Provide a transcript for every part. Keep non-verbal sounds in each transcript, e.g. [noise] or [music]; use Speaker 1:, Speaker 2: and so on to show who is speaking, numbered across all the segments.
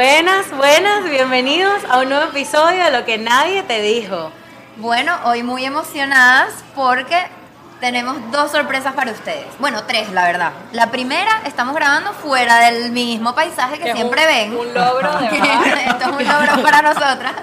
Speaker 1: Buenas, buenas, bienvenidos a un nuevo episodio de Lo que nadie te dijo.
Speaker 2: Bueno, hoy muy emocionadas porque tenemos dos sorpresas para ustedes. Bueno, tres, la verdad. La primera, estamos grabando fuera del mismo paisaje que,
Speaker 1: Que es
Speaker 2: siempre
Speaker 1: un-
Speaker 2: ven.
Speaker 1: un logro
Speaker 2: [laughs]
Speaker 1: de verdad.
Speaker 2: Esto es un logro para nosotras.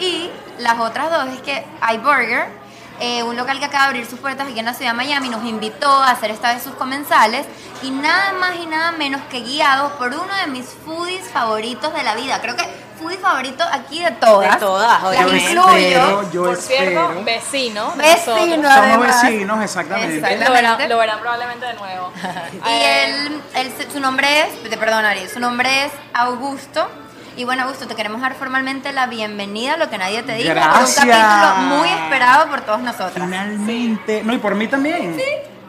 Speaker 2: Y las otras dos es que iBurger, eh, un local que acaba de abrir sus puertas aquí en la ciudad de Miami, nos invitó a hacer esta vez sus comensales y nada más y nada menos que guiados por uno de mis foodies favoritos de la vida. Creo que foodie favorito aquí de todas.
Speaker 1: De todas,
Speaker 2: Las
Speaker 1: obviamente.
Speaker 3: Yo
Speaker 2: incluyo.
Speaker 3: espero, yo
Speaker 4: Por
Speaker 3: espero.
Speaker 4: cierto, vecino. de
Speaker 2: Vecino,
Speaker 4: nosotros.
Speaker 2: además.
Speaker 3: Somos vecinos, exactamente.
Speaker 2: Exacto.
Speaker 4: Lo verán, lo verán probablemente de nuevo. [laughs]
Speaker 2: Y
Speaker 4: Eh,
Speaker 2: él, él se- su nombre es, te perdón Ari, su nombre es Augusto. Y bueno, Augusto, te queremos dar formalmente la bienvenida a lo que nadie te dijo. por
Speaker 3: Gracias.
Speaker 2: Un capítulo muy esperado por todos nosotros.
Speaker 3: Finalmente. No, y por mí también.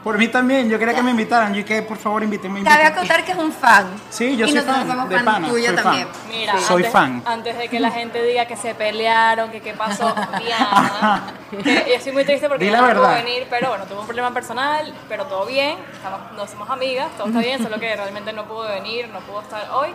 Speaker 3: Por mí también. Yo quería que me invitaran. Yo dije, por favor, invítenme.
Speaker 2: Cabe
Speaker 3: invítenme.
Speaker 2: acotar que es un fan.
Speaker 3: Sí, yo
Speaker 2: y
Speaker 3: soy
Speaker 2: nosotros
Speaker 3: fan.
Speaker 2: somos
Speaker 3: de
Speaker 2: fan
Speaker 3: pana,
Speaker 2: tuyo
Speaker 3: soy fan.
Speaker 2: también.
Speaker 4: Mira,
Speaker 3: Soy
Speaker 4: antes,
Speaker 3: fan.
Speaker 4: antes de que la gente diga que se pelearon, que
Speaker 1: [laughs]
Speaker 4: qué pasó, Ah.
Speaker 3: [laughs] Ah,
Speaker 4: Diana. que yo estoy muy triste porque
Speaker 3: Di
Speaker 4: yo
Speaker 3: la
Speaker 4: no puedo
Speaker 3: verdad.
Speaker 4: venir, pero bueno, tuve un problema personal, pero todo bien. Estamos, no somos amigas, todo está bien, solo que realmente no pude venir, no pude estar hoy.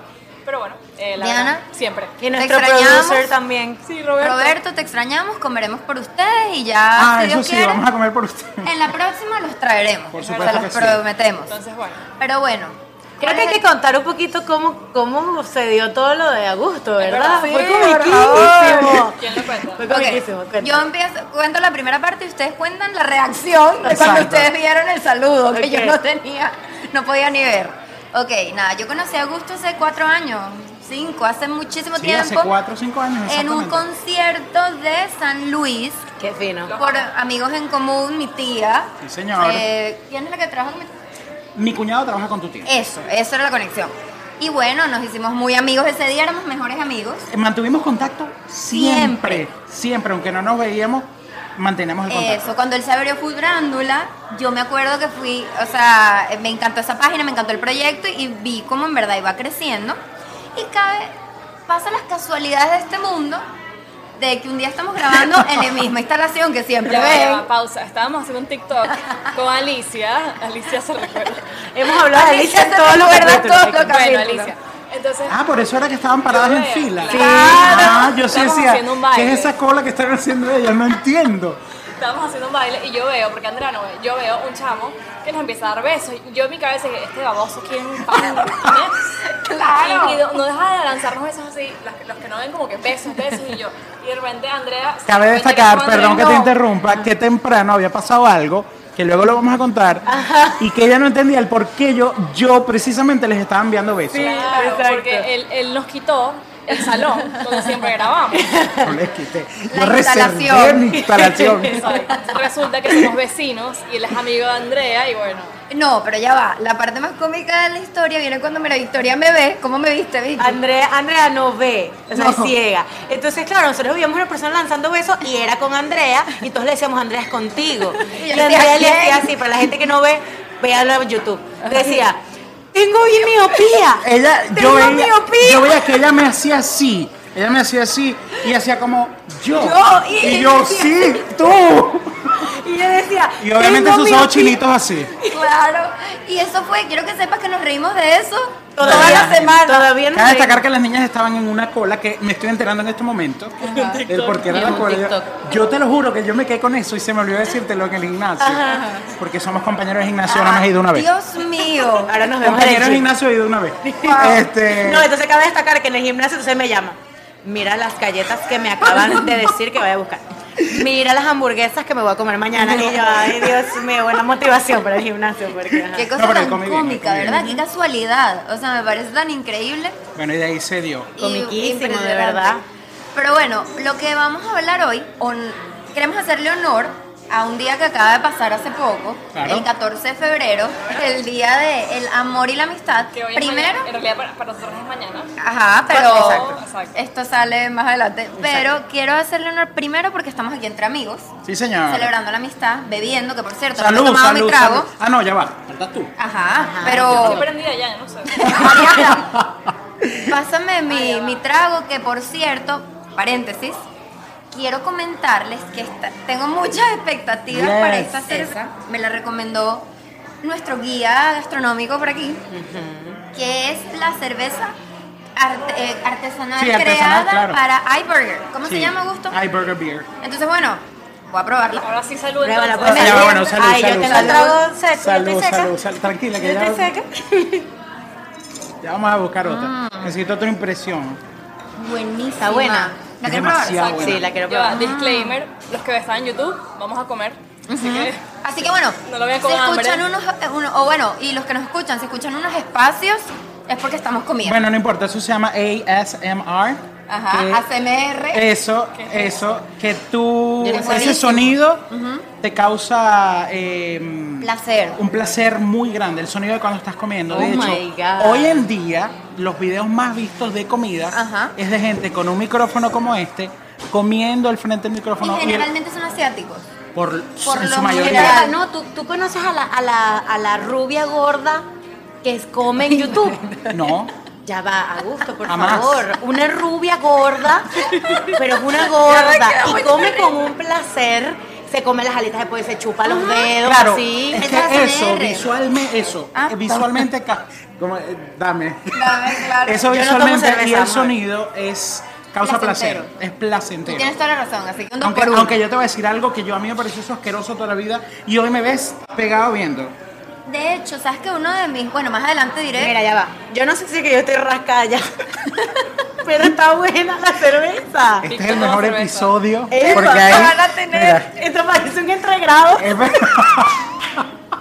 Speaker 4: Pero bueno, eh, la
Speaker 2: Diana.
Speaker 4: verdad, siempre.
Speaker 1: Y nuestro
Speaker 2: extrañamos.
Speaker 1: producer también.
Speaker 4: Sí,
Speaker 2: Roberto.
Speaker 4: Roberto.
Speaker 2: te extrañamos, comeremos por ustedes y ya,
Speaker 3: Ah,
Speaker 2: si
Speaker 3: eso
Speaker 2: Dios
Speaker 3: sí,
Speaker 2: quiere,
Speaker 3: vamos a comer por ustedes.
Speaker 2: en la próxima los traeremos.
Speaker 3: Por
Speaker 2: Se
Speaker 3: supuesto
Speaker 2: los
Speaker 3: que sí.
Speaker 2: prometemos.
Speaker 4: Entonces, bueno.
Speaker 2: Pero bueno.
Speaker 1: Creo que hay que contar un poquito cómo, cómo se dio todo lo de Augusto, ¿verdad?
Speaker 4: verdad,
Speaker 1: Fue
Speaker 4: sí, [laughs]
Speaker 1: comiquísimo.
Speaker 4: ¿Quién lo
Speaker 3: [laughs]
Speaker 4: cuenta?
Speaker 1: Fue
Speaker 2: Ok,
Speaker 1: comiquísimo. cuenta.
Speaker 2: Yo empiezo, cuento la primera parte y ustedes cuentan la reacción de cuando
Speaker 3: Exacto.
Speaker 2: ustedes vieron el saludo, que
Speaker 1: Ok.
Speaker 2: yo no tenía, no podía ni ver. Ok, nada, yo conocí a Augusto hace cuatro años, cinco, hace muchísimo
Speaker 3: Sí,
Speaker 2: tiempo.
Speaker 3: hace cuatro o cinco años.
Speaker 2: en un
Speaker 3: exactamente.
Speaker 2: concierto de San Luis,
Speaker 1: Qué fino.
Speaker 2: por amigos en común, mi tía.
Speaker 3: Sí, señor.
Speaker 2: Eh, ¿Quién es la que trabaja con mi tía?
Speaker 3: Mi cuñado trabaja con tu tía.
Speaker 2: Eso, eso era la conexión. Y bueno, nos hicimos muy amigos ese día, éramos mejores amigos.
Speaker 3: Mantuvimos contacto siempre.
Speaker 2: Siempre.
Speaker 3: Siempre. aunque no nos veíamos, mantenemos el contacto.
Speaker 2: Eso, cuando él se abrió Food Brándula, yo me acuerdo que fui, o sea, me encantó esa página, me encantó el proyecto y vi cómo en verdad iba creciendo. Y cabe, pasan las casualidades de este mundo, de que un día estamos grabando en la misma instalación que siempre
Speaker 4: [laughs] Ya va, ya va,
Speaker 2: ven.
Speaker 4: pausa. Estábamos haciendo un TikTok con Alicia. Alicia
Speaker 3: [laughs]
Speaker 4: se recuerda.
Speaker 1: Hemos hablado de
Speaker 2: Alicia
Speaker 1: Alicia en
Speaker 2: se
Speaker 1: todos los
Speaker 2: recuerda
Speaker 1: capítulos.
Speaker 2: todos los
Speaker 4: Bueno,
Speaker 2: capítulos.
Speaker 4: Alicia. Entonces,
Speaker 3: Ah, por eso era que estaban paradas
Speaker 4: Yo
Speaker 3: en
Speaker 4: veo,
Speaker 3: fila.
Speaker 4: claro.
Speaker 3: Ah, yo sí
Speaker 4: Estamos
Speaker 3: decía,
Speaker 4: haciendo un baile.
Speaker 3: ¿qué es esa cola que están haciendo ellas? No entiendo.
Speaker 4: estábamos haciendo un baile y yo veo, porque Andrea no ve, yo veo un chamo que nos empieza a dar besos. Y Yo en mi cabeza dije, este baboso quiere
Speaker 3: [laughs]
Speaker 4: un pan.
Speaker 2: Claro.
Speaker 4: Y, y no, no deja de lanzarnos besos así. Las que- los que no ven como que besos, besos. Y yo, y de repente Andrea... se
Speaker 3: Cabe
Speaker 4: da cuenta que
Speaker 3: destacar,
Speaker 4: como Andrea
Speaker 3: perdón que te
Speaker 4: no.
Speaker 3: interrumpa, que temprano había pasado algo, que luego lo vamos a contar, y que ella no entendía el por qué yo, yo precisamente les estaba enviando besos.
Speaker 4: Claro,
Speaker 1: Exacto.
Speaker 4: porque él, él nos quitó el salón donde siempre
Speaker 1: [laughs]
Speaker 4: grabamos.
Speaker 3: No les quité.
Speaker 2: La
Speaker 3: yo reservé
Speaker 2: instalación.
Speaker 3: mi instalación.
Speaker 4: [laughs] Exacto. Resulta que somos vecinos y él es amigo de Andrea y bueno...
Speaker 2: No, pero ya va, la parte más cómica de la historia viene cuando María Victoria me ve, ¿cómo me viste, Vicky?
Speaker 1: Andrea, Andrea no ve, o sea,
Speaker 2: No.
Speaker 1: es ciega. Entonces, claro, nosotros veíamos una persona lanzando besos y era con Andrea, y entonces le decíamos, Andrea, es contigo.
Speaker 2: Y
Speaker 1: Y
Speaker 2: yo decía,
Speaker 1: Andrea le
Speaker 2: "¿Quién?".
Speaker 1: decía así, para la gente que no ve, véalo en YouTube. Decía, tengo bien miopía.
Speaker 3: Ella, yo
Speaker 1: tengo
Speaker 3: veía,
Speaker 1: miopía.
Speaker 3: yo veía que ella me hacía así, ella me hacía así, y hacía como yo.
Speaker 1: Yo, y-
Speaker 3: y,
Speaker 4: [laughs]
Speaker 3: yo, sí, tú.
Speaker 1: Y yo decía,
Speaker 3: Y obviamente
Speaker 1: "Tengo
Speaker 3: sus ojos
Speaker 1: miopía".
Speaker 3: chinitos así.
Speaker 2: [laughs] Claro, y eso fue, quiero que sepas que nos reímos de eso
Speaker 1: Todavía,
Speaker 2: toda la semana.
Speaker 1: Todavía no
Speaker 3: Cabe
Speaker 1: sé.
Speaker 3: destacar que las niñas estaban en una cola que me estoy enterando en este momento del por qué
Speaker 1: [laughs]
Speaker 3: era
Speaker 1: En
Speaker 3: la
Speaker 1: un
Speaker 3: cola. Yo,
Speaker 1: TikTok.
Speaker 3: yo te lo juro que yo me quedé con eso y se me olvidó decírtelo en el gimnasio. Porque somos compañeros de gimnasio, ahora me he ido una vez.
Speaker 2: Dios mío.
Speaker 1: Ahora nos vemos en el
Speaker 3: Compañeros de
Speaker 1: gym.
Speaker 3: gimnasio he ido
Speaker 1: [laughs]
Speaker 3: una vez. Este,
Speaker 1: No, entonces cabe destacar que en el gimnasio entonces me llama. Mira las galletas que me acaban de decir que voy a buscar. Mira las hamburguesas que me voy a comer mañana. Y yo, ay, Dios mío, buena motivación para el gimnasio. Porque, ajá.
Speaker 2: Qué cosa
Speaker 3: No, pero
Speaker 2: tan
Speaker 3: comí bien,
Speaker 2: cómica,
Speaker 3: comí bien.
Speaker 2: ¿verdad? Qué casualidad. O sea, me parece tan increíble.
Speaker 3: Bueno, y de ahí se dio.
Speaker 2: y
Speaker 1: Comiquísimo, de
Speaker 2: impresionante.
Speaker 1: verdad.
Speaker 2: Pero bueno, lo que vamos a hablar hoy, on- queremos hacerle honor a un día que acaba de pasar hace poco,
Speaker 3: Claro.
Speaker 2: el 14 de febrero, el día de el amor y la amistad.
Speaker 4: Que hoy es
Speaker 2: Primero,
Speaker 4: mañana- en realidad para, para nosotros es mañana.
Speaker 2: Ajá, pero
Speaker 4: Exacto. Exacto.
Speaker 2: esto sale más adelante. Pero quiero hacerle honor primero porque estamos aquí entre amigos,
Speaker 3: Sí, señora.
Speaker 2: celebrando la amistad, bebiendo, que por cierto, no
Speaker 3: Ah. Salud,
Speaker 2: he tomado
Speaker 3: salud,
Speaker 2: mi trago.
Speaker 3: salud. Ah, no, ya va. Faltas tú.
Speaker 2: Ajá,
Speaker 1: Oh.
Speaker 4: Yo
Speaker 2: pero
Speaker 4: estoy prendida ya, yo no sé.
Speaker 2: Mariana, pásame mi, mi trago, que por cierto, paréntesis, quiero comentarles que esta- tengo muchas expectativas
Speaker 3: Yes.
Speaker 2: para esta cerveza. Me la recomendó nuestro guía gastronómico por aquí, que es la cerveza arte- eh, artesanal
Speaker 3: Sí, artesanal,
Speaker 2: creada
Speaker 3: claro.
Speaker 2: para iBurger. ¿Cómo se
Speaker 3: Sí.
Speaker 2: llama, Gusto?
Speaker 3: iBurger Beer.
Speaker 2: Entonces, bueno, voy a probarla.
Speaker 4: Ahora sí, salud.
Speaker 1: Pruébala,
Speaker 4: entonces.
Speaker 1: pruébala.
Speaker 3: Ah, Ya, bueno, salud,
Speaker 1: Ay,
Speaker 3: salud,
Speaker 1: yo tengo
Speaker 3: salud.
Speaker 1: el trago seco, yo
Speaker 3: Salud,
Speaker 1: estoy seca.
Speaker 3: salud, salud. Tranquila,
Speaker 1: Yo
Speaker 3: que
Speaker 1: estoy
Speaker 3: ya,
Speaker 1: seca.
Speaker 3: ya vamos a buscar otra.
Speaker 1: Mm.
Speaker 3: Necesito otra impresión.
Speaker 2: Buenísima.
Speaker 1: Está buena.
Speaker 2: ¿La
Speaker 3: Es
Speaker 2: quieres probar?
Speaker 3: demasiado buena.
Speaker 1: Sí, la quiero
Speaker 4: Ya va,
Speaker 1: probar.
Speaker 4: disclaimer, los que están en YouTube, vamos a comer. Así que
Speaker 2: Así que bueno,
Speaker 4: No lo vean con
Speaker 2: si escuchan
Speaker 4: hambre.
Speaker 2: unos, eh, uno- o bueno, y los que nos escuchan, si escuchan unos espacios, es porque estamos comiendo.
Speaker 3: Bueno, eh, no importa, eso se llama ASMR.
Speaker 2: Ajá,
Speaker 3: que-
Speaker 2: ACMR.
Speaker 3: Eso, eso, que tú,
Speaker 1: Yo lo
Speaker 3: ese
Speaker 2: sabía.
Speaker 3: sonido te causa eh,
Speaker 2: Placer.
Speaker 3: un placer muy grande, el sonido de cuando estás comiendo. de
Speaker 1: Oh
Speaker 3: hecho,
Speaker 1: my God.
Speaker 3: hoy en día los videos más vistos de comida
Speaker 2: Ajá.
Speaker 3: es de gente con un micrófono como este, comiendo al frente del
Speaker 2: y
Speaker 3: micrófono y el-
Speaker 2: generalmente son asiáticos.
Speaker 3: por,
Speaker 2: por
Speaker 3: en
Speaker 2: lo
Speaker 3: su mayoría.
Speaker 2: general.
Speaker 1: no, ¿tú, tú conoces a la, a, la, a la rubia gorda que es- come en YouTube.
Speaker 3: [laughs] No,
Speaker 1: Ya va, a gusto, por
Speaker 3: Jamás.
Speaker 1: favor. Una rubia gorda, pero es una gorda y come con un placer. Se come las alitas después, se chupa los dedos,
Speaker 3: claro,
Speaker 1: así.
Speaker 3: es
Speaker 2: esas
Speaker 3: que eso,
Speaker 2: ASMR.
Speaker 3: visualmente, eso,
Speaker 2: Ah,
Speaker 3: eh, visualmente, ca- como, eh, dame.
Speaker 2: Dame, claro.
Speaker 1: Yo
Speaker 3: Eso
Speaker 1: no
Speaker 3: visualmente
Speaker 1: tomo cerveza,
Speaker 3: y el
Speaker 1: amor.
Speaker 3: sonido es causa placer,
Speaker 2: Placentero.
Speaker 3: es placentero.
Speaker 2: Tienes toda la razón, así que un dos
Speaker 3: Eh, Aunque,
Speaker 2: por uno.
Speaker 3: aunque yo te voy a decir algo que yo a mí me pareció eso asqueroso toda la vida y hoy me ves pegado viendo.
Speaker 2: De hecho, sabes que uno de mis, bueno, más adelante diré,
Speaker 1: Mira, ya va. ¿Eh? Yo no sé si es que yo estoy rascada ya, [laughs] pero está buena la cerveza.
Speaker 3: Este es
Speaker 4: Víctor
Speaker 3: el
Speaker 4: toma
Speaker 3: mejor
Speaker 4: cerveza.
Speaker 3: episodio
Speaker 1: Epa,
Speaker 3: porque ahí Eh,
Speaker 1: van a tener- Esto parece un entregrado.
Speaker 3: mira, es verdad. [laughs]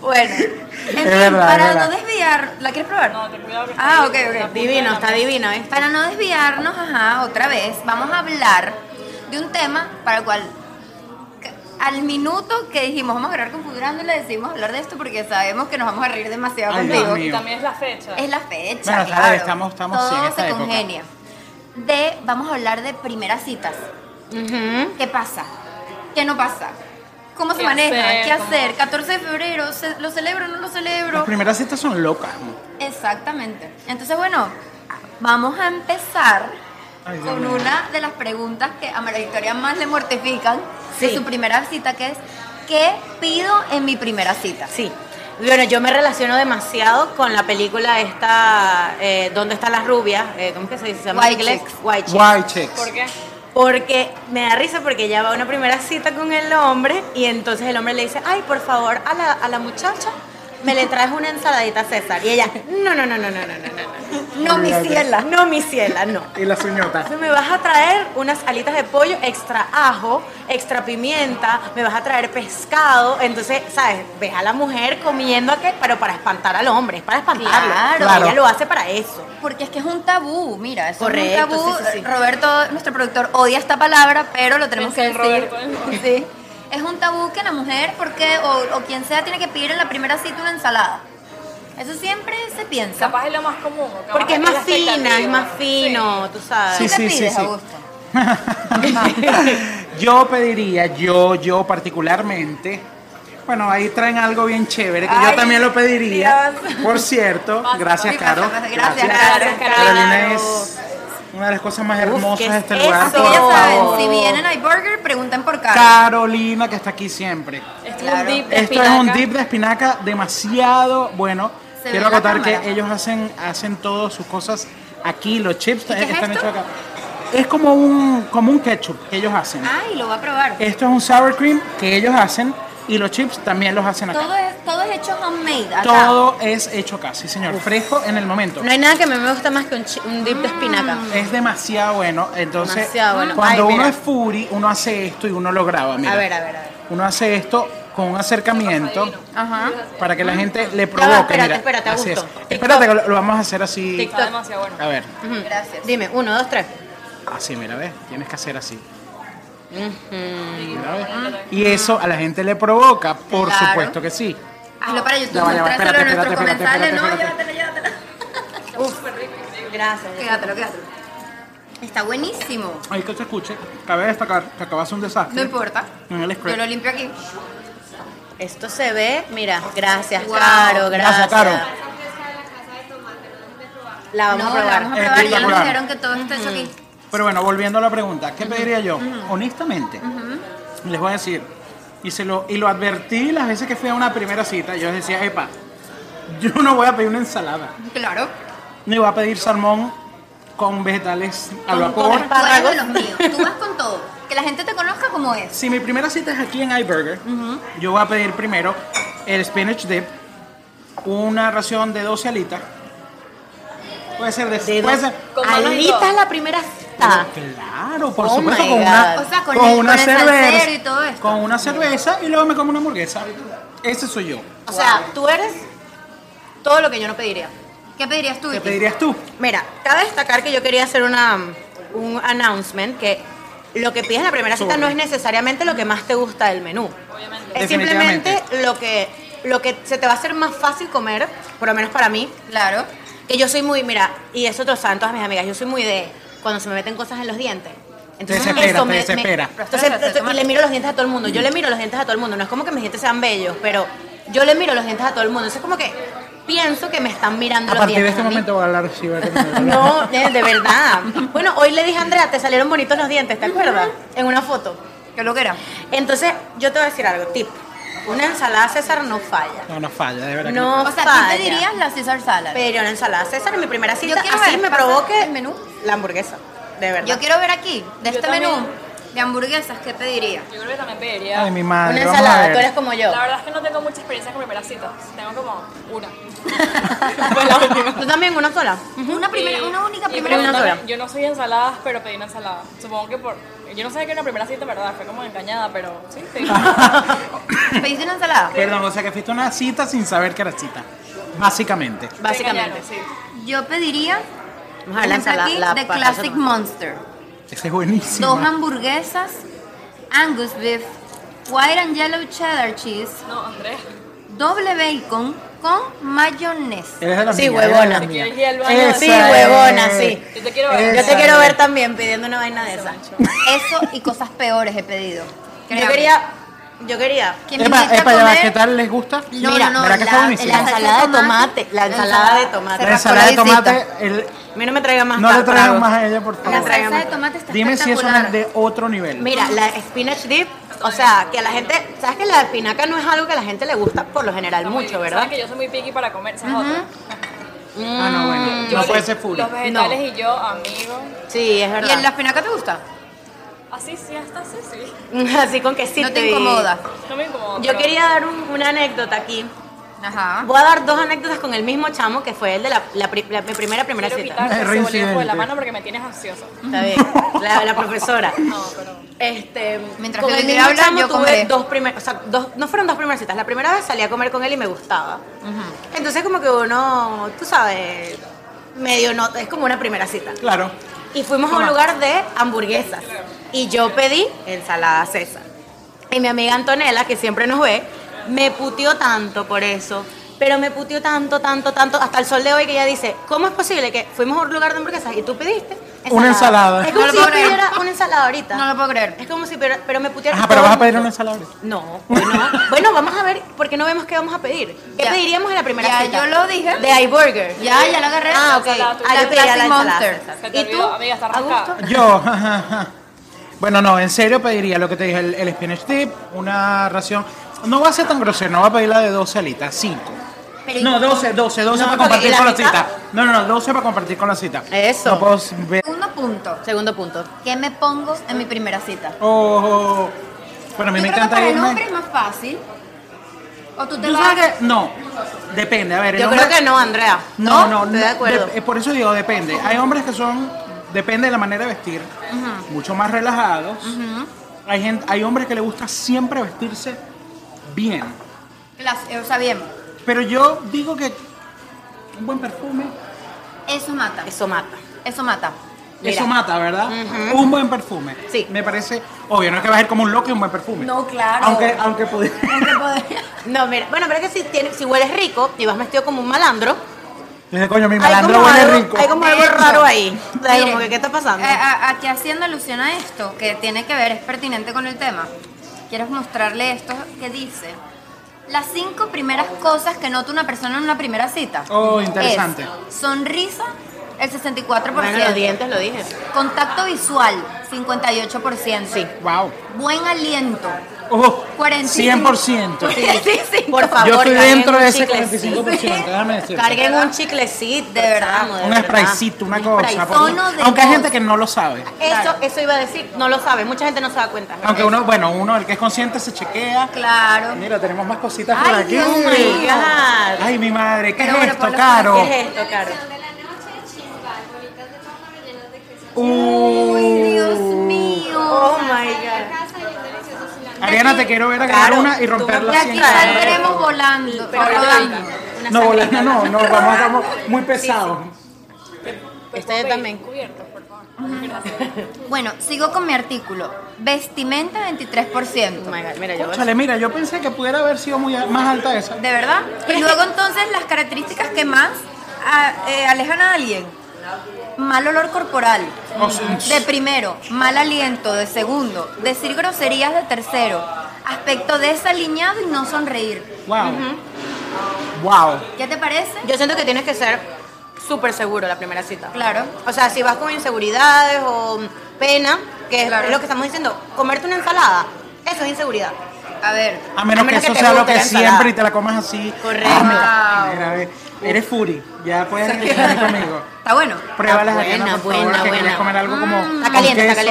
Speaker 2: bueno,
Speaker 3: Es
Speaker 2: en fin,
Speaker 3: verdad,
Speaker 2: para
Speaker 3: es verdad.
Speaker 2: no desviar, ¿la quieres probar?
Speaker 4: No, te cuidado que
Speaker 2: Ah,
Speaker 4: está
Speaker 2: ok, ok.
Speaker 4: la punta de
Speaker 1: Divino,
Speaker 4: la
Speaker 1: está
Speaker 4: mesa.
Speaker 1: divino, ¿eh?
Speaker 2: Para no desviarnos, ajá, otra vez, vamos a hablar de un tema para el cual c- al minuto que dijimos vamos a grabar con Futurando y le decimos hablar de esto porque sabemos que nos vamos a reír demasiado
Speaker 3: Ay,
Speaker 2: contigo.
Speaker 3: Dios mío.
Speaker 4: Y también es la fecha.
Speaker 2: Es la fecha.
Speaker 3: Bueno, está
Speaker 2: claro.
Speaker 3: bien, estamos- estamos
Speaker 2: Todo
Speaker 3: sí, en esta
Speaker 2: se
Speaker 3: época.
Speaker 2: congenia. De, vamos a hablar de primeras citas.
Speaker 1: Ujú.
Speaker 2: ¿Qué pasa? ¿Qué no pasa? ¿Cómo se
Speaker 4: ¿Qué
Speaker 2: maneja?
Speaker 4: hacer?
Speaker 2: ¿Qué
Speaker 4: ¿Cómo?
Speaker 2: hacer? 14 de febrero, ¿se- ¿lo celebro o no lo
Speaker 3: Las
Speaker 2: celebro?
Speaker 3: primeras citas son locas. ¿no?
Speaker 2: Exactamente. Entonces, bueno, vamos a empezar
Speaker 3: Ay, Dios
Speaker 2: con
Speaker 3: mío.
Speaker 2: una de las preguntas que a María Victoria más le mortifican
Speaker 1: Sí.
Speaker 2: de su primera cita, que es ¿qué pido en mi primera cita?
Speaker 1: Sí. Bueno, yo me relaciono demasiado con la película esta, eh, ¿Dónde están las rubias? Eh, ¿Cómo que se dice? ¿Se llama en
Speaker 2: White
Speaker 1: inglés?
Speaker 2: Chicks.
Speaker 1: White Chicks.
Speaker 3: Guay, chicks.
Speaker 4: ¿Por qué?
Speaker 1: Porque me da risa porque ella va a una primera cita con el hombre y entonces el hombre le dice, ay, por favor, a la, a la muchacha me le traes una ensaladita César. Y ella, no, no, no, no, no, no, no,
Speaker 2: No, mi
Speaker 3: Olvídate.
Speaker 2: ciela.
Speaker 1: no, no, no, mi ciela, no.
Speaker 3: Y las uñotas.
Speaker 1: Entonces me vas a traer unas alitas de pollo extra ajo, extra pimienta, me vas a traer pescado. Entonces, ¿sabes? Ves a la mujer comiendo a pero para espantar al hombre, es para espantarlo.
Speaker 2: Claro.
Speaker 3: Claro.
Speaker 1: Ella lo hace para eso.
Speaker 2: Porque es que es un tabú, mira, eso es
Speaker 1: Correcto,
Speaker 2: un tabú.
Speaker 1: sí, sí, sí.
Speaker 2: Roberto, nuestro productor, odia esta palabra, pero lo tenemos
Speaker 4: Pensé
Speaker 2: que
Speaker 4: en
Speaker 2: decir.
Speaker 4: Roberto.
Speaker 2: Sí. Es un tabú que la mujer, porque, o, o quien sea, tiene que pedir en la primera cita una ensalada. Eso siempre se piensa.
Speaker 4: Capaz es lo más común. capaz
Speaker 1: Porque es
Speaker 4: la
Speaker 1: más fina, es más
Speaker 4: expectativa.
Speaker 1: fino, tú sabes.
Speaker 2: ¿Tú qué
Speaker 3: Sí, sí, sí,
Speaker 2: pides,
Speaker 3: sí.
Speaker 2: Augusto?
Speaker 3: [laughs] yo pediría, yo, yo particularmente. Bueno, ahí traen algo bien chévere, que
Speaker 2: Ay,
Speaker 3: yo también lo pediría.
Speaker 2: Dios.
Speaker 3: Por cierto,
Speaker 4: Pasa,
Speaker 3: gracias,
Speaker 2: pasa,
Speaker 3: Caro.
Speaker 2: pasa. Gracias,
Speaker 4: gracias, Caro.
Speaker 3: Carolina es una de las cosas más
Speaker 1: Uf,
Speaker 3: hermosas
Speaker 1: ¿qué
Speaker 3: de
Speaker 1: es
Speaker 3: este
Speaker 1: eso?
Speaker 3: lugar.
Speaker 2: Así que ya
Speaker 1: Por
Speaker 2: saben,
Speaker 1: favor.
Speaker 2: si vienen a iBurger, pregunten por Carlos.
Speaker 3: Carolina, que está aquí siempre.
Speaker 4: Sí. Esto
Speaker 2: Claro.
Speaker 4: es un dip de
Speaker 3: Esto es un
Speaker 4: espinaca.
Speaker 3: dip de espinaca demasiado bueno.
Speaker 2: Se
Speaker 3: Quiero
Speaker 2: ve la
Speaker 3: acotar que
Speaker 2: cámara.
Speaker 3: ellos hacen, hacen todas sus cosas aquí, los chips eh,
Speaker 2: qué es
Speaker 3: están
Speaker 2: esto?
Speaker 3: hechos acá. Es como un, como un ketchup que ellos hacen.
Speaker 2: Ay, lo va a probar.
Speaker 1: Eh,
Speaker 3: Esto es un sour cream que ellos hacen y los chips también los hacen acá.
Speaker 2: Todo es, todo es hecho homemade. acá.
Speaker 3: Todo es hecho acá, sí señor, fresco en el momento.
Speaker 1: No hay nada que a mí me gusta más que un, chi- un dip de espinaca.
Speaker 2: Mm.
Speaker 3: Es demasiado bueno, entonces
Speaker 1: Demasiado bueno.
Speaker 3: cuando
Speaker 1: Ay,
Speaker 3: uno
Speaker 1: mira.
Speaker 3: es Fury, uno hace esto y uno lo graba, mira.
Speaker 1: A ver, a ver, a ver.
Speaker 3: Uno hace esto con un acercamiento
Speaker 2: Ajá.
Speaker 3: para que la gente le
Speaker 1: Ah. va,
Speaker 3: provoque.
Speaker 1: espérate,
Speaker 3: mira.
Speaker 1: espérate,
Speaker 3: Así
Speaker 1: Augusto.
Speaker 3: es.
Speaker 1: TikTok.
Speaker 3: Espérate que lo, lo vamos a hacer así.
Speaker 1: TikTok.
Speaker 4: Está demasiado bueno.
Speaker 3: A ver,
Speaker 1: Ujú.
Speaker 2: Gracias.
Speaker 1: Dime, uno, dos, tres.
Speaker 3: así, mira, ves, tienes que hacer así.
Speaker 1: Ujú.
Speaker 3: mira, ves. Y eso a la gente le provoca, por
Speaker 2: Claro.
Speaker 3: supuesto que sí.
Speaker 2: Hazlo para YouTube.
Speaker 3: Ya va, ya va, espérate,
Speaker 2: Muéstraselo a nuestros
Speaker 3: espérate, espérate,
Speaker 2: comensales. No,
Speaker 3: espérate,
Speaker 2: llévatelo, llévatelo.
Speaker 1: Gracias.
Speaker 2: Quédatelo, quédatelo. Está buenísimo.
Speaker 3: Hay que se escuche, cabe destacar que acabas un desastre.
Speaker 2: No importa.
Speaker 3: En el script.
Speaker 2: Yo lo limpio aquí.
Speaker 1: Esto se ve, mira, gracias,
Speaker 2: Wow.
Speaker 1: Caro, gracias.
Speaker 3: Gracias, Caro.
Speaker 1: La vamos
Speaker 2: no,
Speaker 1: a probar.
Speaker 2: la vamos a probar. Ya nos
Speaker 3: Espectacular.
Speaker 2: dijeron que todo está hecho aquí.
Speaker 3: Pero bueno, volviendo a la pregunta, ¿qué pediría yo? Honestamente, les voy a decir, y, se lo, y lo advertí las veces que fui a una primera cita, yo les decía, epa, yo no voy a pedir una ensalada.
Speaker 2: Claro.
Speaker 3: Me iba a pedir salmón con vegetales al
Speaker 2: Con
Speaker 3: vapor.
Speaker 2: tú eres de los míos. Tú vas con todo. Que la gente te conozca como es.
Speaker 3: Si mi primera cita es aquí en iBurger, yo voy a pedir primero el spinach dip, una ración de 12 alitas. Puede ser de,
Speaker 1: De
Speaker 3: puede
Speaker 1: dos-
Speaker 3: ser-
Speaker 4: Con manos y
Speaker 1: Alita
Speaker 4: todo.
Speaker 1: es la primera cita.
Speaker 3: Claro, por
Speaker 1: Oh
Speaker 3: supuesto,
Speaker 1: my
Speaker 3: con
Speaker 1: God.
Speaker 3: una,
Speaker 2: O sea, con el- con el salsero y todo esto.
Speaker 3: con una cerveza y luego me como una hamburguesa. Ese soy yo.
Speaker 1: O sea, tú eres todo lo que yo no pediría.
Speaker 2: ¿Qué pedirías tú?
Speaker 3: ¿Qué
Speaker 2: Vicky?
Speaker 3: pedirías tú?
Speaker 1: Mira, cabe destacar que yo quería hacer una, un announcement que lo que pides en la primera cita
Speaker 3: Sobre.
Speaker 1: no es necesariamente lo que más te gusta del menú.
Speaker 4: Obviamente.
Speaker 1: Es simplemente lo que, lo que se te va a hacer más fácil comer, por lo menos para mí,
Speaker 2: Claro.
Speaker 1: que yo soy muy, mira, y eso te lo saben todas mis amigas, yo soy muy de cuando se me meten cosas en los dientes. Entonces,
Speaker 3: Desespera,
Speaker 1: eso
Speaker 3: te
Speaker 1: me,
Speaker 3: desespera.
Speaker 1: me- entonces, y le miro los dientes a todo el mundo. Yo le miro los dientes a todo el mundo. No es como que mis dientes sean bellos, pero yo le miro los dientes a todo el mundo. Entonces, como que pienso que me están mirando
Speaker 3: A
Speaker 1: los
Speaker 3: partir de
Speaker 1: dientes.
Speaker 3: este
Speaker 1: a mí.
Speaker 3: momento voy a hablar sí, voy a
Speaker 1: [laughs]
Speaker 3: tener-
Speaker 1: No, de, de verdad. Bueno, hoy le dije a Andrea, te salieron bonitos los dientes, ¿te acuerdas? En una foto.
Speaker 2: ¿Qué lo que era?
Speaker 1: Entonces, yo te voy a decir algo, tip. Una ensalada César no falla.
Speaker 3: No, no falla, de verdad. que
Speaker 1: No
Speaker 2: O sea,
Speaker 1: falla.
Speaker 2: tú pedirías la Caesar Salad.
Speaker 1: Pero una ensalada César en mi primera cita,
Speaker 2: Yo quiero
Speaker 1: así
Speaker 2: ver,
Speaker 1: me
Speaker 2: pasa
Speaker 1: provoque
Speaker 2: el menú.
Speaker 1: la hamburguesa, de verdad.
Speaker 2: Yo quiero ver aquí, de
Speaker 4: Yo
Speaker 2: este
Speaker 4: también.
Speaker 2: menú de hamburguesas, ¿qué pediría?
Speaker 4: Yo creo que también pediría.
Speaker 3: Ay, mi madre.
Speaker 1: una
Speaker 3: vamos a
Speaker 1: ensalada,
Speaker 3: ver.
Speaker 1: tú eres como yo.
Speaker 4: La verdad es que no tengo mucha experiencia con primeras citas. Tengo como una.
Speaker 1: [laughs] Tú también, una sola.
Speaker 2: Una primera,
Speaker 4: Y-
Speaker 2: una única
Speaker 4: y
Speaker 2: primera.
Speaker 1: una
Speaker 4: pregúntame,
Speaker 1: sola.
Speaker 4: Yo no soy de ensaladas, pero pedí una ensalada. Supongo que por. Yo no sabía que era una primera cita, en ¿verdad? Fue como engañada, pero sí,
Speaker 1: [laughs]
Speaker 4: sí.
Speaker 2: ¿Pediste una ensalada?
Speaker 3: Perdón, o sea que fuiste a una cita sin saber que era cita. Básicamente.
Speaker 1: Básicamente.
Speaker 4: Sí.
Speaker 2: Yo pediría
Speaker 1: Vamos a ver la
Speaker 2: ejemplo,
Speaker 1: ensalada.
Speaker 2: aquí,
Speaker 1: la
Speaker 2: The
Speaker 1: papa,
Speaker 2: Classic
Speaker 1: eso no.
Speaker 2: Monster.
Speaker 3: Ese es buenísimo.
Speaker 2: Dos hamburguesas, Angus beef, white and yellow cheddar cheese,
Speaker 4: No, Andrea.
Speaker 2: doble bacon con
Speaker 1: [laughs]
Speaker 2: mayonesa.
Speaker 3: Eres de las
Speaker 1: Sí,
Speaker 3: mías, eres de las
Speaker 1: huevona.
Speaker 3: mías.
Speaker 4: Si quieres ir al baño,
Speaker 3: Esa
Speaker 1: sí, huevona,
Speaker 3: es.
Speaker 1: sí.
Speaker 4: Yo te quiero ver.
Speaker 1: Yo te
Speaker 3: Esa
Speaker 1: quiero
Speaker 3: es.
Speaker 1: ver también pidiendo una vaina de esa.
Speaker 2: Eso y cosas peores he pedido.
Speaker 1: Yo
Speaker 2: Créame.
Speaker 1: quería, yo quería
Speaker 2: ¿Quién me
Speaker 3: Epa,
Speaker 2: invita a
Speaker 3: epa, ya va,
Speaker 2: comer?
Speaker 3: ¿qué tal les gusta?
Speaker 2: No,
Speaker 1: Mira,
Speaker 2: no, no,
Speaker 3: ¿verdad que está
Speaker 2: la,
Speaker 3: buenísimo?
Speaker 1: La ensalada de tomate, la ensalada de tomate.
Speaker 2: se
Speaker 3: La
Speaker 2: rascó
Speaker 3: ensalada de
Speaker 2: visita.
Speaker 3: tomate, el-
Speaker 1: A mí no me traigan más
Speaker 3: no le
Speaker 1: tar-
Speaker 3: traigan
Speaker 1: tragos.
Speaker 3: más a ella, por
Speaker 2: La
Speaker 1: traigan
Speaker 3: favor.
Speaker 2: salsa de
Speaker 1: más.
Speaker 2: tomate está
Speaker 3: Dime si eso no
Speaker 2: espectacular.
Speaker 3: es de otro nivel.
Speaker 1: Mira, la spinach dip, o sea, que a la gente, sabes que la espinaca no es algo que a la gente le gusta por lo general
Speaker 4: Está muy
Speaker 1: mucho,
Speaker 4: bien.
Speaker 1: ¿verdad? Mm,
Speaker 4: Saben que yo soy muy picky para comer, ¿sabes? otra?
Speaker 3: Ah, no, bueno.
Speaker 4: Yo
Speaker 3: No puede
Speaker 4: le-
Speaker 3: ser full.
Speaker 4: Los vegetales
Speaker 1: No.
Speaker 4: y yo, amigo.
Speaker 1: Sí, es
Speaker 2: ¿Y en la
Speaker 1: verdad.
Speaker 2: espinaca te gusta?
Speaker 4: Así, sí, hasta así,
Speaker 1: [laughs]
Speaker 4: sí.
Speaker 1: Así con que sí
Speaker 2: no te incomoda.
Speaker 4: No me incomoda.
Speaker 1: Yo
Speaker 4: pero-
Speaker 1: quería dar un- una anécdota aquí.
Speaker 2: Ajá.
Speaker 1: Voy a dar dos anécdotas con el mismo chamo que fue el de la, la pri- la- mi primera primera
Speaker 4: Quiero
Speaker 1: cita.
Speaker 4: quitar
Speaker 3: Es
Speaker 4: ese bolígrafo de la
Speaker 3: reincidente.
Speaker 4: mano porque me tienes ansioso.
Speaker 1: Está bien, la, la profesora.
Speaker 4: No, pero.
Speaker 1: Este,
Speaker 2: Mientras
Speaker 1: con
Speaker 2: que
Speaker 1: el
Speaker 2: Lili
Speaker 1: mismo
Speaker 2: habla,
Speaker 1: chamo
Speaker 2: yo
Speaker 1: tuve
Speaker 2: comeré.
Speaker 1: dos primeras, o sea, dos, no fueron dos primeras citas. La primera vez salí a comer con él y me gustaba. Entonces como que uno, tú sabes, medio nota, es como una primera cita.
Speaker 3: Claro.
Speaker 1: Y fuimos a un
Speaker 3: Ajá.
Speaker 1: lugar de hamburguesas. Y yo pedí ensalada César. Y mi amiga Antonella, que siempre nos ve, me puteó tanto por eso. Pero me puteó tanto, tanto, tanto, hasta el sol de hoy que ella dice, ¿cómo es posible que fuimos a un lugar de hamburguesas y tú pediste
Speaker 3: Una ensalada.
Speaker 1: Es como
Speaker 2: No lo
Speaker 1: si yo
Speaker 2: puedo creer.
Speaker 1: pidiera una ensalada ahorita.
Speaker 2: No lo puedo creer.
Speaker 1: Es como si pidiera, pero me putearon
Speaker 3: Ajá, pero vas a pedir una ensalada.
Speaker 1: No, bueno, bueno, vamos a ver, porque no vemos qué vamos a pedir. ¿Qué
Speaker 2: Ya.
Speaker 1: pediríamos en la primera
Speaker 2: Ya,
Speaker 1: cita?
Speaker 2: yo lo dije.
Speaker 1: De iBurger.
Speaker 2: Ya, ya la agarré.
Speaker 1: Ah, ok.
Speaker 4: Ensalada, tú
Speaker 1: Ah, yo
Speaker 2: la
Speaker 1: pediría la
Speaker 2: Classic
Speaker 1: ensalada.
Speaker 2: Monster.
Speaker 1: César.
Speaker 4: Se te
Speaker 1: ¿Y tú?
Speaker 4: olvidó, amiga, está rascada.
Speaker 1: Augusto?
Speaker 3: Yo, [laughs] ajá, ajá. bueno, no, en serio pediría lo que te dije, el, el spinach dip, una ración. No va a ser tan grosero, no va a pedir la de 12 alitas, 5.
Speaker 2: Pero-
Speaker 3: No, 12, 12, 12
Speaker 1: No,
Speaker 3: para
Speaker 1: porque- ¿y
Speaker 3: compartir
Speaker 1: la
Speaker 3: con la
Speaker 1: mitad?
Speaker 3: cita. No, no, no, 12 para compartir con la cita.
Speaker 1: Eso.
Speaker 3: No puedo ver.
Speaker 2: Segundo punto.
Speaker 1: Segundo punto.
Speaker 2: ¿Qué me pongo en mi primera cita?
Speaker 3: Oh, bueno, a mí
Speaker 2: Yo creo
Speaker 3: me
Speaker 2: que
Speaker 3: encanta
Speaker 2: para el
Speaker 3: irme.
Speaker 2: hombre es más fácil. O tú te
Speaker 3: Yo
Speaker 2: vas.
Speaker 3: sabes que no, depende, a ver. el
Speaker 1: Yo
Speaker 3: hombre-
Speaker 1: creo que no, Andrea.
Speaker 3: No, no,
Speaker 1: Estoy
Speaker 3: no,
Speaker 1: de acuerdo.
Speaker 3: de- eh, por eso digo, depende. Hay hombres que son, depende de la manera de vestir, mucho más relajados. Hay, gente, hay hombres que les gusta siempre vestirse bien.
Speaker 2: Clas- eh, O sea, bien.
Speaker 3: Pero yo digo que un buen perfume,
Speaker 2: Eso mata.
Speaker 1: Eso mata.
Speaker 2: Eso mata.
Speaker 3: [laughs]
Speaker 1: Mira.
Speaker 3: eso mata, ¿verdad? Un buen perfume.
Speaker 1: Sí.
Speaker 3: Me parece, obvio, no es que vas a ir como un loco y un buen perfume.
Speaker 2: No, claro.
Speaker 3: Aunque, aunque
Speaker 1: [laughs]
Speaker 3: [laughs] pudiera.
Speaker 2: Aunque podría-
Speaker 1: No, mira, bueno, pero es que si, tienes- si hueles rico y vas vestido como un malandro,
Speaker 3: Dice, coño, mi
Speaker 1: hay
Speaker 3: malandro
Speaker 1: como,
Speaker 3: huele
Speaker 1: algo,
Speaker 3: rico.
Speaker 1: hay como algo
Speaker 2: De hecho,
Speaker 1: raro ahí. O sea,
Speaker 2: miren,
Speaker 1: como que, ¿qué está pasando?
Speaker 2: eh, a- aquí haciendo alusión a esto, que tiene que ver, es pertinente con el tema. Quiero mostrarle esto que dice. Las cinco primeras cosas que nota una persona en una primera cita.
Speaker 3: Oh, interesante.
Speaker 2: es sonrisa, el 64%.
Speaker 1: Bueno, los dientes lo dije.
Speaker 2: Contacto visual, 58%.
Speaker 1: Sí.
Speaker 3: Wow.
Speaker 2: Buen aliento,
Speaker 3: Ojo,
Speaker 2: 45.
Speaker 3: 100%.
Speaker 2: Sí,
Speaker 1: [laughs]
Speaker 2: sí.
Speaker 1: Por favor,
Speaker 3: Yo estoy
Speaker 1: carguen
Speaker 3: dentro
Speaker 1: un
Speaker 3: de ese
Speaker 1: chiclecito.
Speaker 3: 45%,
Speaker 1: [laughs]
Speaker 3: déjame decirte.
Speaker 1: Carguen un chiclecito,
Speaker 2: De verdad.
Speaker 1: chamo, de
Speaker 3: un
Speaker 1: verdad.
Speaker 3: spraycito, una
Speaker 1: Un
Speaker 3: cosa.
Speaker 1: spraycito.
Speaker 3: porque-
Speaker 2: Tono de
Speaker 3: aunque hay
Speaker 2: voz.
Speaker 3: gente que no lo sabe.
Speaker 1: Eso, eso iba a decir, no lo sabe, mucha gente no se da cuenta.
Speaker 3: Aunque uno, bueno, uno, el que es consciente, se chequea.
Speaker 2: Claro.
Speaker 3: Mira, tenemos más cositas
Speaker 2: Ay,
Speaker 3: por aquí.
Speaker 2: Dios
Speaker 1: Oh
Speaker 2: mío.
Speaker 1: my God.
Speaker 3: Ay, mi madre, ¿qué
Speaker 2: Pero
Speaker 3: es
Speaker 2: bueno,
Speaker 3: esto,
Speaker 2: Pablo,
Speaker 3: Caro?
Speaker 1: ¿Qué es esto, Caro?
Speaker 5: de la noche, chispa, bolitas de papa rellenas de queso.
Speaker 3: Uh.
Speaker 2: Uy, Dios mío.
Speaker 1: Oh my
Speaker 5: La
Speaker 1: God.
Speaker 5: casa y un delicioso cilantro.
Speaker 3: Ariana, te quiero ver agarrar
Speaker 1: Caro,
Speaker 3: una y romper
Speaker 1: tú-
Speaker 2: Y
Speaker 3: la
Speaker 2: aquí
Speaker 3: sien.
Speaker 2: saldremos volando. volando.
Speaker 1: Una
Speaker 3: No,
Speaker 1: sangre.
Speaker 3: volando no, no, vamos,
Speaker 2: [laughs]
Speaker 3: vamos muy pesados.
Speaker 1: Este yo también.
Speaker 4: Cubierto, por favor.
Speaker 2: Bueno, sigo con mi artículo. Vestimenta 23%.
Speaker 1: Oh my God, mira, yo
Speaker 3: Chale, mira, yo pensé que pudiera haber sido muy a- más alta esa.
Speaker 2: ¿De verdad? Y luego entonces las características que más a- eh, alejan a alguien. Mal olor corporal.
Speaker 3: O sea,
Speaker 2: De primero, mal aliento. De segundo, decir groserías de tercero. Aspecto desaliñado y no sonreír.
Speaker 3: Wow. Wow.
Speaker 2: ¿Qué te parece?
Speaker 1: Yo siento que tienes que ser súper seguro la primera cita.
Speaker 2: Claro.
Speaker 1: O sea, si vas con inseguridades o pena, que es-
Speaker 2: Claro.
Speaker 1: es lo que estamos diciendo, comerte una ensalada, eso es inseguridad.
Speaker 2: A ver.
Speaker 3: A menos,
Speaker 1: A menos
Speaker 3: que
Speaker 1: que
Speaker 3: eso
Speaker 1: te
Speaker 3: sea lo
Speaker 1: guste
Speaker 3: que
Speaker 1: la
Speaker 3: siempre
Speaker 1: ensalada.
Speaker 3: y te la comas así.
Speaker 1: Correcto.
Speaker 3: Ah, mira,
Speaker 2: Wow.
Speaker 3: mira, ve. Eres Furi, ya puedes estar conmigo.
Speaker 2: Está bueno.
Speaker 3: Pruébalas,
Speaker 1: Ah,
Speaker 3: Ariana,
Speaker 1: buena,
Speaker 3: por favor,
Speaker 1: buena,
Speaker 3: que quieres
Speaker 1: buena. Mm,
Speaker 3: comer algo como.
Speaker 1: Está
Speaker 3: con
Speaker 1: caliente, está
Speaker 3: queso.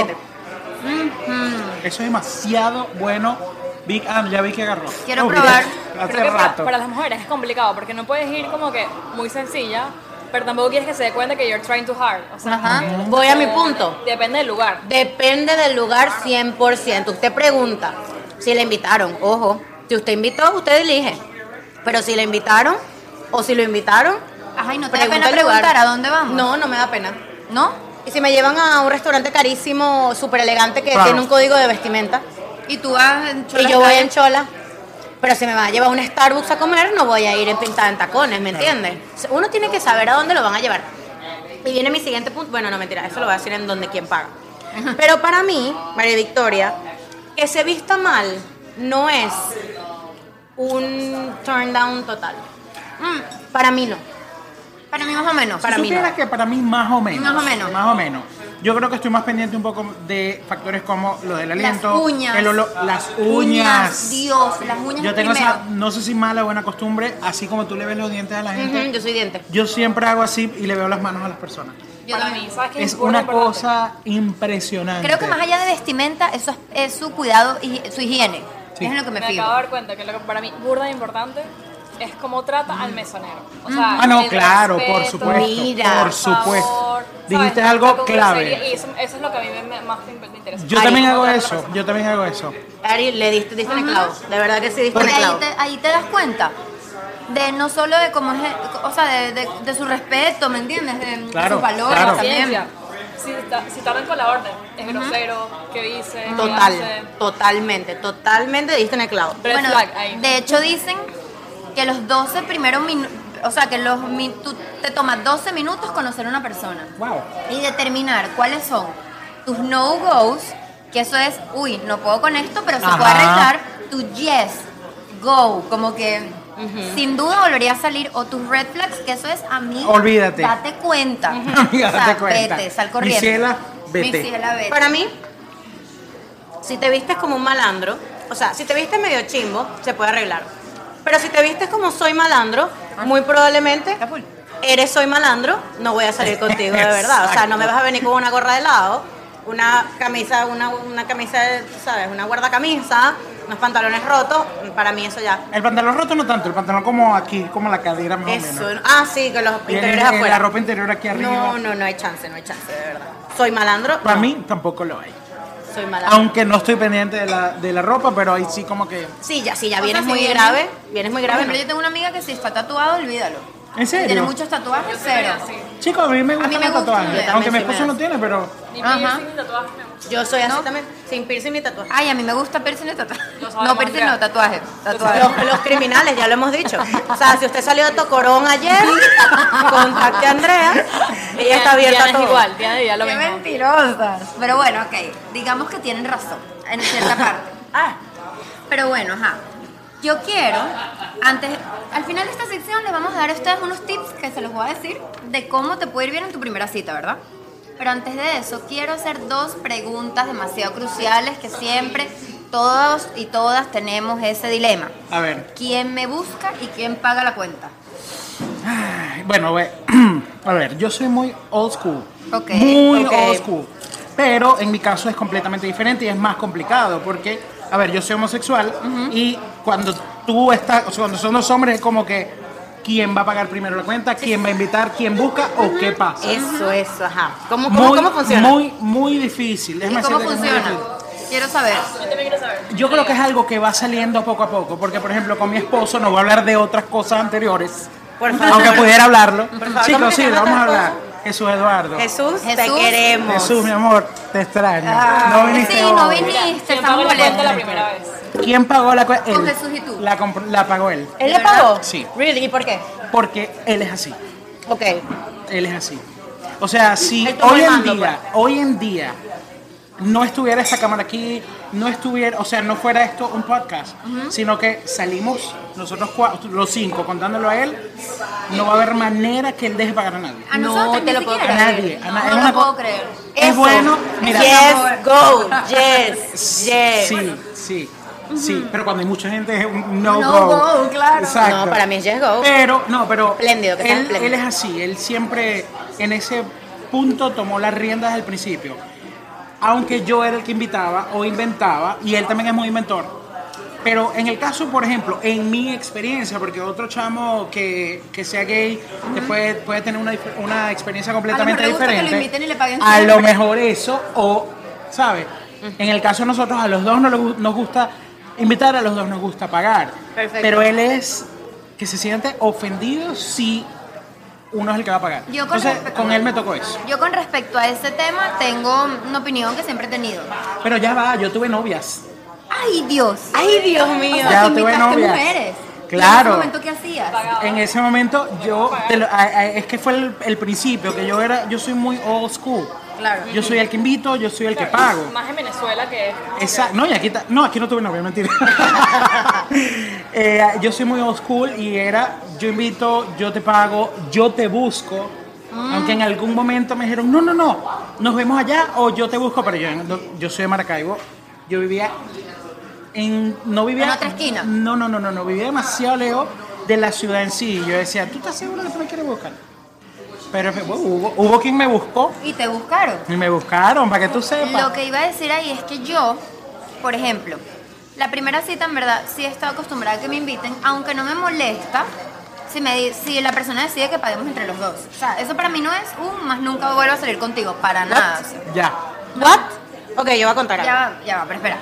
Speaker 1: caliente.
Speaker 3: Eso es demasiado bueno. Big Am, ya vi que agarró.
Speaker 2: Quiero
Speaker 3: mira,
Speaker 2: probar.
Speaker 3: Hace
Speaker 4: Creo que para,
Speaker 3: rato.
Speaker 4: para las mujeres es complicado porque no puedes ir como que muy sencilla, pero tampoco quieres que se dé cuenta que you're trying too hard. O sea,
Speaker 1: Ajá.
Speaker 4: como que-
Speaker 1: Voy a mi punto.
Speaker 4: Depende del lugar.
Speaker 1: Depende del lugar 100%. Usted pregunta si le invitaron, ojo. Si usted invitó, usted elige. Pero si le invitaron o si lo invitaron,
Speaker 2: Ajá, y no te da
Speaker 1: pregunta
Speaker 2: pena
Speaker 1: el lugar.
Speaker 2: preguntar a dónde vamos.
Speaker 1: No, no me da pena.
Speaker 2: ¿No?
Speaker 1: Y si me llevan a un restaurante carísimo, súper elegante, que
Speaker 3: Claro.
Speaker 1: tiene un código de vestimenta,
Speaker 2: Y tú vas en
Speaker 1: y
Speaker 2: cholas
Speaker 1: yo voy
Speaker 2: calles.
Speaker 1: en chola, pero si me van a llevar a un Starbucks a comer, no voy a ir en pintada en tacones, ¿me entiendes? Uno tiene que saber a dónde lo van a llevar. Y viene mi siguiente punto. Bueno, no, mentira, eso lo voy a decir en donde quien paga. Pero para mí, María Victoria, que se vista mal no es un turn down total. Mm, Para mí no.
Speaker 2: Para mí más o menos.
Speaker 1: Para
Speaker 3: Si
Speaker 1: mí no.
Speaker 3: supieras que para mí más o menos.
Speaker 2: Más o menos.
Speaker 3: Más o menos. Yo creo que estoy más pendiente un poco de factores como lo del aliento.
Speaker 2: uñas.
Speaker 3: El olor,
Speaker 1: Ah.
Speaker 3: las
Speaker 2: uñas.
Speaker 3: uñas.
Speaker 2: Dios, las uñas
Speaker 3: Yo tengo
Speaker 2: primero.
Speaker 3: esa, no sé si mala o buena costumbre, así como tú le ves los dientes a la gente.
Speaker 2: Mm,
Speaker 1: Ujú, yo soy diente.
Speaker 3: Yo siempre hago así y le veo las manos a las personas.
Speaker 2: Yo
Speaker 4: para
Speaker 2: también.
Speaker 4: mí, ¿sabes qué
Speaker 3: Es
Speaker 4: Burda
Speaker 3: una
Speaker 4: importante.
Speaker 3: cosa impresionante.
Speaker 2: Creo que más allá de vestimenta, eso es, es su cuidado y su higiene.
Speaker 3: Sí.
Speaker 2: Es en lo que me,
Speaker 4: Me
Speaker 2: fijo.
Speaker 4: acabo de dar cuenta que lo que para mí burda de importante es cómo trata al mesonero. O sea,
Speaker 3: Ah, no,
Speaker 4: el
Speaker 3: claro, por
Speaker 4: respeto,
Speaker 3: supuesto.
Speaker 1: Mira.
Speaker 3: por supuesto.
Speaker 4: favor,
Speaker 3: Dijiste
Speaker 4: ¿sabes?
Speaker 3: algo
Speaker 4: Tampoco
Speaker 3: clave.
Speaker 4: grosería, Y eso, eso es lo que a mí me, me- más me me interesa.
Speaker 3: Yo
Speaker 1: Ay,
Speaker 3: también
Speaker 4: no,
Speaker 3: hago
Speaker 4: no, no,
Speaker 3: eso,
Speaker 4: no.
Speaker 3: yo también hago eso.
Speaker 1: Ari, le diste, diste en el clavo. De verdad que sí diste en
Speaker 2: Porque
Speaker 1: el
Speaker 2: ahí
Speaker 1: clavo.
Speaker 2: te, ahí te das cuenta de no solo de cómo es, o sea, de, de- de su respeto, ¿me entiendes? De
Speaker 3: Claro,
Speaker 2: sus valores
Speaker 3: claro.
Speaker 4: Paciencia.
Speaker 2: también.
Speaker 4: Si, ta- si tardan con la orden, es grosero, ¿qué dice? ¿Qué hace?
Speaker 1: Total, totalmente, totalmente diste en el clavo.
Speaker 4: Red
Speaker 2: Bueno,
Speaker 4: flag ahí.
Speaker 2: de hecho dicen que los 12 primeros minutos, o sea, que los min- tú te tomas 12 minutos conocer a una persona.
Speaker 3: Wow.
Speaker 2: y determinar cuáles son tus no-goes, que eso es, uy, no puedo con esto, pero se
Speaker 3: Ajá.
Speaker 2: puede arreglar, tu yes, go, como que sin duda volvería a salir, o tus red flags, que eso es a mí.
Speaker 3: Olvídate.
Speaker 2: Date cuenta.
Speaker 3: [laughs] Amiga,
Speaker 2: O sea,
Speaker 3: date cuenta.
Speaker 2: Vete, sal corriendo.
Speaker 3: Misiela, vete.
Speaker 2: Misiela, vete.
Speaker 1: Para mí, si te vistes como un malandro, o sea, si te vistes medio chimbo, se puede arreglar. Pero si te vistes como soy malandro, muy probablemente
Speaker 2: Está full.
Speaker 1: eres soy malandro, no voy a salir contigo de verdad. O sea, no me vas a venir con una gorra de lado, una camisa, una, una camisa, de, ¿sabes? Una guardacamisa, unos pantalones rotos. Para mí eso ya.
Speaker 3: El pantalón roto no tanto, el pantalón como aquí, como la cadera más o
Speaker 1: Eso.
Speaker 3: menos.
Speaker 1: Ah, sí, que los
Speaker 3: Y el-
Speaker 1: interiores
Speaker 3: el- la
Speaker 1: afuera.
Speaker 3: ropa interior aquí arriba.
Speaker 1: No, no, no hay chance, no hay chance, de verdad. Soy malandro.
Speaker 3: Para
Speaker 1: no,
Speaker 3: mí tampoco lo hay.
Speaker 1: Soy malandro.
Speaker 3: Aunque no estoy pendiente de la, de la ropa, pero ahí sí como que...
Speaker 1: Sí, ya, si ya
Speaker 2: O sea,
Speaker 1: vienes
Speaker 2: si
Speaker 1: muy
Speaker 2: vienes-
Speaker 1: grave, vienes muy
Speaker 2: Por
Speaker 1: grave.
Speaker 2: ejemplo, yo
Speaker 1: no.
Speaker 2: tengo una amiga que si está tatuada, olvídalo.
Speaker 3: ¿En
Speaker 2: Si tiene
Speaker 3: serio?
Speaker 2: muchos tatuajes, cero.
Speaker 4: Sí.
Speaker 3: Chicos, a mí me gustan
Speaker 2: me
Speaker 3: los
Speaker 2: gustan, yo
Speaker 3: tatuajes.
Speaker 1: también
Speaker 3: Aunque mi
Speaker 1: sí me
Speaker 3: esposo no
Speaker 1: hacen.
Speaker 3: tiene, pero...
Speaker 4: Ni
Speaker 2: Ajá.
Speaker 4: piercing ni tatuajes me gustan.
Speaker 1: Yo soy así
Speaker 2: ¿No?
Speaker 1: también, sin piercing ni tatuaje.
Speaker 2: Ay, a mí me gusta piercing de tatuaje.
Speaker 4: Lo sabemos
Speaker 2: No, piercing
Speaker 4: ya.
Speaker 2: no, tatuaje. tatuaje.
Speaker 1: Los, los criminales, ya lo hemos dicho. O sea, si usted salió de Tocorón [laughs] ayer, contacte a Andrea. Ella está abierta
Speaker 4: Eh, Diana
Speaker 1: a todo.
Speaker 4: Es igual, Diana diría lo
Speaker 2: Qué
Speaker 4: mismo.
Speaker 2: mentirosas. Pero bueno, ok. Digamos que tienen razón en
Speaker 4: [laughs]
Speaker 2: cierta parte.
Speaker 1: Ah,
Speaker 2: Pero bueno, ajá. Yo quiero, antes, al final de esta sección les vamos a dar a ustedes unos tips que se los voy a decir de cómo te puede ir bien en tu primera cita, ¿verdad? Pero antes de eso, quiero hacer dos preguntas demasiado cruciales que siempre todos y todas tenemos ese dilema.
Speaker 3: A ver,
Speaker 2: ¿Quién me busca y quién paga la cuenta?
Speaker 3: ay, bueno, ve- [clears throat] a ver, yo soy muy old school.
Speaker 2: Ok,
Speaker 3: Muy
Speaker 1: ok.
Speaker 3: old school. Pero en mi caso es completamente diferente y es más complicado porque, a ver, yo soy homosexual y cuando tú estás, o sea, cuando son los hombres es como que quién va a pagar primero la cuenta, quién va a invitar, quién busca o qué pasa.
Speaker 1: Eso, eso, ajá. ¿Cómo, cómo, cómo funciona?
Speaker 3: Muy, muy difícil.
Speaker 2: ¿Y
Speaker 3: Déjame
Speaker 2: cómo
Speaker 3: decirte que es muy
Speaker 2: funciona?
Speaker 3: difícil.
Speaker 2: Quiero saber.
Speaker 4: Yo también quiero saber.
Speaker 3: Yo creo que es algo que va saliendo poco a poco, porque por ejemplo con mi esposo no voy a hablar de otras cosas anteriores,
Speaker 1: Por favor.
Speaker 3: aunque pudiera hablarlo.
Speaker 1: favor, ¿cómo
Speaker 3: Chicos,
Speaker 1: que
Speaker 3: sí,
Speaker 1: se llama
Speaker 3: vamos a
Speaker 1: tu
Speaker 3: hablar. Jesús Eduardo.
Speaker 1: Jesús, te
Speaker 2: Jesús.
Speaker 1: queremos.
Speaker 3: Jesús, mi amor, te extraño. no viniste
Speaker 2: Ah, sí, no
Speaker 3: hoy.
Speaker 2: viniste,
Speaker 4: ¿Quién
Speaker 2: estamos
Speaker 4: pagó la cuenta la
Speaker 2: molestos.
Speaker 4: primera vez?
Speaker 3: ¿Quién pagó la cuenta?
Speaker 2: Tú, Jesús, y tú.
Speaker 3: La, compr- la pagó él,
Speaker 1: ¿Él le pagó?
Speaker 3: Sí.
Speaker 1: Really, ¿y por qué?
Speaker 3: porque él es así.
Speaker 1: Ok.
Speaker 3: Él es así. O sea, si
Speaker 1: Él toma
Speaker 3: hoy
Speaker 1: el
Speaker 3: en
Speaker 1: mando,
Speaker 3: día,
Speaker 2: pues.
Speaker 3: hoy en día no estuviera esta cámara aquí, no estuviera, o sea, no fuera esto un podcast, sino que salimos nosotros cuatro, los cinco contándolo a él, no va a haber manera que él deje pagar a nadie.
Speaker 2: A
Speaker 1: No te
Speaker 2: nosotros ni
Speaker 1: lo puedo
Speaker 2: siquiera.
Speaker 3: creer. A nadie, a nadie.
Speaker 2: No,
Speaker 3: Es
Speaker 2: no
Speaker 3: una
Speaker 2: lo puedo
Speaker 3: co-
Speaker 2: creer.
Speaker 3: Es
Speaker 1: Eso.
Speaker 3: bueno, mira,
Speaker 1: Yes, go. Yes, yes.
Speaker 3: sí, sí, sí, pero cuando hay mucha gente es un no,
Speaker 2: No
Speaker 3: go.
Speaker 2: go, Eh, claro.
Speaker 3: Exacto.
Speaker 1: No, para mí es yes, go.
Speaker 3: Pero, no, pero.
Speaker 1: Espléndido, que sea
Speaker 3: él,
Speaker 1: espléndido.
Speaker 3: él es así, él siempre en ese punto tomó las riendas al principio. Aunque yo era el que invitaba o inventaba, y él también es muy inventor. Pero en el caso, por ejemplo, en mi experiencia, porque otro chamo que, que sea gay después puede tener una, dif- una experiencia completamente
Speaker 2: le gusta que lo
Speaker 3: diferente.
Speaker 2: inviten y le paguen
Speaker 3: a lo
Speaker 2: siempre.
Speaker 3: mejor eso, o, ¿sabes? En el caso de nosotros, a los dos nos, gu- nos gusta invitar, a los dos nos gusta pagar.
Speaker 1: Perfecto.
Speaker 3: Pero él es que se siente ofendido si uno es el que va a pagar.
Speaker 2: Yo con
Speaker 3: Entonces,
Speaker 2: respecto-
Speaker 3: con él me tocó eso.
Speaker 2: Yo con respecto a ese tema tengo una opinión que siempre he tenido.
Speaker 3: Pero ya va, yo tuve novias.
Speaker 2: ¡Ay, Dios!
Speaker 1: Ay, Dios
Speaker 2: O
Speaker 1: mío.
Speaker 2: sea,
Speaker 3: Ya
Speaker 2: que
Speaker 3: tuve
Speaker 2: invitaste
Speaker 3: novia.
Speaker 2: mujeres. ¿Y en ese
Speaker 3: Claro.
Speaker 2: momento qué hacías?
Speaker 3: En ese momento yo, te lo- a- a- es que fue el, el principio, que yo era, yo soy muy old school.
Speaker 2: Claro.
Speaker 3: Yo soy el que invito, yo soy el que
Speaker 4: Claro,
Speaker 3: pago.
Speaker 4: Más en Venezuela que es.
Speaker 3: Exacto. No, y aquí, ta- no, aquí no tuve
Speaker 2: [laughs]
Speaker 3: novia, mentira. Eh, yo soy muy old school y era, yo invito, yo te pago, yo te busco.
Speaker 2: Ah.
Speaker 3: Aunque en algún momento me dijeron, no, no, no, nos vemos allá o yo te busco. Pero yo, yo soy de Maracaibo, yo vivía en... No vivía...
Speaker 2: En otra esquina.
Speaker 3: No, no, no, no, no, vivía demasiado lejos de la ciudad en sí. Yo decía, ¿tú estás seguro que tú me quieres buscar? Pero bueno, hubo, hubo quien me buscó
Speaker 2: Y te buscaron.
Speaker 3: y me buscaron, para que tú sepas.
Speaker 2: Lo que iba a decir ahí es que yo, por ejemplo, la primera cita en verdad sí he estado acostumbrada a que me inviten, aunque no me molesta si, me, di- si la persona decide que paguemos entre los dos. O sea, eso para mí no es un más nunca vuelvo a salir contigo, para nada. o sea.
Speaker 3: Ya.
Speaker 1: What? Ok, yo voy a contar algo.
Speaker 2: Ya va, ya va, pero espera.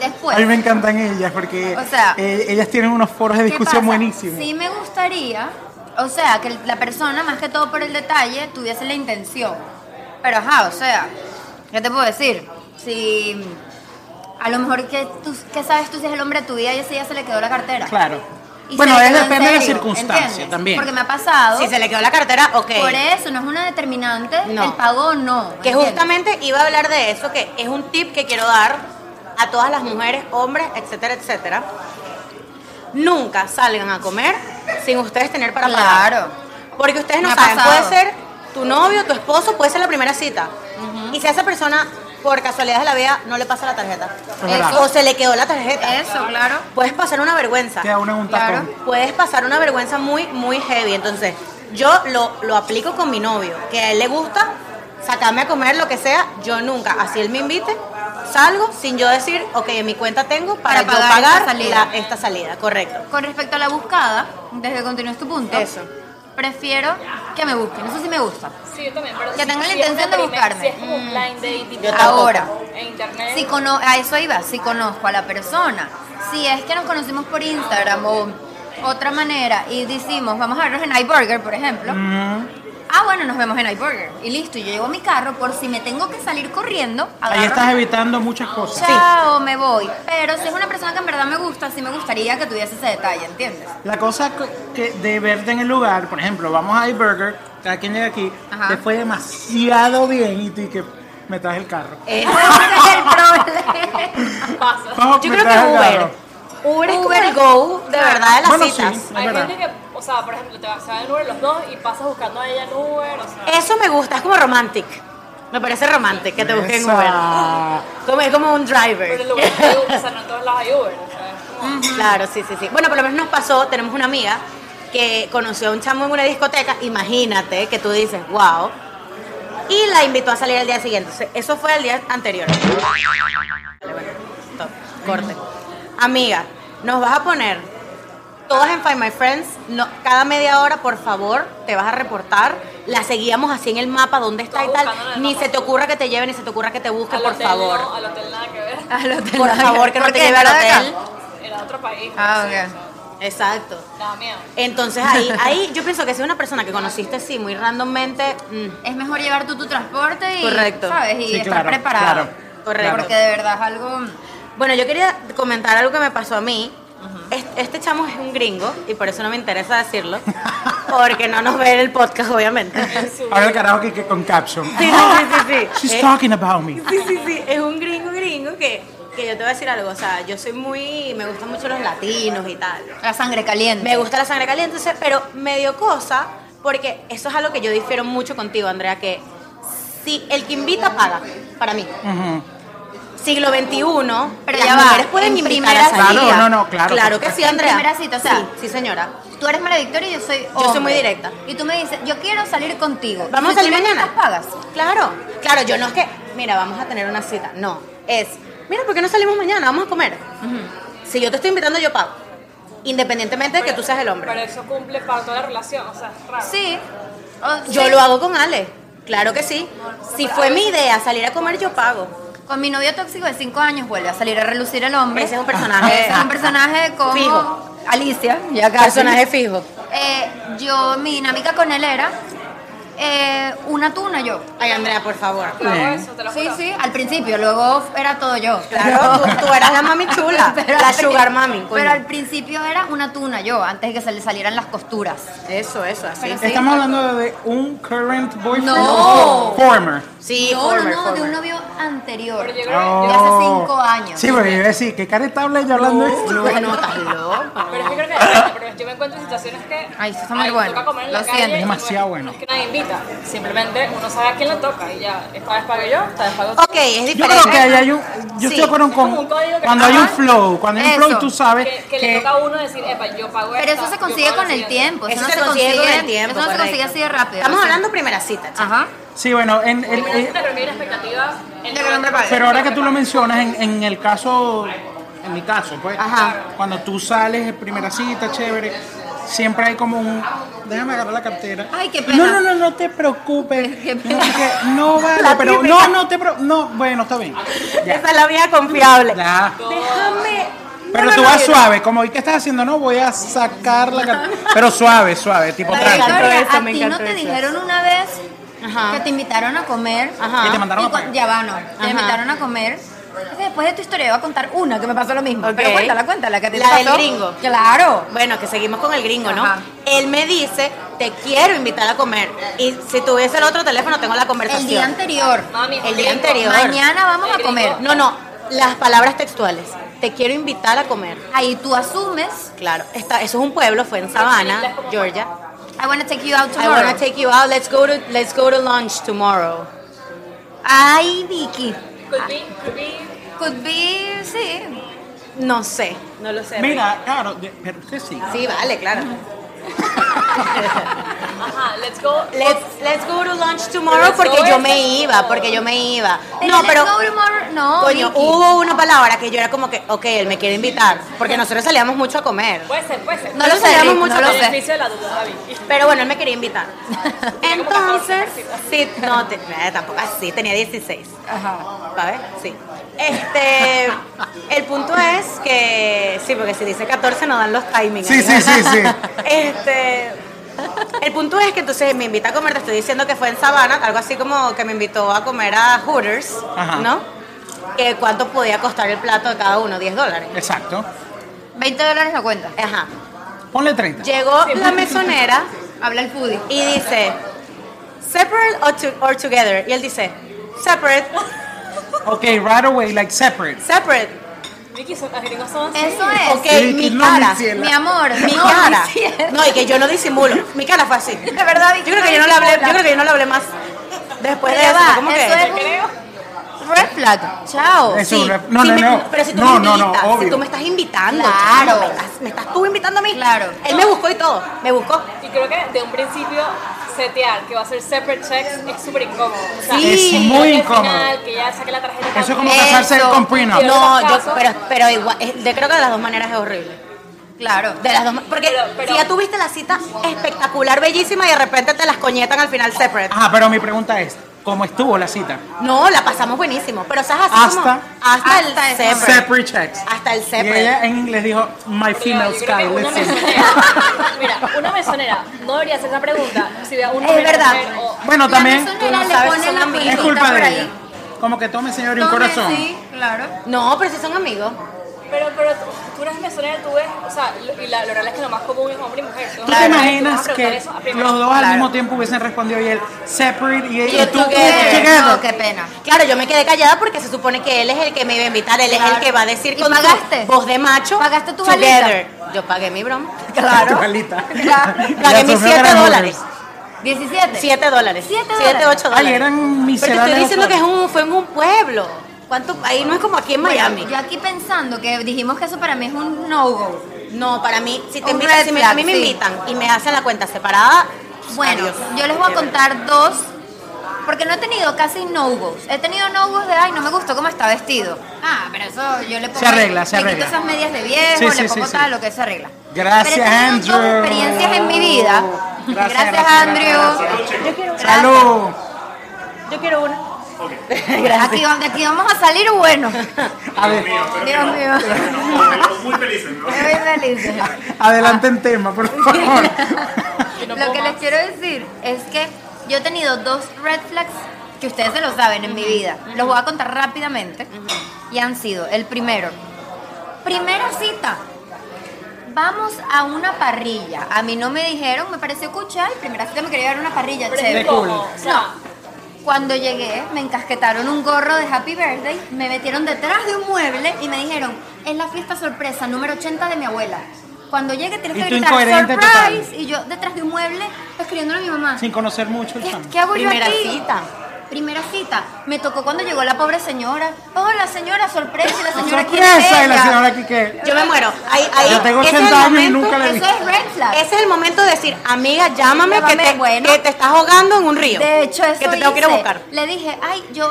Speaker 2: Después.
Speaker 3: A mí me encantan ellas porque
Speaker 2: O sea,
Speaker 3: eh, ellas tienen unos foros de
Speaker 2: ¿qué
Speaker 3: discusión
Speaker 2: pasa?
Speaker 3: buenísimos.
Speaker 2: Sí me gustaría, o sea, que la persona, más que todo por el detalle, tuviese la intención. Pero ajá, o sea, ¿qué te puedo decir? Si a lo mejor que tú, que sabes tú si es el hombre de tu vida y ese día se le quedó la cartera.
Speaker 3: Claro.
Speaker 2: Y se
Speaker 3: bueno,
Speaker 2: le
Speaker 3: es
Speaker 2: quedó en
Speaker 3: depende de la
Speaker 2: serio,
Speaker 3: circunstancia
Speaker 2: ¿entiendes?
Speaker 3: también.
Speaker 2: Porque me ha pasado.
Speaker 1: Si se le quedó la cartera, ok.
Speaker 2: Por eso, no es una determinante
Speaker 1: No.
Speaker 2: el pago o no.
Speaker 1: Que
Speaker 2: ¿entiendes?
Speaker 1: justamente iba a hablar de eso, que es un tip que quiero dar a todas las mujeres, hombres, etcétera, etcétera. Nunca salgan a comer sin ustedes tener para pagar.
Speaker 2: Claro.
Speaker 1: Porque ustedes no
Speaker 2: Me ha
Speaker 1: saben,
Speaker 2: pasado.
Speaker 1: puede ser tu novio, tu esposo, puede ser la primera cita. Y si a esa persona, por casualidad de la vida, no le pasa la tarjeta.
Speaker 3: verdad.
Speaker 1: O se le quedó la tarjeta.
Speaker 2: Eso, claro.
Speaker 1: Puedes pasar una vergüenza
Speaker 3: Queda una en un
Speaker 2: Claro.
Speaker 3: tapón.
Speaker 1: puedes pasar una vergüenza muy, muy heavy. Entonces, yo lo, lo aplico con mi novio, que a él le gusta sacarme a comer lo que sea, yo nunca, así él me invite, salgo sin yo decir, ok, en mi cuenta tengo para,
Speaker 2: Para
Speaker 1: yo
Speaker 2: pagar esta
Speaker 1: pagar
Speaker 2: salida.
Speaker 1: la- esta salida, correcto.
Speaker 2: Con respecto a la buscada, desde que continúes tu punto,
Speaker 1: Eso.
Speaker 2: prefiero que me busquen. Eso sí me gusta.
Speaker 4: Sí, yo también, pero
Speaker 2: Que tenga la
Speaker 4: si es
Speaker 2: intención
Speaker 4: una
Speaker 2: de
Speaker 4: primera-
Speaker 2: buscarme. Mm.
Speaker 4: Si es como un blind date tipo
Speaker 1: Yo tampoco.
Speaker 2: Ahora,
Speaker 4: en internet.
Speaker 2: si cono a eso iba, si conozco a la persona, si es que nos conocimos por Instagram o otra manera y decimos, vamos a vernos en iBurger, por ejemplo. Ah, bueno, nos vemos en iBurger. Y listo, y yo llevo mi carro por si me tengo que salir corriendo.
Speaker 3: Ahí
Speaker 2: agarro
Speaker 3: estás
Speaker 2: mi
Speaker 3: evitando muchas cosas.
Speaker 2: Chao, me voy. Pero si es una persona que en verdad me gusta, sí me gustaría que tuviese ese detalle,
Speaker 1: [laughs]
Speaker 2: ¿entiendes? [laughs]
Speaker 3: La cosa que- que de verte en el lugar, por ejemplo, vamos a iBurger, cada quien llega aquí,
Speaker 2: Ajá.
Speaker 3: te fue demasiado bien y tú y que me traes el carro.
Speaker 2: [laughs] Ese
Speaker 1: [laughs]
Speaker 2: es el problema.
Speaker 4: pasa.
Speaker 3: Vamos,
Speaker 1: Yo
Speaker 3: me
Speaker 1: creo que
Speaker 3: traes el
Speaker 1: Uber,
Speaker 3: carro.
Speaker 1: Uber es como
Speaker 2: Uber.
Speaker 1: el go de verdad de las
Speaker 3: Bueno, sí.
Speaker 1: citas.
Speaker 4: Hay
Speaker 3: Es verdad.
Speaker 4: gente que, o sea, por ejemplo, te vas a en Uber los dos y pasas buscando a ella en Uber, o sea.
Speaker 1: Eso me gusta, es como romantic. Me parece romántico que te busquen
Speaker 3: Esa.
Speaker 1: Uber. [laughs] Como, es como un
Speaker 4: Pero en
Speaker 1: driver.
Speaker 4: lugar de Uber, o sea, no en todos lados hay Uber, o sea, es como-
Speaker 1: Claro, sí, sí, sí. Bueno, por lo menos nos pasó, tenemos una amiga que conoció a un chamo en una discoteca, imagínate que tú dices, wow, y la invitó a salir al día siguiente. O sea, Eso fue el día anterior. Vale, bueno, stop, corte. Amiga, nos vas a poner todas en Find My Friends, no, cada media hora, por favor, te vas a reportar. La seguíamos así en el mapa, dónde está y
Speaker 4: Todos
Speaker 1: tal.
Speaker 4: buscándola en el
Speaker 1: Ni
Speaker 4: mapa.
Speaker 1: se te ocurra que te lleven, ni se te ocurra que te
Speaker 2: Ah,
Speaker 1: busquen,
Speaker 4: al
Speaker 1: por
Speaker 4: hotel
Speaker 1: favor.
Speaker 4: No, al hotel nada que ver.
Speaker 2: Al
Speaker 1: [laughs]
Speaker 2: hotel.
Speaker 1: Por favor, que no
Speaker 2: ¿Por
Speaker 1: te
Speaker 2: qué?
Speaker 1: lleve al
Speaker 2: ¿No era de acá?
Speaker 1: hotel.
Speaker 4: Era otro país.
Speaker 2: Ah,
Speaker 4: no sé,
Speaker 2: ok.
Speaker 4: o sea,
Speaker 1: Exacto.
Speaker 4: Daba miedo.
Speaker 1: Entonces ahí, ahí yo pienso que si es una persona que conociste así muy randommente, mm,
Speaker 2: Es mejor llevar tú tu transporte y,
Speaker 1: Correcto.
Speaker 2: ¿sabes? Y
Speaker 3: Sí,
Speaker 2: estar
Speaker 3: claro,
Speaker 2: preparado.
Speaker 3: claro.
Speaker 1: correcto.
Speaker 2: Porque de verdad es algo...
Speaker 1: Bueno, yo quería comentar algo que me pasó a mí. Es- Este, chamo es un gringo y por eso no me interesa decirlo, porque no nos ve en el podcast, obviamente.
Speaker 3: Ahora el carajo que, que con caption.
Speaker 1: Sí, sí, sí, sí, sí.
Speaker 3: She's
Speaker 1: Eh,
Speaker 3: talking about me.
Speaker 1: sí, sí, sí, es un gringo gringo que, que yo te voy a decir algo, o sea, yo soy muy, me gustan mucho los latinos y tal.
Speaker 2: La sangre caliente.
Speaker 1: Me gusta la sangre caliente, entonces, pero me dio cosa, porque eso es algo que yo difiero mucho contigo, Andrea, que si el que invita paga, para mí.
Speaker 3: Ujú.
Speaker 1: Siglo XXI,
Speaker 2: Pero
Speaker 1: las
Speaker 2: ya va,
Speaker 1: mujeres pueden
Speaker 2: en
Speaker 1: invitar a
Speaker 2: primera
Speaker 1: salir.
Speaker 3: Claro, cita. Ah, no, no, claro,
Speaker 1: Claro
Speaker 3: por
Speaker 1: que sí,
Speaker 2: En
Speaker 1: Andrea.
Speaker 2: primera cita, o sea.
Speaker 1: Sí, sí, señora.
Speaker 2: Tú eres María Victoria y yo soy
Speaker 1: soy
Speaker 2: hombre.
Speaker 1: muy directa.
Speaker 2: Y tú me dices, yo quiero salir contigo.
Speaker 1: ¿Vamos a
Speaker 2: Si
Speaker 1: salir
Speaker 2: tú me
Speaker 1: mañana?
Speaker 2: invitas, pagas.
Speaker 1: Claro, claro, yo no es que, mira, vamos a tener una cita. No, es, mira, ¿por qué no salimos mañana? Vamos a comer. Si yo te estoy invitando, yo pago. Independientemente de que tú seas el hombre.
Speaker 4: Pero eso cumple para toda la relación, o sea, es raro.
Speaker 2: Sí. O-
Speaker 1: Yo
Speaker 2: sí.
Speaker 1: lo hago con Ale, claro que sí. Si fue mi idea salir a comer, yo pago.
Speaker 2: Con mi novio tóxico de 5 años vuelve a salir a relucir el hombre.
Speaker 1: Ese es un personaje.
Speaker 2: Ese es un personaje como
Speaker 1: Fijo.
Speaker 2: Alicia, ya casi.
Speaker 1: fijo.
Speaker 2: Eh, yo, mi dinámica con él era eh, una tuna yo.
Speaker 1: Ay, Andrea, por favor.
Speaker 4: Yo hago
Speaker 3: Bien.
Speaker 4: eso, te lo
Speaker 2: Sí,
Speaker 4: juro.
Speaker 2: sí, al principio, luego era todo yo. [laughs]
Speaker 1: Claro, tú, tú eras la mami chula,
Speaker 2: Pero
Speaker 1: la
Speaker 2: al prin-
Speaker 1: sugar mami. coño.
Speaker 2: Pero al principio era una tuna yo, antes de que se le salieran las costuras.
Speaker 1: Eso, eso, así.
Speaker 2: Pero-
Speaker 3: Estamos hablando de un current boyfriend.
Speaker 2: No.
Speaker 3: Former.
Speaker 1: Sí,
Speaker 2: no,
Speaker 1: former,
Speaker 2: no, no, de
Speaker 1: former.
Speaker 2: un novio anterior.
Speaker 4: Pero yo creo que-
Speaker 3: Oh.
Speaker 2: Ya hace cinco años.
Speaker 3: Sí, porque yo iba a decir, ¿qué cara está hablando hablando de esto?
Speaker 1: No, no, estás loco.
Speaker 4: Ah, Pero es que creo que
Speaker 2: [laughs]
Speaker 4: depende, pero yo me encuentro en situaciones que.
Speaker 2: Ay, eso está muy
Speaker 4: ay,
Speaker 2: bueno.
Speaker 4: Toca comer en
Speaker 2: Lo
Speaker 4: la calle
Speaker 2: siento.
Speaker 4: y
Speaker 3: Demasiado
Speaker 4: no
Speaker 3: bueno.
Speaker 4: es- No es que nadie invita. Simplemente uno sabe a quién le toca y ya. Esta vez pagué yo, esta vez pago tú.
Speaker 1: Ok, es diferente.
Speaker 3: Yo creo que ahí hay un. Yo
Speaker 1: Sí.
Speaker 3: estoy de acuerdo con.
Speaker 4: como un código que-
Speaker 3: cuando hay un
Speaker 4: Ajá.
Speaker 3: flow, cuando hay un
Speaker 2: Eso.
Speaker 3: flow, tú sabes
Speaker 4: Que,
Speaker 3: que.
Speaker 4: que le toca a uno decir, epa, yo pago
Speaker 2: Pero
Speaker 4: esta,
Speaker 2: eso se
Speaker 4: yo
Speaker 2: consigue
Speaker 4: pago la
Speaker 2: con el
Speaker 4: siguiente".
Speaker 2: tiempo.
Speaker 1: Eso se consigue con el tiempo.
Speaker 2: Eso no se consigue
Speaker 1: correcto.
Speaker 2: así de rápido.
Speaker 1: Estamos
Speaker 2: o sea.
Speaker 1: hablando primera cita. chica.
Speaker 2: Ajá.
Speaker 3: Sí, bueno, en, en-
Speaker 4: En primera
Speaker 3: en-
Speaker 4: cita creo que hay una expectativa. en
Speaker 2: De que no te
Speaker 4: todo.
Speaker 2: pague.
Speaker 3: pero ahora que tú lo mencionas, en, en el caso. En mi caso, pues.
Speaker 1: Ajá.
Speaker 3: Cuando tú sales en primera cita, chévere. Siempre hay como un. Déjame agarrar la cartera.
Speaker 2: Ay, qué pena.
Speaker 3: No, no, no, no te preocupes.
Speaker 2: Qué
Speaker 3: No,
Speaker 2: pena.
Speaker 3: que no vale,
Speaker 1: La
Speaker 3: pero.
Speaker 1: típica.
Speaker 3: No, no te preocupes. No, bueno, está bien. Ya.
Speaker 1: Esa es la vieja confiable.
Speaker 3: Ya.
Speaker 1: Déjame.
Speaker 3: Pero
Speaker 1: No, no,
Speaker 3: tú
Speaker 1: no,
Speaker 3: vas
Speaker 1: yo-
Speaker 3: suave, como, ¿y qué estás haciendo? No, voy a sacar la cartera. Pero suave, suave, tipo
Speaker 1: Ay,
Speaker 3: tranqui.
Speaker 1: encantó
Speaker 2: Victoria,
Speaker 1: eso,
Speaker 2: a
Speaker 1: me
Speaker 2: ti no
Speaker 1: encantó
Speaker 2: te
Speaker 1: eso.
Speaker 2: dijeron una vez
Speaker 1: Ajá.
Speaker 2: que te invitaron a comer.
Speaker 1: Ajá.
Speaker 3: Y te mandaron a
Speaker 2: cu-
Speaker 3: pagar.
Speaker 2: Ya va, no.
Speaker 1: Ajá.
Speaker 2: Te invitaron a comer. Es que Después de tu historia voy a contar una que me pasó lo mismo.
Speaker 1: Ok.
Speaker 2: Pero cuéntala, cuéntala. Que a ti te
Speaker 1: La del
Speaker 2: pasó.
Speaker 1: gringo.
Speaker 2: Claro.
Speaker 1: Bueno, que seguimos con el gringo, ¿no?
Speaker 2: Ajá.
Speaker 1: Él me dice, te quiero invitar a comer. Y si tuviese el otro teléfono, tengo la conversación.
Speaker 2: El día anterior.
Speaker 4: Mami,
Speaker 1: El día
Speaker 4: gringo,
Speaker 1: anterior.
Speaker 2: Mañana vamos a comer.
Speaker 1: No, no, las palabras textuales. Te quiero invitar a comer.
Speaker 2: Ahí tú asumes.
Speaker 1: Claro, está, eso es un pueblo, fue en Savannah, Georgia.
Speaker 2: I wanna take you out
Speaker 1: I
Speaker 2: tomorrow.
Speaker 1: wanna take you out, let's go to, let's go to lunch tomorrow.
Speaker 2: Ay, Vicky.
Speaker 4: Could be, could be.
Speaker 2: Could be, sí.
Speaker 1: No sé, no lo sé.
Speaker 3: Mira, claro, de- pero usted sí.
Speaker 1: Sí, vale, claro.
Speaker 4: Ajá, let's go.
Speaker 1: [laughs] Let's, let's go to lunch tomorrow
Speaker 4: Pero
Speaker 1: porque
Speaker 4: eso
Speaker 1: yo
Speaker 4: es-
Speaker 1: me iba, porque yo me iba. No,
Speaker 2: Let's
Speaker 1: pero...
Speaker 2: go tomorrow. No,
Speaker 1: Coño,
Speaker 2: Vicky.
Speaker 1: hubo una palabra que yo era como que, ok, él me quiere invitar, porque nosotros salíamos mucho a comer.
Speaker 4: Puede ser, puede ser.
Speaker 2: No lo sé,
Speaker 1: Salíamos
Speaker 2: Rick,
Speaker 1: mucho
Speaker 2: no lo
Speaker 1: con
Speaker 4: El
Speaker 2: sé.
Speaker 4: beneficio de la duda, David.
Speaker 1: Pero bueno, él me quería [laughs] invitar. Entonces, sí, no, te- eh, tampoco así, tenía 16.
Speaker 2: Ajá.
Speaker 1: ¿Sabes? Sí. Este, el punto es que, sí, porque si dice 14 no dan los timings.
Speaker 3: Sí, sí, sí, sí.
Speaker 1: [laughs] Este, el punto es que entonces me invita a comer, te estoy diciendo que fue en Sabana, algo así como que me invitó a comer a Hooters,
Speaker 3: Ajá.
Speaker 1: ¿no? Que cuánto podía costar el plato de cada uno, 10 dólares.
Speaker 3: Exacto.
Speaker 2: 20 dólares la cuenta.
Speaker 1: Ajá.
Speaker 3: Ponle 30.
Speaker 1: Llegó la mesonera
Speaker 2: Habla el foodie.
Speaker 1: y dice, separate or, to- or together. Y él dice, separate,
Speaker 3: Ok, right away, like separate.
Speaker 1: separate.
Speaker 4: Vicky, son- los gringos son así.
Speaker 2: Eso es.
Speaker 1: Ok,
Speaker 3: Sí,
Speaker 1: mi
Speaker 3: no,
Speaker 1: cara.
Speaker 3: mi cielo.
Speaker 2: Mi amor,
Speaker 1: Mi
Speaker 2: no,
Speaker 1: cara.
Speaker 2: mi cielo.
Speaker 1: No, y que yo no disimulo. Mi cara fue así.
Speaker 2: [laughs] De verdad,
Speaker 1: Yo creo que yo no le hablé, yo creo que yo no le hablé más. Después de
Speaker 2: Ya
Speaker 1: eso,
Speaker 2: va,
Speaker 1: fue como que.
Speaker 2: eso es un
Speaker 4: creo.
Speaker 2: red flag. Chao.
Speaker 3: Eso,
Speaker 1: Sí,
Speaker 3: re- no,
Speaker 1: sí
Speaker 3: no,
Speaker 1: me-
Speaker 3: no.
Speaker 1: Pero si tú
Speaker 3: No,
Speaker 1: me
Speaker 3: no, no,
Speaker 1: invitas, si
Speaker 3: obvio.
Speaker 1: tú me estás invitando.
Speaker 2: Claro.
Speaker 1: chico, Me estás, me estás tú invitando a mí.
Speaker 2: Claro.
Speaker 1: Él me buscó y todo. Me buscó.
Speaker 4: Y creo que de un principio setear que va a ser separate checks es súper incómodo. O sea,
Speaker 2: Sí.
Speaker 4: que
Speaker 3: Es muy
Speaker 4: llegue al
Speaker 3: incómodo.
Speaker 4: final, que ya saque la tarjeta.
Speaker 3: Eso es como
Speaker 4: completa.
Speaker 3: casarse
Speaker 2: Eso.
Speaker 3: con Pina.
Speaker 4: Pero
Speaker 1: No,
Speaker 4: los
Speaker 1: yo,
Speaker 4: casos-
Speaker 1: pero, pero igual, es- yo creo que de las dos maneras es horrible.
Speaker 2: Claro.
Speaker 1: De las dos, ma- porque
Speaker 4: Pero- pero-
Speaker 1: si ya tuviste la cita espectacular, bellísima, y de repente te las coñetan al final separate.
Speaker 3: Ah, pero mi pregunta es, ¿cómo estuvo la cita?
Speaker 1: No, la pasamos buenísimo. Pero sabes así como
Speaker 3: Hasta-
Speaker 1: hasta,
Speaker 2: hasta
Speaker 1: el
Speaker 2: ese
Speaker 1: separate.
Speaker 3: Separate checks.
Speaker 1: Hasta el
Speaker 3: Y
Speaker 1: separate.
Speaker 3: ella en inglés dijo, my female
Speaker 4: Yo creo que
Speaker 3: sky,
Speaker 4: una
Speaker 3: listen.
Speaker 4: mesonera, mira, una mesonera no debería hacer esa pregunta. Si ve a un
Speaker 1: Es
Speaker 4: hombre,
Speaker 1: verdad.
Speaker 4: mujer o-
Speaker 3: [laughs] Bueno, también
Speaker 2: La
Speaker 1: Tú no
Speaker 2: mesonera le
Speaker 1: sabes,
Speaker 2: ponen
Speaker 1: son
Speaker 2: la
Speaker 1: amigos.
Speaker 3: es
Speaker 2: pulsita
Speaker 3: culpa
Speaker 2: por
Speaker 3: de
Speaker 2: ahí.
Speaker 3: ella. Como que tome, señor, y un
Speaker 2: Tome,
Speaker 3: corazón.
Speaker 2: Sí, claro.
Speaker 1: No, pero si son amigos.
Speaker 4: Pero, pero tú, tú eres mesonera, tú ves, o sea, lo- y la, lo real es que lo más común es hombre y mujer.
Speaker 3: ¿Tú
Speaker 4: Claro,
Speaker 3: te
Speaker 4: tú vas a
Speaker 3: imaginas
Speaker 4: preguntar
Speaker 3: que
Speaker 4: Ah, eso a primera.
Speaker 3: los dos al
Speaker 2: Claro.
Speaker 3: mismo tiempo hubiesen respondido y él separate y,
Speaker 1: Y
Speaker 3: ella
Speaker 1: él
Speaker 3: y tú
Speaker 1: together.
Speaker 3: together?
Speaker 2: No, qué pena.
Speaker 1: Claro, yo me quedé callada porque se supone que él es el que me iba a invitar, él es
Speaker 2: Claro.
Speaker 1: el que va a decir
Speaker 2: ¿Y
Speaker 1: con su
Speaker 2: pagaste?
Speaker 1: voz de macho.
Speaker 2: ¿Pagaste tu
Speaker 1: together. Yo pagué mi
Speaker 2: [laughs]
Speaker 1: broma. [laughs]
Speaker 3: Tu
Speaker 1: Claro.
Speaker 3: alita.
Speaker 1: Pagué
Speaker 3: Ya
Speaker 1: mis
Speaker 3: sufrió
Speaker 1: 7
Speaker 3: gran
Speaker 1: dólares.
Speaker 3: burgers.
Speaker 2: 17.
Speaker 1: 7 dólares.
Speaker 2: Siete
Speaker 1: 7, 8 dólares.
Speaker 3: Ay,
Speaker 1: Pero
Speaker 3: eran
Speaker 1: te estoy
Speaker 3: miserables.
Speaker 1: diciendo que es un, fue en un pueblo. ¿Cuánto? Ahí no es como aquí en
Speaker 2: Bueno,
Speaker 1: Miami.
Speaker 2: Yo aquí pensando que dijimos que eso para mí es un no-go.
Speaker 1: No, para mí, si te
Speaker 2: Un
Speaker 1: invitan,
Speaker 2: red
Speaker 1: si me,
Speaker 2: flag,
Speaker 1: a mí me
Speaker 2: sí.
Speaker 1: invitan y me hacen la cuenta separada,
Speaker 3: Pues,
Speaker 2: Bueno,
Speaker 1: adiós.
Speaker 2: yo les voy a contar dos, porque no he tenido casi no-gos. He tenido no-gos de, ay, no me gustó cómo está vestido. Ah, pero eso yo le pongo.
Speaker 3: Se arregla, se
Speaker 2: le
Speaker 3: arregla.
Speaker 2: quito esas medias de viejo,
Speaker 3: Sí,
Speaker 2: le
Speaker 3: sí,
Speaker 2: pongo
Speaker 3: sí,
Speaker 2: tal,
Speaker 3: sí.
Speaker 2: lo que se arregla.
Speaker 3: Gracias,
Speaker 2: pero he tenido dos
Speaker 3: Andrew.
Speaker 2: experiencias en mi vida.
Speaker 3: Gracias,
Speaker 2: Gracias,
Speaker 3: gracias,
Speaker 2: Andrew.
Speaker 1: Yo quiero,
Speaker 3: Salud.
Speaker 1: yo quiero una.
Speaker 2: Aquí, de aquí vamos a salir bueno.
Speaker 3: A ver,
Speaker 2: Dios mío.
Speaker 6: Muy felices, ¿no?
Speaker 2: Muy feliz.
Speaker 3: adelante en tema, por favor.
Speaker 4: Y
Speaker 2: Lo
Speaker 4: no puedo
Speaker 2: que
Speaker 4: más.
Speaker 2: les quiero decir es que yo he tenido dos red flags que ustedes se lo saben en mi vida. Los voy a contar rápidamente. Y han sido, el primero, primera cita. Vamos a una parrilla. A mí no me dijeron, me pareció escuchar. Primera cita me quería dar una parrilla,
Speaker 4: Pero
Speaker 2: chévere.
Speaker 4: es incómodo. O sea,
Speaker 2: Cuando llegué, me encasquetaron un gorro de Happy Birthday, me metieron detrás de un mueble y me dijeron, es la fiesta sorpresa número 80 de mi abuela. Cuando llegue tienes
Speaker 3: Y
Speaker 2: que
Speaker 3: tú
Speaker 2: gritar
Speaker 3: incoherente total.
Speaker 2: surprise y yo detrás de un mueble escribiéndole a mi mamá.
Speaker 3: Sin conocer mucho el
Speaker 2: ¿Qué,
Speaker 3: chamo.
Speaker 2: qué hago yo
Speaker 1: Primera
Speaker 2: aquí?
Speaker 1: cita.
Speaker 2: Primera cita. Me tocó cuando llegó la pobre señora. Hola señora, sorpresa. Y la señora ¿quién es
Speaker 3: Sorpresa, y la
Speaker 2: ella?
Speaker 3: señora aquí que.
Speaker 1: Yo me muero. Ahí, ahí,
Speaker 3: Yo tengo
Speaker 1: ese es el
Speaker 3: 80 años y
Speaker 1: momento-
Speaker 3: nunca la he
Speaker 2: Eso es red flag.
Speaker 1: Ese es el momento de decir, amiga, llámame, que
Speaker 2: Llámame,
Speaker 1: te,
Speaker 2: bueno.
Speaker 1: que te estás ahogando en un río.
Speaker 2: De hecho, eso
Speaker 1: Que te tengo que ir a
Speaker 2: hice.
Speaker 1: buscar.
Speaker 2: Le dije, ay, yo,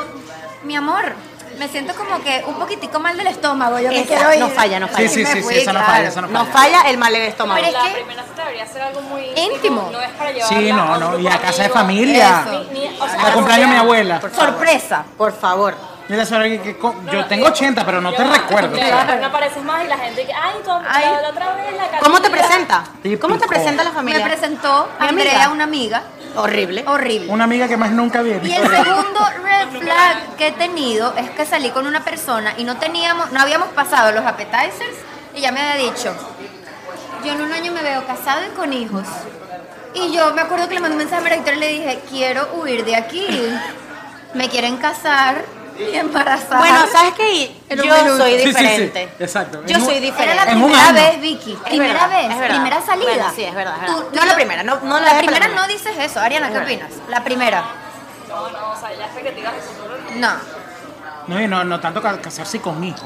Speaker 2: mi amor, me siento como que un poquitico mal del estómago. Yo me
Speaker 1: Esa
Speaker 2: quiero ir.
Speaker 1: no falla, no
Speaker 3: Sí,
Speaker 1: falla.
Speaker 3: sí,
Speaker 2: Y me
Speaker 3: sí, sí,
Speaker 2: fui,
Speaker 3: esa no
Speaker 2: claro.
Speaker 3: falla, esa no
Speaker 1: No
Speaker 3: falla.
Speaker 1: falla el mal del estómago.
Speaker 2: Pero es
Speaker 4: la
Speaker 2: que-
Speaker 4: primera cita debería ser algo muy
Speaker 2: Íntimo.
Speaker 4: No es para llevarla
Speaker 3: Sí,
Speaker 4: a
Speaker 3: no,
Speaker 4: un
Speaker 3: no.
Speaker 4: grupo
Speaker 3: Y a casa de
Speaker 4: amigos.
Speaker 3: familia.
Speaker 2: Eso.
Speaker 4: Ni- o sea,
Speaker 3: La cumpleaños de mi abuela.
Speaker 2: Sorpresa.
Speaker 1: Por favor.
Speaker 3: Y la señora aquí que. co-
Speaker 4: No,
Speaker 3: Yo
Speaker 4: no,
Speaker 3: tengo
Speaker 4: eh,
Speaker 3: 80, pero no
Speaker 4: ya
Speaker 3: te
Speaker 4: va.
Speaker 3: recuerdo.
Speaker 4: Ya va, pero no apareces más y la gente que, ay, tú,
Speaker 2: Ay.
Speaker 4: la, la otra vez la
Speaker 1: ¿Cómo te
Speaker 4: Carolina".
Speaker 1: presenta? ¿Cómo te
Speaker 3: Típico.
Speaker 1: presenta la familia?
Speaker 2: Me presentó
Speaker 1: Mi amiga.
Speaker 2: Andrea, una amiga
Speaker 1: Horrible.
Speaker 2: horrible.
Speaker 3: Una amiga que más nunca
Speaker 2: Y
Speaker 3: viene.
Speaker 2: el segundo red flag que he tenido es que salí con una persona y no teníamos, no habíamos pasado los appetizers y ya me había dicho, yo en un año me veo casado y con hijos. Y yo me acuerdo que le mandé un mensaje a mi director y le dije, quiero huir de aquí. Me quieren casar y embarazar.
Speaker 1: Bueno, ¿sabes qué?
Speaker 2: En un
Speaker 1: Yo
Speaker 2: minuto.
Speaker 1: soy
Speaker 3: Sí, sí, sí.
Speaker 1: diferente.
Speaker 3: Exacto.
Speaker 1: Yo
Speaker 3: En un-
Speaker 1: soy
Speaker 2: Era la
Speaker 1: diferente.
Speaker 3: En un
Speaker 2: primera
Speaker 3: año.
Speaker 2: vez, Vicky.
Speaker 1: Es
Speaker 2: primera
Speaker 1: verdad,
Speaker 2: vez,
Speaker 1: es verdad.
Speaker 2: primera salida.
Speaker 1: Bueno, sí, es verdad, es verdad.
Speaker 2: Tú-
Speaker 1: No la primera, no- no la
Speaker 2: la
Speaker 1: dejas para la
Speaker 2: primera
Speaker 1: primera.
Speaker 2: no dices eso. Ariana, ¿qué opinas? La primera.
Speaker 4: No, no, o sea, ya expectativas de futuro. no.
Speaker 2: No.
Speaker 3: No, y no, no tanto ca- casarse con hijos.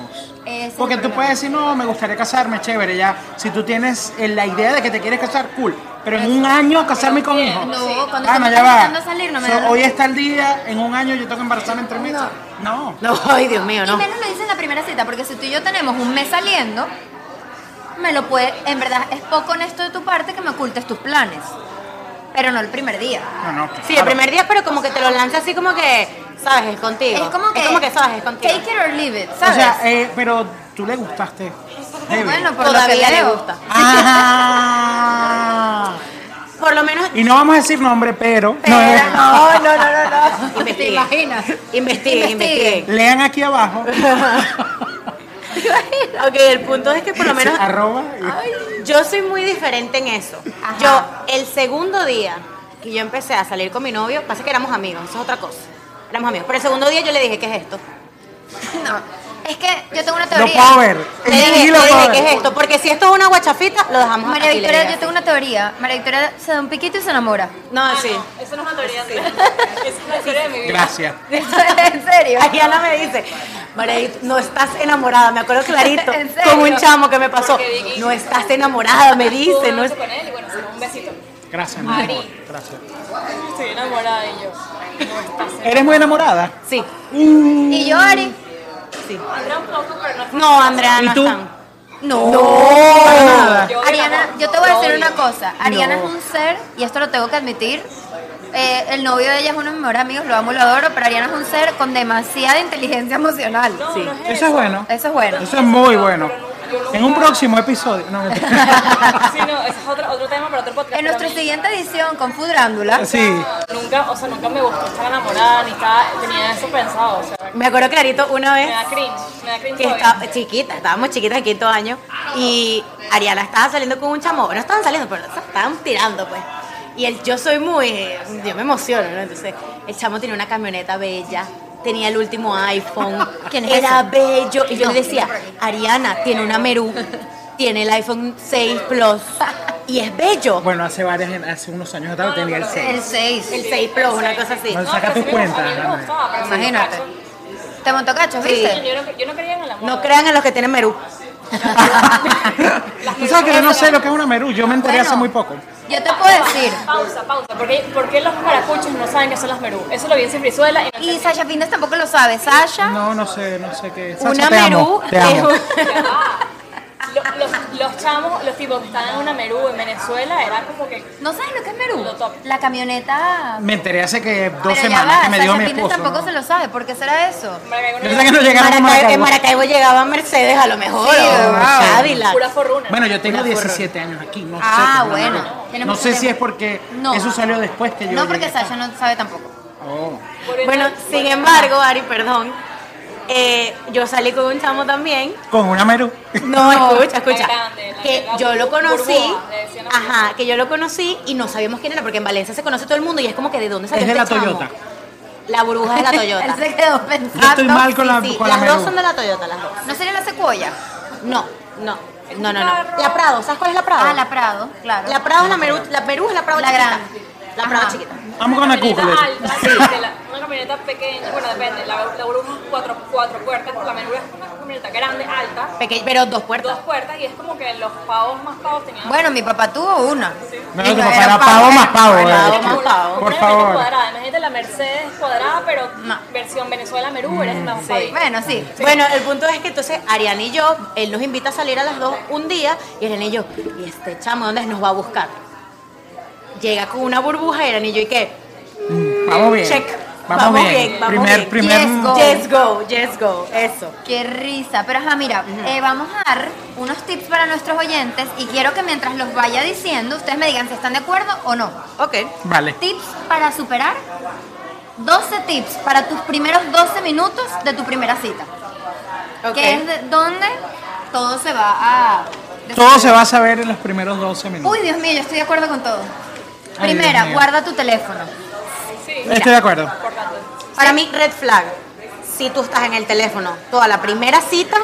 Speaker 2: Ese es
Speaker 3: Porque
Speaker 2: el
Speaker 3: tú
Speaker 2: problema.
Speaker 3: puedes decir, no, me gustaría casarme, chévere, ya. Si tú tienes eh, la idea de que te quieres casar, cool. Pero en un año casarme con hijos.
Speaker 2: No, cuando
Speaker 3: Ah,
Speaker 2: se me
Speaker 3: no,
Speaker 2: está
Speaker 3: ya va.
Speaker 2: empezando a salir, no me
Speaker 3: So,
Speaker 2: da la-
Speaker 3: hoy está el día, en un año yo tengo que embarazarme entre meses. No.
Speaker 1: No, ay, Dios mío,
Speaker 2: Y
Speaker 1: no.
Speaker 2: menos lo dice en la primera cita, porque si tú y yo tenemos un mes saliendo, me lo puede, en verdad es poco honesto de tu parte que me ocultes tus planes. Pero no el primer día.
Speaker 3: No, no.
Speaker 1: Sí, el primer día, pero como que te lo lanza así como que, ¿sabes? Es contigo.
Speaker 2: Es como que,
Speaker 1: ¿sabes? Es contigo.
Speaker 2: Take it or leave it,
Speaker 3: O
Speaker 2: ¿sabes?
Speaker 3: sea, eh, pero tú le gustaste. heavy.
Speaker 2: bueno, por
Speaker 1: Todavía
Speaker 2: lo que
Speaker 1: le
Speaker 2: veo. [laughs]
Speaker 1: gusta.
Speaker 3: Ah.
Speaker 1: Por lo menos
Speaker 3: Y no vamos a decir nombre, pero.
Speaker 2: [laughs] Pero
Speaker 3: No, eh,
Speaker 2: no, no, no, no, no. ¿Te
Speaker 1: Investiguen.
Speaker 2: imaginas? [laughs]
Speaker 1: investiguen, investiguen.
Speaker 3: Lean aquí abajo.
Speaker 1: Ok, el punto es que por lo menos
Speaker 3: Sí, arroba. y-
Speaker 2: Ah,
Speaker 1: yo soy muy diferente en eso.
Speaker 2: Ajá.
Speaker 1: Yo, el segundo día que yo empecé a salir con mi novio,
Speaker 2: [laughs]
Speaker 1: pasa que éramos amigos, eso es otra cosa. Éramos amigos. Pero el segundo día yo le dije, ¿qué es esto?
Speaker 2: No. Es que yo tengo una
Speaker 3: Lo
Speaker 2: teoría.
Speaker 3: puedo ver.
Speaker 1: Le
Speaker 3: Sí,
Speaker 1: dije, le
Speaker 3: lo
Speaker 1: dije,
Speaker 3: puedo ver.
Speaker 1: ¿qué es esto? Porque si esto es una guachafita, lo dejamos
Speaker 2: María
Speaker 1: aquí, le
Speaker 2: Victoria,
Speaker 1: dije
Speaker 2: yo tengo Ah, una teoría. María Victoria se da un piquito y se enamora. [laughs]
Speaker 1: No, sí. [laughs]
Speaker 4: Eso Ah, no es una teoría. [laughs] Es una historia de mi vida.
Speaker 3: Gracias.
Speaker 2: ¿En serio?
Speaker 1: Ariana me dice, María, no estás enamorada, me
Speaker 2: [laughs]
Speaker 1: acuerdo clarito,
Speaker 2: ¿En serio?
Speaker 1: como un chamo que me pasó,
Speaker 4: Porque Vicky-
Speaker 1: no estás enamorada, me
Speaker 4: Tuve una
Speaker 1: dice, no
Speaker 4: noche
Speaker 1: es...
Speaker 4: con él y bueno, se dio un besito.
Speaker 3: Gracias, mi
Speaker 4: Ari.
Speaker 3: amor. Gracias.
Speaker 4: Estoy enamorada y yo. ay, no estás enamorada.
Speaker 3: ¿Eres muy enamorada?
Speaker 1: Sí,
Speaker 2: ¿Y yo, Ari?
Speaker 1: sí.
Speaker 4: Era un poco, pero
Speaker 1: [laughs]
Speaker 4: no fue
Speaker 1: No, Andrea,
Speaker 3: ¿Y
Speaker 1: no
Speaker 3: tú?
Speaker 1: están.
Speaker 2: No.
Speaker 3: Para nada.
Speaker 4: Yo
Speaker 2: Ariana,
Speaker 4: la-
Speaker 2: yo te voy a
Speaker 4: yo
Speaker 2: decir
Speaker 4: odio.
Speaker 2: una cosa. Ariana es un ser, y esto lo tengo que admitir. eh, el novio de ella es uno de mis mejores amigos, lo amo, lo adoro, pero Ariana es un ser con demasiada inteligencia emocional.
Speaker 4: No, no es
Speaker 3: Eso es bueno.
Speaker 2: Eso es bueno.
Speaker 3: Eso es muy bueno.
Speaker 4: Yo nunca-
Speaker 3: En un próximo episodio. No, mentira.
Speaker 4: Sí,
Speaker 2: [laughs]
Speaker 4: no, ese es otro, otro tema para otro podcast.
Speaker 2: En
Speaker 4: pero
Speaker 2: nuestra
Speaker 4: a mí
Speaker 2: siguiente edición con Fudrándula,
Speaker 3: sí.
Speaker 4: Nunca, o sea, nunca me gustó estar enamorada ni estaba, tenía eso pensado. O sea,
Speaker 1: Me acuerdo clarito una
Speaker 4: me
Speaker 1: vez
Speaker 4: da cringe, me da cringe.
Speaker 1: que
Speaker 4: todavía.
Speaker 1: estaba chiquita, estábamos chiquitas en quinto año y Ariana estaba saliendo con un chamo, no estaban saliendo, pero se estaban tirando pues. Y el, yo soy muy, yo me emociono, ¿no? Entonces, el chamo tenía una camioneta bella, tenía el último iPhone,
Speaker 2: [laughs] ¿Quién es
Speaker 1: era
Speaker 2: ese?
Speaker 1: bello. Y yo
Speaker 2: No,
Speaker 1: le decía, Ariana tiene una Merú, tiene el iPhone 6 Plus y es bello.
Speaker 3: Bueno, hace varios, hace unos años atrás tenía el 6.
Speaker 2: el 6.
Speaker 1: El 6 Plus, una cosa así.
Speaker 3: No,
Speaker 4: No,
Speaker 3: saca
Speaker 4: pero
Speaker 3: tus
Speaker 4: sí me gustaba,
Speaker 3: cuentas,
Speaker 4: a mí me
Speaker 3: Ana.
Speaker 4: gustaba, pero sí me
Speaker 2: Imagínate.
Speaker 4: gustaba.
Speaker 2: Te montó cachos,
Speaker 1: Sí.
Speaker 2: ¿viste?
Speaker 4: Yo no, yo no creía en el amor.
Speaker 1: No crean en los que tienen Merú.
Speaker 3: [laughs] Tú sabes que yo no sé lo que es una merú. Yo me enteré
Speaker 2: Bueno,
Speaker 3: hace muy poco.
Speaker 2: Yo te puedo decir,
Speaker 4: Pausa, pausa. ¿Por qué, por qué los maracuchos no saben qué son las merú? Eso lo vi en Cifrizuela y no
Speaker 2: y
Speaker 4: entendí.
Speaker 2: Sasha Pindas tampoco lo sabe. Sasha,
Speaker 3: No, no sé, no sé qué. Sacha,
Speaker 1: Una
Speaker 3: te
Speaker 1: Merú
Speaker 3: amo, te amo.
Speaker 1: es un-
Speaker 4: Ya va. Lo- los, los chamos, los tipos que estaban en una merú en Venezuela, era como que.
Speaker 2: [laughs] ¿no sabes lo que es
Speaker 4: Lo
Speaker 2: Merú?
Speaker 4: top.
Speaker 2: La camioneta.
Speaker 3: Me enteré hace que dos
Speaker 2: Pero ya
Speaker 3: semanas
Speaker 2: va,
Speaker 3: que me
Speaker 2: Sasha
Speaker 3: dijo mi
Speaker 2: Pinto
Speaker 3: esposo.
Speaker 2: tampoco
Speaker 3: ¿no?
Speaker 2: se lo sabe. ¿Por qué será eso?
Speaker 4: Maracaibo no
Speaker 3: Yo pensé que
Speaker 4: era
Speaker 3: no llegaron a
Speaker 1: Maracaibo- en
Speaker 3: Maracaibo.
Speaker 1: Maracaibo llegaba Mercedes a lo mejor,
Speaker 2: Sí,
Speaker 1: o
Speaker 2: wow.
Speaker 1: Cadillac.
Speaker 4: pura forruna.
Speaker 3: Bueno, yo tengo 17 años aquí, no
Speaker 2: Ah,
Speaker 3: sé.
Speaker 2: bueno.
Speaker 3: No,
Speaker 2: Tiene mucho
Speaker 3: sé si
Speaker 2: tiempo.
Speaker 3: es porque
Speaker 2: No.
Speaker 3: eso salió después que yo.
Speaker 2: No, porque
Speaker 3: llegué acá.
Speaker 2: Sasha no sabe tampoco.
Speaker 3: Oh.
Speaker 4: Por
Speaker 1: Bueno,
Speaker 4: una-
Speaker 1: sin embargo, Ari, perdón, eh, yo salí con un chamo también.
Speaker 3: Con una merú.
Speaker 1: No, escucha, escucha.
Speaker 4: La grande, la
Speaker 1: que
Speaker 4: que la
Speaker 1: yo lo
Speaker 4: burbu-
Speaker 1: conocí,
Speaker 4: burbuja, le decían la burbuja.
Speaker 1: ajá, que yo lo conocí y no sabíamos quién era, porque en Valencia se conoce todo el mundo y es como que de dónde salió
Speaker 3: Es de
Speaker 1: este
Speaker 3: la
Speaker 1: chamo?
Speaker 3: Toyota.
Speaker 1: La burbuja
Speaker 2: [laughs]
Speaker 1: de la Toyota.
Speaker 2: Él se quedó
Speaker 3: Yo estoy
Speaker 2: pensando.
Speaker 3: mal con la,
Speaker 1: Sí,
Speaker 3: con la
Speaker 1: las
Speaker 3: merú.
Speaker 1: dos son de la Toyota, las dos.
Speaker 2: ¿No sería la secuoya?
Speaker 1: No, no, no, no, no.
Speaker 4: carro.
Speaker 1: La Prado, ¿sabes cuál es la Prado?
Speaker 2: Ah, la Prado, claro.
Speaker 1: La Prado es la Merú, la Merú es la Prado
Speaker 2: La
Speaker 1: chiquita.
Speaker 2: grande.
Speaker 1: La Prado
Speaker 2: Ajá.
Speaker 1: chiquita.
Speaker 3: I'm gonna
Speaker 4: camioneta
Speaker 3: Google it.
Speaker 4: alta,
Speaker 3: [laughs]
Speaker 4: sí, de la- una camioneta pequeña, bueno, depende. La, la burbuja es cuatro, cuatro puertas, pero la menú es una camioneta grande, alta,
Speaker 1: Peque- pero dos puertas.
Speaker 4: dos puertas y es como que los pavos más pavos tenían.
Speaker 2: Bueno, mi papá tuvo una.
Speaker 3: No,
Speaker 2: Y
Speaker 3: tu papá
Speaker 2: era
Speaker 3: era pavo más pavo.
Speaker 1: Pavo
Speaker 3: eh.
Speaker 1: más pavo.
Speaker 3: Por
Speaker 4: una camioneta
Speaker 3: favor.
Speaker 4: cuadrada, imagínate la Mercedes cuadrada, pero
Speaker 2: No.
Speaker 4: versión Venezuela Merú, eres más pavito.
Speaker 2: Bueno, sí.
Speaker 1: Bueno, el punto es que entonces Ariana y yo, él nos invita a salir a las dos un día y Ariana y yo, ¿y este chamo dónde nos va a buscar? Llega con una burbuja y Ariana y yo, ¿y qué?
Speaker 3: Vamos bien.
Speaker 1: Check.
Speaker 3: Vamos,
Speaker 1: Vamos
Speaker 3: bien.
Speaker 1: bien, vamos
Speaker 3: primer,
Speaker 1: bien.
Speaker 3: primer.
Speaker 2: Yes, go.
Speaker 1: Yes go, yes go, eso.
Speaker 2: Qué risa. Pero ajá, mira, eh, vamos a dar unos tips para nuestros oyentes y quiero que mientras los vaya diciendo, ustedes me digan si están de acuerdo o no.
Speaker 1: Ok.
Speaker 3: Vale.
Speaker 2: Tips para superar. 12 tips para tus primeros 12 minutos de tu primera cita.
Speaker 1: Ok.
Speaker 2: Que es de- donde todo se va a...
Speaker 3: Todo se va a saber en los primeros 12 minutos.
Speaker 2: Uy, Dios mío, yo estoy de acuerdo con todo.
Speaker 3: Ay, Dios
Speaker 2: Primera,
Speaker 3: mío.
Speaker 2: guarda tu teléfono.
Speaker 4: Sí,
Speaker 3: Estoy de acuerdo.
Speaker 4: importante.
Speaker 1: Para mí, red flag. Si tú estás en el teléfono toda la primera cita,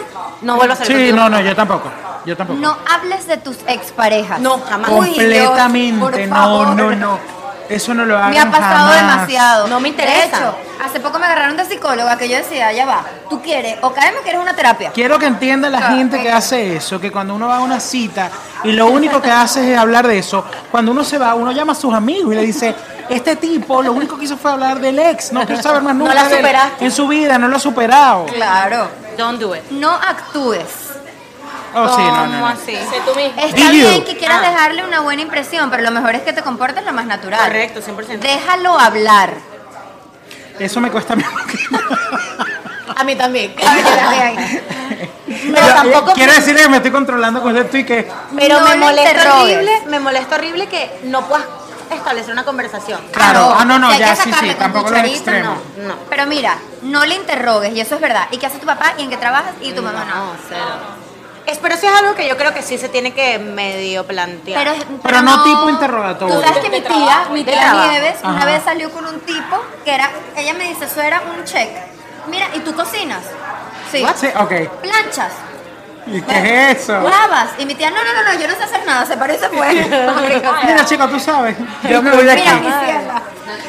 Speaker 1: no vuelvas a salir
Speaker 3: Sí,
Speaker 1: contigo.
Speaker 3: no, no, yo tampoco. Yo tampoco.
Speaker 2: No hables de tus exparejas.
Speaker 1: No, jamás.
Speaker 2: Uy, Dios,
Speaker 3: Completamente.
Speaker 2: por
Speaker 3: no,
Speaker 2: favor.
Speaker 3: no, no. Eso no lo hagan
Speaker 2: Me ha pasado
Speaker 3: jamás.
Speaker 2: demasiado.
Speaker 1: No me interesa.
Speaker 2: De hecho, hace poco me agarraron de psicóloga que yo decía, ya va, tú quieres, o caemos que eres una terapia.
Speaker 3: Quiero que entienda la
Speaker 2: Claro,
Speaker 3: gente que
Speaker 2: venga.
Speaker 3: hace eso, que cuando uno va a una cita y lo único que hace es hablar de eso, cuando uno se va, uno llama a sus amigos y le dice, este tipo lo único que hizo fue hablar del ex, no quiero saber más
Speaker 1: No
Speaker 3: nunca
Speaker 1: la
Speaker 3: de él
Speaker 1: superaste.
Speaker 3: en su vida, no lo ha superado.
Speaker 2: Claro.
Speaker 1: Don't do it.
Speaker 2: No actúes.
Speaker 3: Oh, sí, no, no,
Speaker 1: ¿Cómo
Speaker 3: no.
Speaker 1: así?
Speaker 4: Sé tú mismo.
Speaker 2: Está
Speaker 3: Be you.
Speaker 2: bien que quieras
Speaker 1: Ah.
Speaker 2: dejarle una buena impresión, pero lo mejor es que te comportes lo más natural.
Speaker 1: Correcto, 100%.
Speaker 2: Déjalo
Speaker 1: [laughs]
Speaker 2: hablar.
Speaker 3: Eso me cuesta a mí.
Speaker 1: [laughs] A mí también.
Speaker 3: Yo-
Speaker 1: Pero tampoco
Speaker 3: Quiero decir que me estoy controlando con esto y que
Speaker 1: Pero
Speaker 2: No
Speaker 1: me
Speaker 2: la
Speaker 1: molesta
Speaker 2: interrogues.
Speaker 1: horrible, me molesta horrible que no puedas establecer una conversación.
Speaker 3: Claro, ah, no, no,
Speaker 2: Si hay
Speaker 3: ya,
Speaker 2: que
Speaker 3: sí,
Speaker 2: sacarle
Speaker 3: sí,
Speaker 2: con
Speaker 3: tampoco los
Speaker 2: cucharita,
Speaker 3: extremos.
Speaker 1: no, no.
Speaker 2: Pero mira, no le interrogues, y eso es verdad. ¿Y qué hace tu papá? ¿Y en qué trabajas? ¿Y tu mamá? No.
Speaker 1: No, cero. Es- Pero sí es algo que yo creo que sí se tiene que medio plantear.
Speaker 2: Pero, es-
Speaker 3: Pero no tipo interrogatorio.
Speaker 2: Tú sabes que mi
Speaker 4: De
Speaker 2: tía,
Speaker 4: trabajo,
Speaker 2: mi
Speaker 1: de
Speaker 2: tía
Speaker 1: trabajo.
Speaker 2: Nieves, una
Speaker 3: Ajá.
Speaker 2: vez salió con un tipo que era, ella me dice, eso era un check. Mira, ¿y tú cocinas? Sí.
Speaker 3: Sí, ok.
Speaker 2: Planchas.
Speaker 3: ¿Y qué es eso?
Speaker 2: Lavas. Y mi tía, no, no, no, no, yo no sé hacer nada, se parece pues.
Speaker 3: [laughs] Mira, chico, tú sabes.
Speaker 1: Yo me voy de
Speaker 2: Mira,
Speaker 1: aquí.
Speaker 2: mi ciela.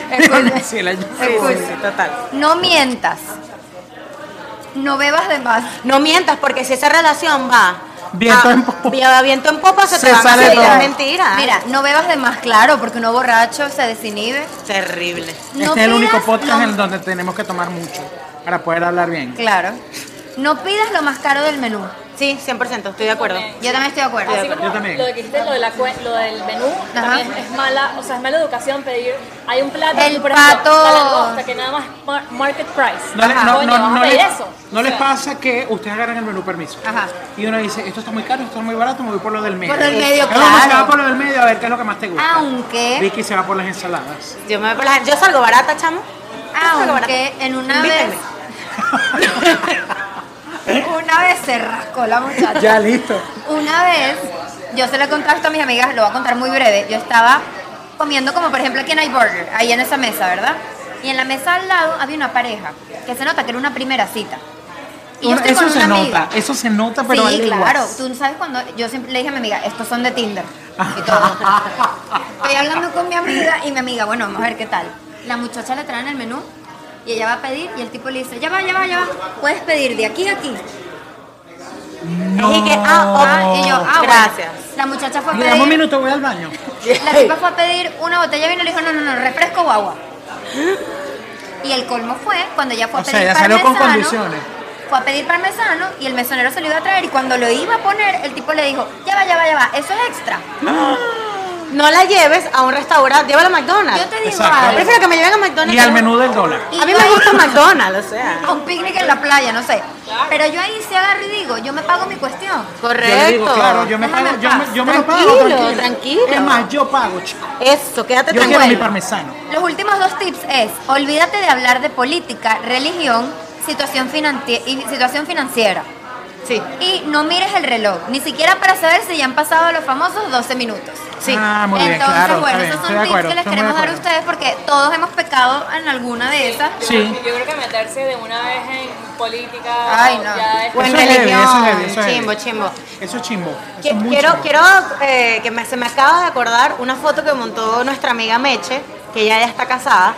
Speaker 3: Mira,
Speaker 2: Escucha.
Speaker 3: sí, la-
Speaker 1: Sí, sí, sí, total.
Speaker 2: No mientas. No bebas de más.
Speaker 1: No mientas, porque si esa relación va
Speaker 3: Viento
Speaker 1: a-
Speaker 3: en popa.
Speaker 1: va viento en popa, se,
Speaker 3: Se
Speaker 1: te van a
Speaker 3: sale
Speaker 1: salir
Speaker 3: todo.
Speaker 1: las mentiras.
Speaker 2: Mira, no bebas de más, claro, porque uno borracho se desinhibe.
Speaker 1: Terrible.
Speaker 2: No
Speaker 3: este es el
Speaker 2: pidas-
Speaker 3: único podcast
Speaker 2: no-
Speaker 3: en donde tenemos que tomar mucho para poder hablar bien.
Speaker 2: Claro. No pidas lo más caro del menú.
Speaker 1: Sí, 100%, estoy de acuerdo.
Speaker 2: Yo también estoy de acuerdo.
Speaker 4: Así como
Speaker 3: Yo también.
Speaker 4: lo de que dijiste, lo, de la cue- lo del menú,
Speaker 2: Ajá.
Speaker 4: también es mala, o sea, es mala educación pedir, hay un plato,
Speaker 2: El
Speaker 4: por ejemplo,
Speaker 2: pato.
Speaker 4: la langosta, que nada más es mar- market price.
Speaker 3: No, le-
Speaker 4: Ajá.
Speaker 3: no,
Speaker 4: Coño,
Speaker 3: no,
Speaker 4: vas a
Speaker 3: no
Speaker 4: pedir
Speaker 3: le-
Speaker 4: eso.
Speaker 3: no
Speaker 4: O
Speaker 3: les
Speaker 4: sea,
Speaker 3: pasa que ustedes agarran el menú permiso.
Speaker 2: Ajá.
Speaker 3: Y uno dice, esto está muy caro, esto está muy barato, me voy por lo del medio.
Speaker 2: Por el medio,
Speaker 3: Ah, vamos,
Speaker 2: claro.
Speaker 3: Se va por lo del medio a ver qué es lo que más te gusta.
Speaker 2: Aunque,
Speaker 3: Vicky se va por las ensaladas.
Speaker 1: Yo, me voy por la- yo salgo barata, chamo. Yo salgo barata.
Speaker 2: aunque en una vez,
Speaker 1: Invítenme.
Speaker 2: una vez [laughs] se rascó la muchacha.
Speaker 3: Ya, listo.
Speaker 2: Una vez, yo se lo he contado esto a mis amigas, lo voy a contar muy breve. Yo estaba comiendo como por ejemplo aquí en iBurger, ahí en esa mesa, ¿verdad? Y en la mesa al lado había una pareja, que se nota que era una primera cita. Y yo
Speaker 3: Una-
Speaker 2: estoy
Speaker 3: eso
Speaker 2: con una
Speaker 3: se
Speaker 2: amiga.
Speaker 3: nota, eso se nota, pero
Speaker 2: sí,
Speaker 3: vale igual.
Speaker 2: claro. Tú sabes cuando yo siempre le dije a mi amiga, estos son de Tinder. Y
Speaker 3: [laughs]
Speaker 2: todo. Estoy hablando con mi amiga y mi amiga, bueno, vamos a ver qué tal. La muchacha le traen el menú y ella va a pedir y el tipo le dice, ya va, ya va, ya va. Puedes pedir de aquí a aquí.
Speaker 1: Es y que,
Speaker 3: Oh,
Speaker 1: ah,
Speaker 2: Ah, y yo, ah, bueno.
Speaker 1: Gracias.
Speaker 2: La muchacha fue a
Speaker 3: Le damos un
Speaker 2: pedir.
Speaker 3: minuto, voy al baño.
Speaker 2: La tipa fue a pedir una botella de vino y le dijo, no, no, no, refresco o agua. Y el colmo fue cuando ella fue a
Speaker 3: O
Speaker 2: pedir
Speaker 3: sea, ya salió
Speaker 2: parmesano.
Speaker 3: con condiciones.
Speaker 2: Fue a pedir parmesano y el mesonero se lo iba a traer y cuando lo iba a poner, el tipo le dijo, ya va, ya va, ya va, eso es extra.
Speaker 1: oh, no la lleves a un restaurante, llévala a McDonald's.
Speaker 2: Yo te digo
Speaker 3: Exacto.
Speaker 1: Yo
Speaker 2: algo.
Speaker 1: prefiero que me lleven a McDonald's.
Speaker 3: Y al menú del dólar.
Speaker 1: A mí me gusta McDonald's, o sea.
Speaker 2: A un picnic en la playa, no sé. Pero yo ahí sí agarro y digo, yo me pago mi cuestión.
Speaker 1: Correcto.
Speaker 3: Yo le digo, claro, yo me
Speaker 2: Déjame
Speaker 3: pago, yo
Speaker 2: en paz.
Speaker 3: me, yo me lo
Speaker 1: Tranquilo,
Speaker 3: pago, tranquilo.
Speaker 1: tranquilo.
Speaker 3: Es más, yo pago, chico.
Speaker 1: Eso, quédate
Speaker 3: Yo
Speaker 1: tranquila.
Speaker 3: quiero mi
Speaker 2: bueno.
Speaker 3: parmesano.
Speaker 2: Los últimos dos tips es, olvídate de hablar de política, religión, situación, financi- y situación financiera.
Speaker 1: Sí,
Speaker 2: Y no mires el reloj, ni siquiera para saber si ya han pasado los famosos 12 minutos.
Speaker 1: sí.
Speaker 3: Ah, muy bien,
Speaker 2: Entonces,
Speaker 3: claro.
Speaker 2: bueno,
Speaker 3: está bien,
Speaker 2: esos
Speaker 3: estoy
Speaker 2: son
Speaker 3: de
Speaker 2: tips
Speaker 3: acuerdo,
Speaker 2: que les
Speaker 3: estoy muy
Speaker 2: queremos
Speaker 3: de
Speaker 2: dar a
Speaker 3: acuerdo.
Speaker 2: ustedes porque todos hemos pecado en alguna de esas.
Speaker 4: yo,
Speaker 3: Sí.
Speaker 4: Yo creo que meterse de una vez en política
Speaker 2: Ay, no.
Speaker 4: ya es
Speaker 1: O en
Speaker 3: Eso es heavy,
Speaker 1: religión.
Speaker 3: eso es heavy, eso es heavy.
Speaker 1: chimbo, chimbo.
Speaker 3: Eso es chimbo. Eso
Speaker 1: Qui-
Speaker 3: es muy
Speaker 1: Quiero,
Speaker 3: chimbo.
Speaker 1: quiero eh, que me, se me acaba de acordar una foto que montó nuestra amiga Meche, que ella ya está casada,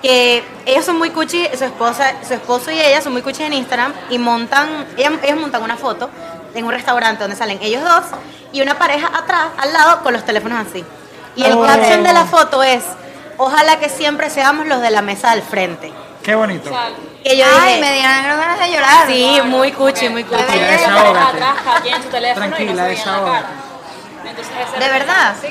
Speaker 1: que ellos son muy cuchi, su esposa, su esposo y ella son muy cuchis en Instagram y montan, ella- ellos montan una foto en un restaurante donde salen ellos dos y una pareja atrás, al lado, con los teléfonos así. Y el
Speaker 3: Oh.
Speaker 1: caption de la foto es, ojalá que siempre seamos los de la mesa del frente.
Speaker 3: Qué bonito.
Speaker 4: social.
Speaker 1: Que yo
Speaker 2: Ay,
Speaker 1: dije,
Speaker 2: me dieron ganas de llorar.
Speaker 1: sí, muy cuchi, muy cuchi.
Speaker 2: Ay,
Speaker 4: Ellos están
Speaker 3: desahógate.
Speaker 4: atrás, cada quien en su teléfono y
Speaker 3: Tranquila,
Speaker 4: no se veían la cara.
Speaker 3: desahógate.
Speaker 4: Entonces, ese
Speaker 2: ¿De
Speaker 4: era-
Speaker 2: verdad?
Speaker 4: Sí.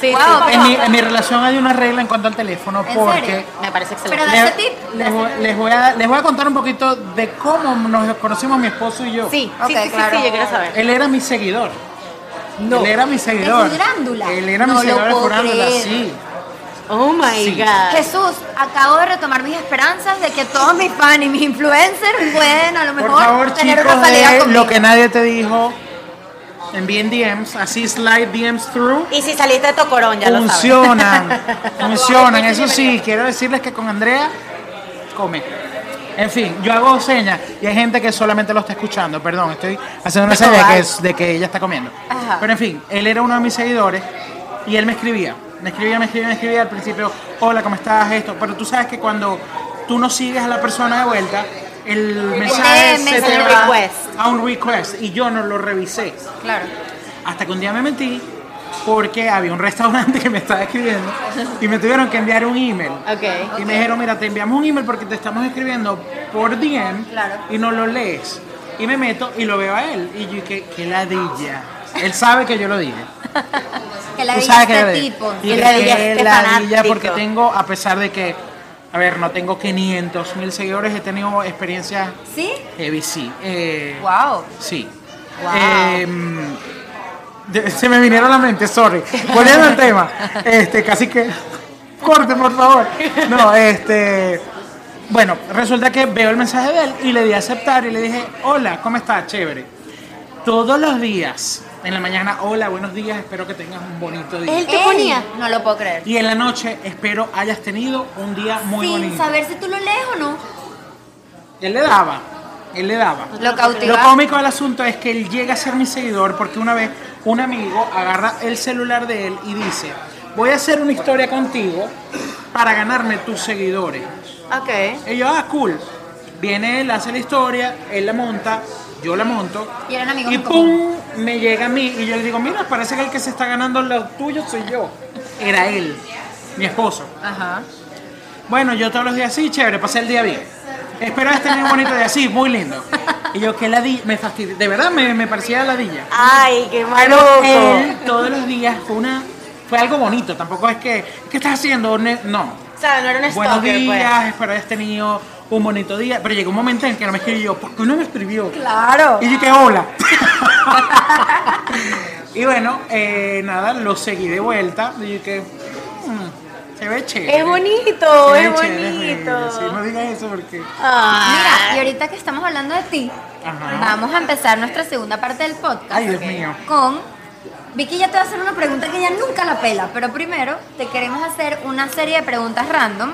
Speaker 1: Sí,
Speaker 2: Wow,
Speaker 1: sí,
Speaker 3: En mi, en mi relación hay una regla en cuanto al teléfono
Speaker 2: ¿En
Speaker 3: porque
Speaker 2: serio?
Speaker 1: me parece excelente.
Speaker 2: Pero da
Speaker 3: les,
Speaker 2: ese tip.
Speaker 3: les voy, les voy a, les voy a contar un poquito de cómo nos conocimos mi esposo y yo.
Speaker 1: Sí,
Speaker 2: Ok,
Speaker 1: sí, sí, sí,
Speaker 2: claro.
Speaker 1: sí, yo quiero saber.
Speaker 3: Él era mi seguidor. Él era mi seguidor.
Speaker 2: ¿De Furándula?
Speaker 3: Él era mi
Speaker 2: No lo
Speaker 3: seguidor de
Speaker 2: puedo
Speaker 3: Furándula,
Speaker 2: creer.
Speaker 3: sí.
Speaker 1: Oh my
Speaker 3: Sí.
Speaker 1: god.
Speaker 2: Jesús, acabo de retomar mis esperanzas de que todos mis fans y mis influencers pueden a lo mejor
Speaker 3: Por favor,
Speaker 2: tener
Speaker 3: chicos,
Speaker 2: una salida
Speaker 3: de
Speaker 2: conmigo.
Speaker 3: lo que nadie te dijo, envíen DMs, así slide DMs through.
Speaker 1: Y si saliste de Tocorón, ya lo sabes. [laughs]
Speaker 3: Funcionan, funcionan. Eso sí, quiero decirles que con Andrea come. En fin, yo hago señas y hay gente que solamente lo está escuchando. Perdón, estoy haciendo una
Speaker 1: No,
Speaker 3: seña de que,
Speaker 1: vale.
Speaker 3: es- de que ella está comiendo.
Speaker 2: Ajá.
Speaker 3: Pero en fin, él era uno de mis seguidores y él me escribía. Me escribía, me escribía, me escribía al principio, hola, ¿cómo estás? Esto. Pero tú sabes que cuando tú no sigues a la persona de vuelta, el mensaje
Speaker 2: DM,
Speaker 3: se te
Speaker 2: el
Speaker 3: va
Speaker 1: request.
Speaker 3: a un request y yo no lo revisé.
Speaker 2: Claro.
Speaker 3: Hasta que un día me mentí porque había un restaurante [laughs] que me estaba escribiendo y me tuvieron que enviar un email.
Speaker 1: Ok.
Speaker 3: Y me dijeron, mira, te enviamos un email porque te estamos escribiendo por DM
Speaker 2: Claro.
Speaker 3: y no lo lees. Y me meto y lo veo a él. Y yo, qué, qué ladilla. Él sabe que yo lo dije.
Speaker 2: Que la
Speaker 3: Tú
Speaker 2: diga
Speaker 3: sabes que
Speaker 2: este
Speaker 3: la de-
Speaker 2: tipo.
Speaker 3: Y
Speaker 1: Y
Speaker 3: que
Speaker 1: la de-
Speaker 3: qué
Speaker 1: este
Speaker 3: ladilla,
Speaker 1: fanático.
Speaker 3: porque tengo, a pesar de que, a ver, no tengo 500 mil seguidores, he tenido experiencias
Speaker 2: ¿Sí?
Speaker 3: heavy, sí. Eh,
Speaker 2: Wow.
Speaker 3: Sí.
Speaker 2: Wow.
Speaker 3: Em, de- se me vinieron a la mente, sorry. Volviendo al tema, este, casi que corte, por favor. No, este. Bueno, resulta que veo el mensaje de él y le di a aceptar y le dije, hola, ¿cómo estás? Chévere. Todos los días, en la mañana, hola, buenos días, espero que tengas un bonito día.
Speaker 1: Él te ponía.
Speaker 2: No lo puedo creer.
Speaker 3: Y en la noche, espero hayas tenido un día muy
Speaker 2: Sin
Speaker 3: bonito.
Speaker 2: saber si tú lo lees o no.
Speaker 3: Él le daba. Él le daba.
Speaker 2: Lo
Speaker 3: Lo
Speaker 2: cautiva.
Speaker 3: cómico del asunto es que él llega a ser mi seguidor porque una vez un amigo agarra el celular de él y dice, voy a hacer una historia contigo para ganarme tus seguidores.
Speaker 1: Ok.
Speaker 3: Y yo, ah, cool. Viene él, hace la historia, él la monta, yo la monto.
Speaker 2: Y eran amigos
Speaker 3: Y
Speaker 2: en común.
Speaker 3: pum, me llega a mí y yo le digo, mira, parece que el que se está ganando lo tuyo soy yo. Era él, mi esposo.
Speaker 2: Ajá.
Speaker 3: Bueno, yo todos los días sí, chévere, pasé el día bien. Espero este tener un bonito día, sí, muy lindo. Y yo, qué ladilla, me fastidié, de verdad me, me parecía ladilla.
Speaker 1: Ay, qué
Speaker 3: Pero
Speaker 1: maluco.
Speaker 3: él todos los días fue una, fue algo bonito, tampoco es que, ¿qué estás haciendo? Ne- No,
Speaker 1: O sea, no era un
Speaker 3: buenos
Speaker 1: stalker, pues.
Speaker 3: días, espero hayas tenido un bonito día, pero llegó un momento en que no me escribió, ¿por qué no me escribió?
Speaker 1: Claro.
Speaker 3: Y dije, hola. [laughs] y bueno, eh, nada, lo seguí de vuelta. Y dije, "Mm, se ve chévere.
Speaker 1: Es bonito,
Speaker 3: Se ve
Speaker 1: es
Speaker 3: chévere".
Speaker 1: bonito. Ah,
Speaker 3: Sí, no digas eso porque...
Speaker 2: Mira, y
Speaker 1: Ay.
Speaker 2: ahorita que estamos hablando de ti,
Speaker 3: Ajá.
Speaker 2: vamos a empezar nuestra segunda parte del podcast.
Speaker 3: Ay, Dios
Speaker 2: Ok.
Speaker 3: mío.
Speaker 2: Con. Vicky ya te va a hacer una pregunta que ella nunca la pela, pero primero te queremos hacer una serie de preguntas random.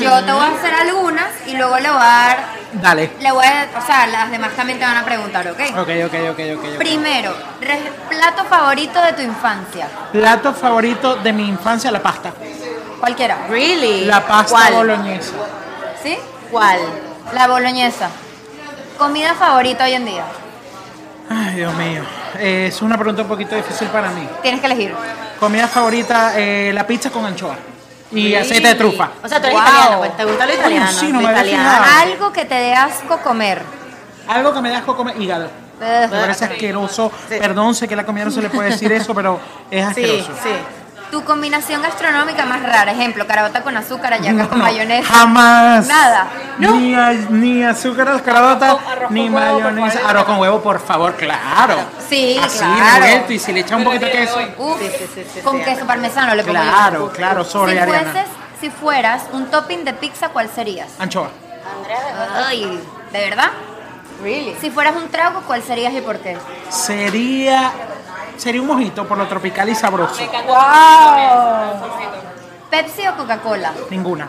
Speaker 2: Yo te voy a hacer algunas y luego le voy a dar.
Speaker 3: Dale.
Speaker 2: Le voy a, o sea, las demás también te van a preguntar, ¿ok?
Speaker 3: Ok, ok, ok, ok. ok.
Speaker 2: Primero, re- plato favorito de tu infancia.
Speaker 3: Plato favorito de mi infancia, la pasta.
Speaker 2: Cualquiera.
Speaker 1: Really?
Speaker 3: La pasta
Speaker 1: ¿Cuál?
Speaker 3: boloñesa.
Speaker 2: ¿Sí?
Speaker 1: ¿Cuál?
Speaker 2: La boloñesa. Comida favorita hoy en día.
Speaker 3: Ay, Dios mío. Eh, es una pregunta un poquito difícil para mí.
Speaker 2: Tienes que elegir.
Speaker 3: Comida favorita, eh, la pizza con anchoa. Y aceite de trufa.
Speaker 1: O sea, tú eres
Speaker 2: Wow.
Speaker 1: italiano, pues te gusta lo
Speaker 3: Coño,
Speaker 1: italiano.
Speaker 3: sí, no
Speaker 1: lo
Speaker 3: me había
Speaker 1: italiano.
Speaker 3: fijado. Ah.
Speaker 2: Algo que te dé asco comer.
Speaker 3: Algo que me da asco comer, hígado.
Speaker 2: Ugh.
Speaker 3: Me parece asqueroso. Perdón, sé que la comida no se le puede decir eso, pero es
Speaker 1: Sí,
Speaker 3: asqueroso.
Speaker 1: sí.
Speaker 2: Tu combinación gastronómica más rara. Ejemplo, carabota con azúcar, ayaca con
Speaker 3: No,
Speaker 2: mayonesa.
Speaker 3: Jamás.
Speaker 2: Nada.
Speaker 3: Ni, a- ni azúcar a las carabotas,
Speaker 4: Arroz con- arroz
Speaker 3: ni
Speaker 4: con huevo, por
Speaker 3: mayonesa.
Speaker 4: favor.
Speaker 3: Arroz con huevo, por favor, claro.
Speaker 2: Sí,
Speaker 3: Así,
Speaker 2: claro.
Speaker 3: revuelto, y si le echa un
Speaker 4: Pero
Speaker 3: poquito de
Speaker 4: tiene
Speaker 3: queso.
Speaker 4: hoy.
Speaker 2: Uf,
Speaker 1: Sí, sí, sí, sí,
Speaker 2: con
Speaker 1: sí,
Speaker 2: queso parmesano le pongo yo.
Speaker 3: Claro, claro, sorry,
Speaker 2: si,
Speaker 3: Ariana.
Speaker 2: fueses- si fueras un topping de pizza, ¿cuál serías?
Speaker 3: Anchoa.
Speaker 2: Ay, ¿de verdad?
Speaker 1: Really?
Speaker 2: Si fueras un trago, ¿cuál serías y por qué?
Speaker 3: Sería, sería un mojito por lo tropical y sabroso.
Speaker 4: Me encanta. ¡Wow!
Speaker 2: ¿Pepsi o Coca-Cola?
Speaker 3: Ninguna.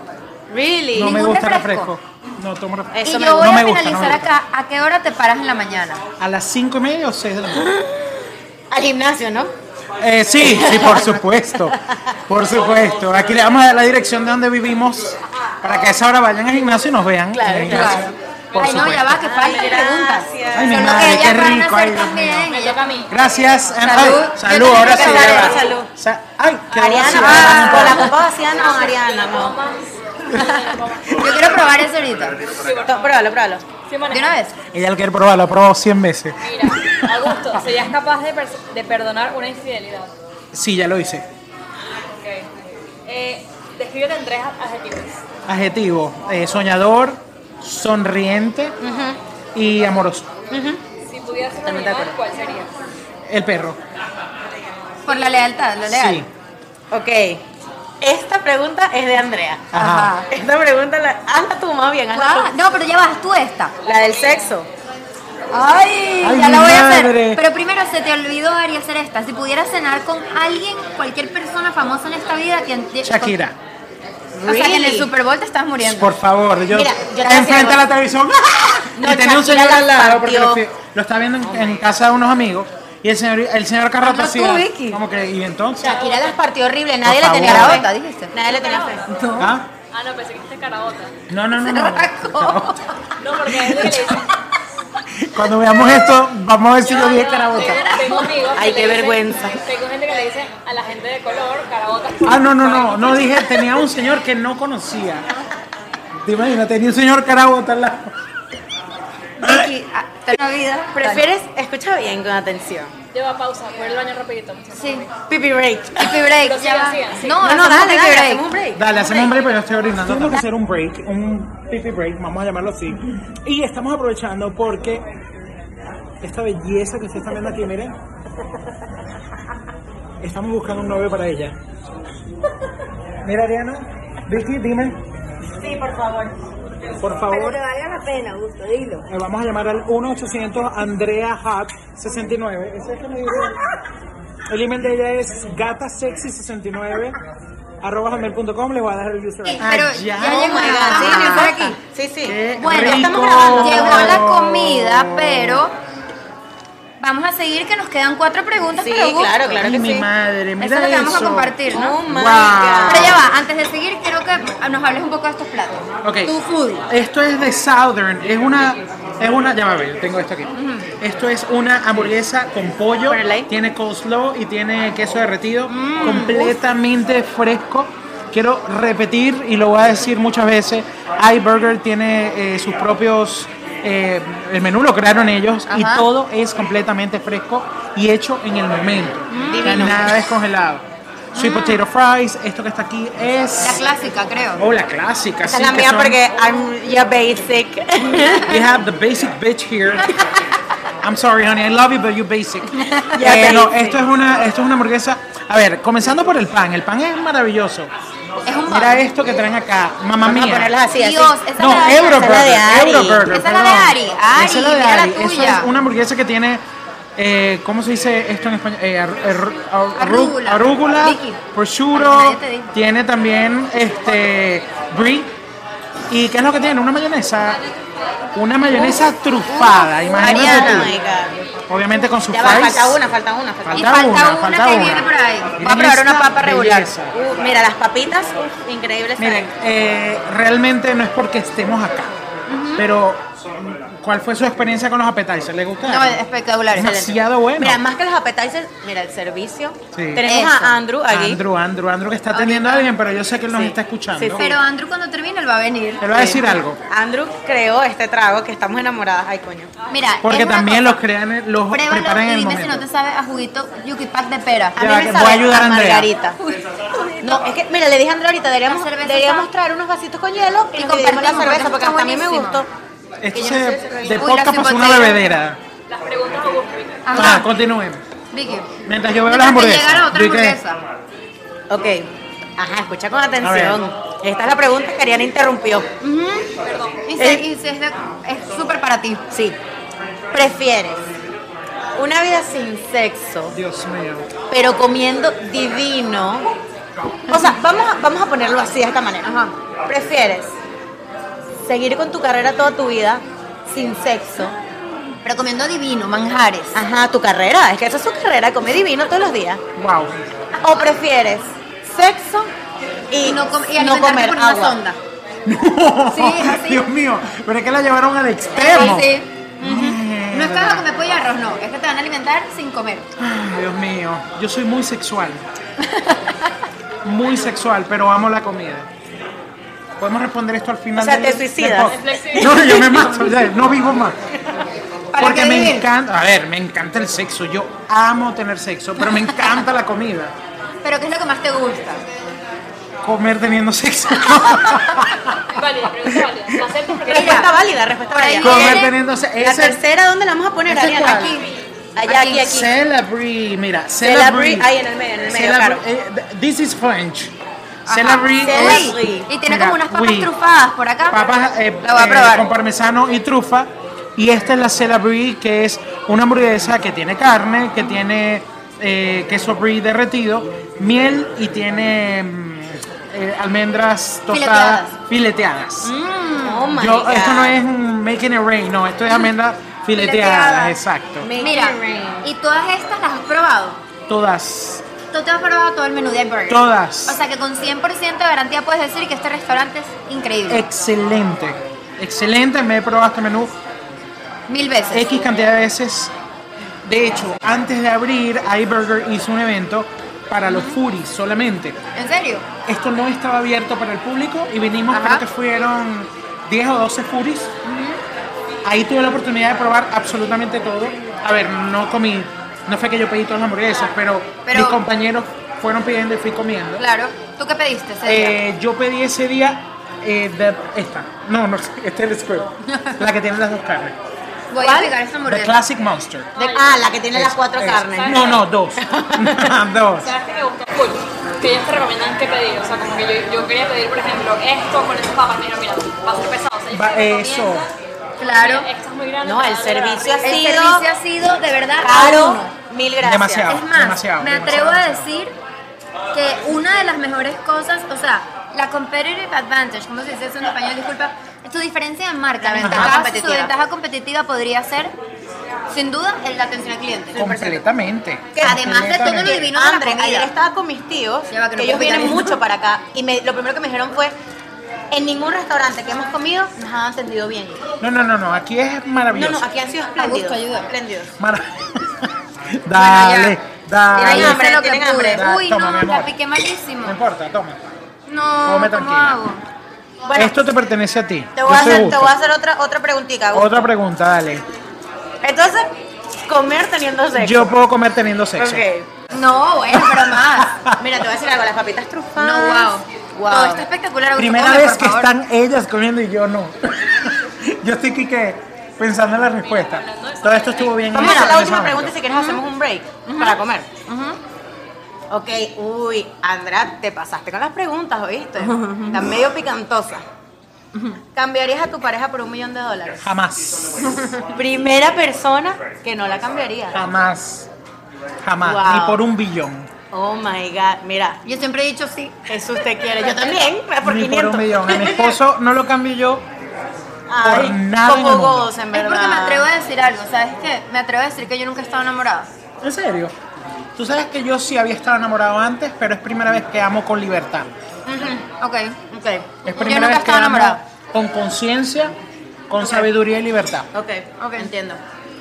Speaker 1: Really?
Speaker 3: No me
Speaker 2: ¿Ningún
Speaker 3: gusta el
Speaker 2: refresco?
Speaker 3: refresco. No tomo refresco.
Speaker 1: Eso
Speaker 2: y
Speaker 1: me
Speaker 2: yo
Speaker 1: gusta.
Speaker 2: voy
Speaker 3: No
Speaker 2: a
Speaker 3: me gusta, no me
Speaker 2: finalizar acá. ¿A qué hora te paras en la mañana?
Speaker 3: A las cinco y media o seis de la mañana.
Speaker 1: Al gimnasio, ¿no?
Speaker 3: Eh, sí, sí, por supuesto. Por supuesto. Aquí le vamos a dar la dirección de donde vivimos para que a esa hora vayan al gimnasio y nos vean. Eh,
Speaker 1: Claro,
Speaker 3: en el
Speaker 1: claro.
Speaker 3: gimnasio. Por
Speaker 2: Ay, no, ya
Speaker 3: supuesto.
Speaker 2: va, que faltan preguntas.
Speaker 1: gracias.
Speaker 3: Ay, mi
Speaker 2: Son lo
Speaker 3: madre,
Speaker 2: que ellas
Speaker 3: qué
Speaker 2: van a
Speaker 3: rico,
Speaker 2: hacer
Speaker 3: ay, Dios
Speaker 2: también.
Speaker 4: Me toca a mí.
Speaker 3: Gracias. Ana.
Speaker 2: Salud.
Speaker 3: Ay,
Speaker 2: Yo
Speaker 3: salud,
Speaker 2: también
Speaker 3: ahora sí.
Speaker 2: quiero
Speaker 3: ya va.
Speaker 1: salud.
Speaker 3: Sa- Ay, qué
Speaker 1: Ariana,
Speaker 3: vacío,
Speaker 1: ah, con
Speaker 3: Ana.
Speaker 1: la copa vacía no, Ariana, no.
Speaker 2: Yo quiero probar eso ahorita.
Speaker 1: To- Pruébalo, pruébalo.
Speaker 2: ¿De
Speaker 4: Sí,
Speaker 2: una vez?
Speaker 3: Ella lo quiere probar, lo ha probado 100 veces.
Speaker 4: Mira, Augusto, ¿serías capaz de, pers- de perdonar una infidelidad?
Speaker 3: Sí, ya lo hice.
Speaker 4: Ok. Eh, descríbete en tres adjetivos.
Speaker 3: Adjetivo, eh, soñador, sonriente y amoroso.
Speaker 4: Si pudieras ser un animal, ¿cuál sería?
Speaker 3: El perro.
Speaker 2: Por la lealtad, lo leal.
Speaker 3: Sí.
Speaker 1: Ok. Esta pregunta es de Andrea.
Speaker 3: Ajá.
Speaker 2: Ajá.
Speaker 1: Esta pregunta, la, hazla tú más bien, hazla
Speaker 2: Guau, Ah, No, pero ya vas tú esta.
Speaker 1: tú. La del sexo.
Speaker 2: Ay,
Speaker 3: Ay,
Speaker 2: ya
Speaker 3: mi
Speaker 2: la voy a
Speaker 3: madre.
Speaker 2: hacer. Pero primero se te olvidó, Ari, hacer esta. Si pudieras cenar con alguien, cualquier persona famosa en esta vida, que
Speaker 3: Shakira,
Speaker 2: O sea, que en el
Speaker 1: Really?
Speaker 2: Super Bowl te estás muriendo.
Speaker 3: por favor, yo,
Speaker 1: Mira, yo te voy a decir
Speaker 3: enfrente a
Speaker 1: algo.
Speaker 3: la televisión.
Speaker 1: No,
Speaker 3: [laughs] y tenía un
Speaker 1: Shakira
Speaker 3: señor al lado
Speaker 1: las
Speaker 3: porque lo,
Speaker 1: partió.
Speaker 3: lo estaba viendo en, en casa de unos amigos y el señor el señor Carrota
Speaker 2: Hazlo tú,
Speaker 3: hacía
Speaker 2: Vicky.
Speaker 3: como que y entonces
Speaker 1: Shakira las partió horrible, nadie le
Speaker 3: Por
Speaker 1: tenía
Speaker 2: favor.
Speaker 1: fe.
Speaker 2: Carota, dijiste.
Speaker 1: Nadie le tenía fe.
Speaker 3: ¿Ah?
Speaker 4: Ah, no, pensé que dijiste carabota.
Speaker 3: No, no, no, no.
Speaker 2: Raco.
Speaker 4: No, porque es lo que
Speaker 1: [laughs]
Speaker 4: le dicen.
Speaker 3: Cuando veamos esto, vamos a ver si yo dije carabota.
Speaker 4: Tengo amigos. que
Speaker 1: Ay,
Speaker 4: le
Speaker 1: qué
Speaker 4: dicen-
Speaker 1: vergüenza.
Speaker 4: Tengo gente que le dice a la gente de color carabotas.
Speaker 3: Ah, no, no, no, no dije, tenía un señor que no conocía. Te imaginas, tenía un señor carabota al lado.
Speaker 2: Vicky, ah, te una vida.
Speaker 1: ¿Prefieres? Escucha bien, con atención.
Speaker 4: Lleva pausa, voy al baño rapidito.
Speaker 2: Sí.
Speaker 1: Pipi break.
Speaker 2: Pipi break,
Speaker 4: Pero
Speaker 2: ya
Speaker 4: sigan,
Speaker 2: va.
Speaker 4: sigan, sigan.
Speaker 1: No,
Speaker 2: No,
Speaker 1: no,
Speaker 2: hacemos
Speaker 1: dale,
Speaker 2: pipi
Speaker 1: dale,
Speaker 2: break.
Speaker 1: hacemos un break.
Speaker 3: Dale, hacemos un break, pero yo estoy orinando. Tenemos que hacer un break, un pipi break, vamos a llamarlo así. Y estamos aprovechando porque esta belleza que ustedes están viendo aquí, miren. Estamos buscando un novio para ella. Mira, Ariana, Vicky, dime. Sí, por favor. Por favor. Eh, vamos a llamar al 1-800 Andrea Hat 69. Ese es el que me dijo. El email de ella es gatasexy69 arroba gmail.com, les voy a dar el user.
Speaker 2: Sí, pero ya
Speaker 1: Oh my
Speaker 2: llegó.
Speaker 1: God,
Speaker 2: Ah,
Speaker 1: sí,
Speaker 2: ajá.
Speaker 1: debe ser aquí. Sí, sí.
Speaker 3: Qué
Speaker 2: Bueno,
Speaker 3: rico.
Speaker 1: estamos grabando.
Speaker 2: Llegó la comida, pero vamos a seguir que nos quedan cuatro preguntas.
Speaker 1: Sí,
Speaker 2: pero gusto.
Speaker 1: claro, claro
Speaker 3: Ay,
Speaker 1: que
Speaker 3: mi
Speaker 1: sí.
Speaker 3: madre,
Speaker 2: Eso
Speaker 3: mira
Speaker 2: es lo que vamos a
Speaker 3: eso.
Speaker 2: compartir, ¿no?
Speaker 1: Oh my
Speaker 3: Wow.
Speaker 2: Pero ya va, antes de seguir, quiero que nos hables un poco de estos platos.
Speaker 3: Ok.
Speaker 2: Tu foodie.
Speaker 3: Esto es de Southern. Es una. Es una. Ya va a ver, tengo esto aquí.
Speaker 1: Mm.
Speaker 3: Esto es una hamburguesa con pollo.
Speaker 1: Pero light.
Speaker 3: Tiene coleslaw y tiene queso derretido.
Speaker 1: Mm,
Speaker 3: completamente fresco. Quiero repetir y lo voy a decir muchas veces. iBurger tiene eh, sus propios. eh, el menú lo crearon ellos y
Speaker 2: Ajá.
Speaker 3: todo es completamente fresco y hecho en el momento. O sea,
Speaker 1: Mm, Divino. Mm.
Speaker 3: Nada descongelado. Sweet potato fries, esto que está aquí es.
Speaker 2: La clásica, creo.
Speaker 3: Oh, la clásica.
Speaker 1: Esa
Speaker 3: sí,
Speaker 1: es la
Speaker 3: que
Speaker 1: mía
Speaker 3: son-
Speaker 1: porque I'm your basic.
Speaker 3: We have the basic bitch here. I'm sorry, honey. I love you, but you
Speaker 1: [laughs]
Speaker 3: basic.
Speaker 1: Ya
Speaker 3: Eh,
Speaker 1: te
Speaker 3: no,
Speaker 1: hice.
Speaker 3: esto es una, esto es una hamburguesa. A ver, comenzando por el pan. El pan es maravilloso.
Speaker 2: Es un
Speaker 3: Oh, Mira
Speaker 2: pan.
Speaker 3: esto que traen acá, mamá
Speaker 1: Vamos [laughs] a
Speaker 3: mía.
Speaker 1: ponerlas así, así.
Speaker 2: Dios, esa
Speaker 3: No,
Speaker 2: es la de-
Speaker 3: Euroburger.
Speaker 1: esa es la de Ari.
Speaker 3: Euroburger,
Speaker 2: Esa es la de
Speaker 3: perdón.
Speaker 2: Ari. Ari,
Speaker 3: Esa es la de
Speaker 2: mira la
Speaker 3: Ari. Eso
Speaker 2: tuya.
Speaker 3: es una hamburguesa que tiene, eh, ¿cómo se dice esto en español? Eh, ar- ar- ar-
Speaker 2: Arrúgula.
Speaker 3: arrúgula,
Speaker 2: Vicky. Nadie
Speaker 3: prosciutto.
Speaker 2: te dijo.
Speaker 3: Tiene también este brie. ¿Y qué es lo que tiene? Una mayonesa. Una mayonesa trufada, imagínate
Speaker 2: Ariana.
Speaker 1: Oh
Speaker 3: tú.
Speaker 1: my God.
Speaker 3: Obviamente con su
Speaker 1: Ya va,
Speaker 3: fries.
Speaker 1: falta una, falta una, falta
Speaker 2: Y
Speaker 1: una.
Speaker 3: Falta
Speaker 2: falta
Speaker 3: una,
Speaker 2: una
Speaker 3: falta
Speaker 2: que
Speaker 3: una.
Speaker 2: viene por ahí.
Speaker 3: Miren
Speaker 2: Voy a probar una
Speaker 3: esta
Speaker 2: papa regular.
Speaker 3: belleza.
Speaker 1: Uh, mira, las papitas, uf, increíbles.
Speaker 3: Miren, eh, realmente no es porque estemos acá, pero ¿cuál fue su experiencia con los appetizers? ¿Les gusta?
Speaker 2: No, espectacular. excelente.
Speaker 3: Demasiado bueno.
Speaker 1: Mira, más que los appetizers, mira el servicio.
Speaker 3: Sí.
Speaker 1: Tenemos
Speaker 2: Eso.
Speaker 1: a Andrew aquí.
Speaker 3: Andrew, Andrew, Andrew que está atendiendo a alguien, pero yo sé que él nos
Speaker 1: Sí.
Speaker 3: está escuchando.
Speaker 1: Sí, sí.
Speaker 2: Pero Andrew cuando termine él va a venir.
Speaker 3: Te voy a decir algo,
Speaker 1: Andrew creó este trago que estamos enamoradas. Ay, coño.
Speaker 2: Mira,
Speaker 3: porque
Speaker 2: es una
Speaker 3: también
Speaker 2: cosa.
Speaker 3: los crean, los
Speaker 2: Pruébalo
Speaker 3: preparan en
Speaker 2: y
Speaker 3: el
Speaker 2: dime si
Speaker 3: momento.
Speaker 2: no te sabe a juguito yuki pack de pera.
Speaker 1: A
Speaker 3: Ya
Speaker 1: mí
Speaker 3: va,
Speaker 1: me
Speaker 3: que
Speaker 1: sabe
Speaker 3: voy a ayudar a Andrea.
Speaker 1: margarita. No, es que, mira, le dije a Andrea ahorita, deberíamos,
Speaker 2: cerveza
Speaker 1: deberíamos
Speaker 2: sabe.
Speaker 1: traer unos vasitos con hielo y,
Speaker 2: Y
Speaker 1: nos dividimos la
Speaker 2: compartimos,
Speaker 1: cerveza,
Speaker 2: porque
Speaker 1: porque
Speaker 2: está
Speaker 1: hasta a mí me
Speaker 2: buenísimo.
Speaker 1: gustó.
Speaker 3: Esto
Speaker 1: yo
Speaker 3: se,
Speaker 1: no sé-
Speaker 3: de
Speaker 2: Uy,
Speaker 3: podcast
Speaker 2: las
Speaker 3: pasó una
Speaker 2: hipoteca.
Speaker 3: bebedera.
Speaker 4: Las preguntas a Guspi.
Speaker 2: Ajá.
Speaker 3: Ah, continúen.
Speaker 2: Vicky.
Speaker 3: Mientras yo veo
Speaker 2: Mientras
Speaker 3: las
Speaker 2: que
Speaker 3: hamburguesas.
Speaker 2: llegara otra
Speaker 3: Vicky,
Speaker 2: hamburguesa.
Speaker 1: Ok. Ajá, escucha con
Speaker 3: A
Speaker 1: atención.
Speaker 3: ver.
Speaker 1: Esta es la pregunta que Ariana interrumpió.
Speaker 2: Y
Speaker 3: Eh.
Speaker 2: se- y se- es de- es súper para ti.
Speaker 1: Sí. ¿Prefieres una vida sin sexo,
Speaker 3: Dios mío.
Speaker 1: pero comiendo divino? O sea, vamos a, vamos a ponerlo así, de esta manera.
Speaker 2: Ajá.
Speaker 1: ¿Prefieres seguir con tu carrera toda tu vida sin sexo?
Speaker 2: Pero comiendo divino, manjares.
Speaker 1: Ajá, tu carrera. Es que esa es su carrera, come divino todos los días.
Speaker 3: Wow.
Speaker 1: ¿O prefieres sexo y,
Speaker 2: Y no, com- y
Speaker 1: no
Speaker 2: alimentarte
Speaker 1: comer
Speaker 2: por una
Speaker 1: agua?
Speaker 2: sonda.
Speaker 3: [laughs]
Speaker 2: Sí,
Speaker 3: No,
Speaker 2: así.
Speaker 3: Dios mío. Pero es que la llevaron al
Speaker 2: Sí,
Speaker 3: extremo.
Speaker 2: sí. No es que vas a comer pollo y arroz, no. Es que te van a alimentar sin comer.
Speaker 3: Ay, Dios mío, yo soy muy sexual. Muy sexual, pero amo la comida. Podemos responder esto al final.
Speaker 1: O sea,
Speaker 3: del-
Speaker 1: te
Speaker 3: del
Speaker 1: suicidas.
Speaker 3: podcast? No, yo me mato, ya, no vivo más.
Speaker 2: ¿Para
Speaker 3: Porque
Speaker 2: qué
Speaker 3: me
Speaker 2: vivir?
Speaker 3: encanta, a ver, me encanta el sexo, yo amo tener sexo, pero me encanta la comida.
Speaker 2: Pero ¿qué es lo que más te gusta?
Speaker 3: Comer teniendo sexo.
Speaker 4: Vale, la pregunta válida. ¿La aceptas porque
Speaker 2: Mira,
Speaker 1: Respuesta válida, respuesta
Speaker 2: por ahí
Speaker 1: válida.
Speaker 2: viene.
Speaker 3: Comer teniendo sexo.
Speaker 1: La
Speaker 3: Ese-
Speaker 1: tercera, ¿dónde la vamos a poner,
Speaker 3: ¿Ese
Speaker 1: Ariana?
Speaker 3: cuál?
Speaker 1: Allá, aquí, aquí.
Speaker 3: Celebrate, mira,
Speaker 1: Celebrate,
Speaker 3: celebrate.
Speaker 1: ahí en el medio, en el medio,
Speaker 3: Celebrate,
Speaker 1: claro.
Speaker 3: eh, th- this is French. Celebrate
Speaker 1: Celebrate.
Speaker 3: es-
Speaker 1: Oui.
Speaker 2: Y tiene
Speaker 3: Mira,
Speaker 2: como unas papas
Speaker 3: oui.
Speaker 2: trufadas por acá.
Speaker 3: papas eh,
Speaker 2: la voy a
Speaker 3: eh,
Speaker 2: probar.
Speaker 3: con parmesano y trufa. Y esta es la Cela Brie, que es una hamburguesa que tiene carne, que tiene eh, queso brie derretido, miel y tiene mm, eh, almendras tostadas fileteadas.
Speaker 2: Mm.
Speaker 1: Oh my
Speaker 3: Yo,
Speaker 1: God.
Speaker 3: esto no es un making it rain, no, esto es almendras
Speaker 2: [laughs]
Speaker 3: fileteadas,
Speaker 2: Fileteadas.
Speaker 3: exacto.
Speaker 1: Make
Speaker 2: Mira,
Speaker 1: it rain.
Speaker 2: y todas estas las has probado.
Speaker 3: Todas.
Speaker 2: Tú te has probado todo el menú de burger.
Speaker 3: Todas.
Speaker 2: O sea que con 100% de garantía puedes decir que este restaurante es increíble.
Speaker 3: Eh, Excelente. Excelente, me he probado este menú
Speaker 2: Mil veces.
Speaker 3: X cantidad de veces. De hecho, antes de abrir, iBurger hizo un evento para los Furis solamente.
Speaker 2: ¿En serio?
Speaker 3: Esto no estaba abierto para el público y vinimos,
Speaker 2: Ajá.
Speaker 3: creo que fueron 10 o 12 Furis. Ahí tuve la oportunidad de probar absolutamente todo. A ver, no comí, no fue que yo pedí todas las hamburguesas, pero,
Speaker 2: Pero-
Speaker 3: mis compañeros fueron pidiendo y fui comiendo.
Speaker 2: Claro. ¿Tú qué pediste ese día?
Speaker 3: Eh, yo pedí ese día eh, de- esta. No, [laughs] no, este es el square. la que tiene las dos carnes.
Speaker 2: Voy a
Speaker 1: ¿cuál?
Speaker 2: explicar esta
Speaker 3: The
Speaker 2: hamburguesa.
Speaker 3: Classic Monster.
Speaker 1: De- ah, la que tiene las cuatro
Speaker 3: Esa.
Speaker 1: carnes.
Speaker 3: No,
Speaker 1: [laughs]
Speaker 3: no, dos. [laughs] dos.
Speaker 4: ¿Sabes qué me gusta full? Que ellos te recomiendan qué pedir. O sea, como que yo, yo quería pedir, por ejemplo, esto con esas papas. Mira, mira, va a ser pesado. O sea, ellos
Speaker 3: Va-
Speaker 4: te
Speaker 3: eso.
Speaker 4: recomiendan,
Speaker 2: Claro.
Speaker 4: mira, Esto es muy grande.
Speaker 1: No,
Speaker 4: te
Speaker 1: el
Speaker 4: va a doler la
Speaker 1: servicio
Speaker 4: barriga.
Speaker 1: así.
Speaker 2: El
Speaker 1: sido
Speaker 2: servicio ha sido de verdad a
Speaker 1: Caro,
Speaker 2: uno.
Speaker 1: mil gracias.
Speaker 3: Demasiado.
Speaker 2: Es más,
Speaker 3: demasiado,
Speaker 2: me
Speaker 3: demasiado,
Speaker 2: atrevo a
Speaker 3: demasiado.
Speaker 2: decir que una de las mejores cosas, o sea, la competitive advantage, ¿cómo se dice eso en español? Disculpa, tu diferencia de marca,
Speaker 1: ventaja
Speaker 2: ventaja- su
Speaker 1: competitiva.
Speaker 2: ventaja competitiva podría ser, sin duda, el- la atención al cliente.
Speaker 3: Completamente.
Speaker 2: Que además de todo lo divino de la
Speaker 1: André, ayer
Speaker 2: comida.
Speaker 1: estaba con mis tíos,
Speaker 2: Ya va, que
Speaker 1: que,
Speaker 2: no
Speaker 1: ellos
Speaker 2: puedo
Speaker 1: vienen
Speaker 2: evitar eso.
Speaker 1: mucho para acá, y me- lo primero que me dijeron fue, en ningún restaurante que hemos comido nos han atendido bien.
Speaker 3: No, no, no, no. Aquí es
Speaker 1: No,
Speaker 3: maravilloso.
Speaker 1: no, aquí han sido espléndidos.
Speaker 2: Augusto, ayuda.
Speaker 1: espléndidos.
Speaker 3: Mara- [laughs] dale, dale.
Speaker 1: Tienen hambre,
Speaker 2: Eso es lo que
Speaker 1: tienen
Speaker 2: pude.
Speaker 1: hambre.
Speaker 2: Uy,
Speaker 3: Toma, mi
Speaker 2: no, la
Speaker 3: amor.
Speaker 2: piqué malísimo.
Speaker 3: No importa, toma.
Speaker 2: No,
Speaker 3: Come
Speaker 2: ¿cómo
Speaker 3: tranquila.
Speaker 2: hago?
Speaker 1: Bueno,
Speaker 3: Esto te pertenece a ti.
Speaker 1: te voy a
Speaker 3: Yo soy
Speaker 1: hacer, te
Speaker 3: Gusto.
Speaker 1: voy a hacer otra, otra preguntita. Augusto.
Speaker 3: Otra pregunta, dale.
Speaker 1: Entonces, comer teniendo sexo.
Speaker 3: Yo puedo comer teniendo sexo. [laughs]
Speaker 1: Ok.
Speaker 2: No, bueno, pero más.
Speaker 1: Mira, te voy a decir algo, las papitas trufadas.
Speaker 2: No, wow.
Speaker 1: Wow.
Speaker 2: Todo está espectacular. Augusto,
Speaker 3: Primera
Speaker 2: come,
Speaker 3: vez
Speaker 2: por
Speaker 3: que
Speaker 2: favor.
Speaker 3: están ellas comiendo y yo no. [laughs] yo estoy aquí que pensando en la respuesta. Todo esto estuvo bien.
Speaker 1: Vamos a
Speaker 3: hecho
Speaker 1: hacer
Speaker 3: en
Speaker 1: la
Speaker 3: ese
Speaker 1: última
Speaker 3: momento.
Speaker 1: pregunta y si quieres hacemos un break para comer. Ok, uy, Andra, te pasaste con las preguntas, ¿oíste? Están medio picantosa. ¿Cambiarías a tu pareja por un millón de dólares?
Speaker 3: Jamás,
Speaker 1: Primera persona que no la cambiaría.
Speaker 3: jamás, jamás.
Speaker 1: Wow.
Speaker 3: Ni por un billón.
Speaker 1: Oh my god, mira,
Speaker 2: Yo siempre he dicho sí.
Speaker 1: Jesús te quiere, yo también, Ah, por
Speaker 3: ni por
Speaker 1: 500.
Speaker 3: un millón. A mi esposo no lo cambio yo.
Speaker 1: Ay,
Speaker 3: por nada en
Speaker 1: como
Speaker 3: el mundo.
Speaker 1: goza, en
Speaker 2: Es
Speaker 1: verdad.
Speaker 2: porque me atrevo a decir algo, ¿sabes qué? Me atrevo a decir que yo nunca he estado enamorada.
Speaker 3: En serio. Tú sabes que yo sí había estado enamorado antes, pero es primera vez que amo con libertad.
Speaker 2: Ok.
Speaker 1: Ok,
Speaker 3: Es
Speaker 2: Yo nunca he
Speaker 3: primera vez que
Speaker 2: estado
Speaker 3: amo
Speaker 2: enamorada.
Speaker 3: con conciencia, con sabiduría y libertad.
Speaker 1: ok, ok, entiendo.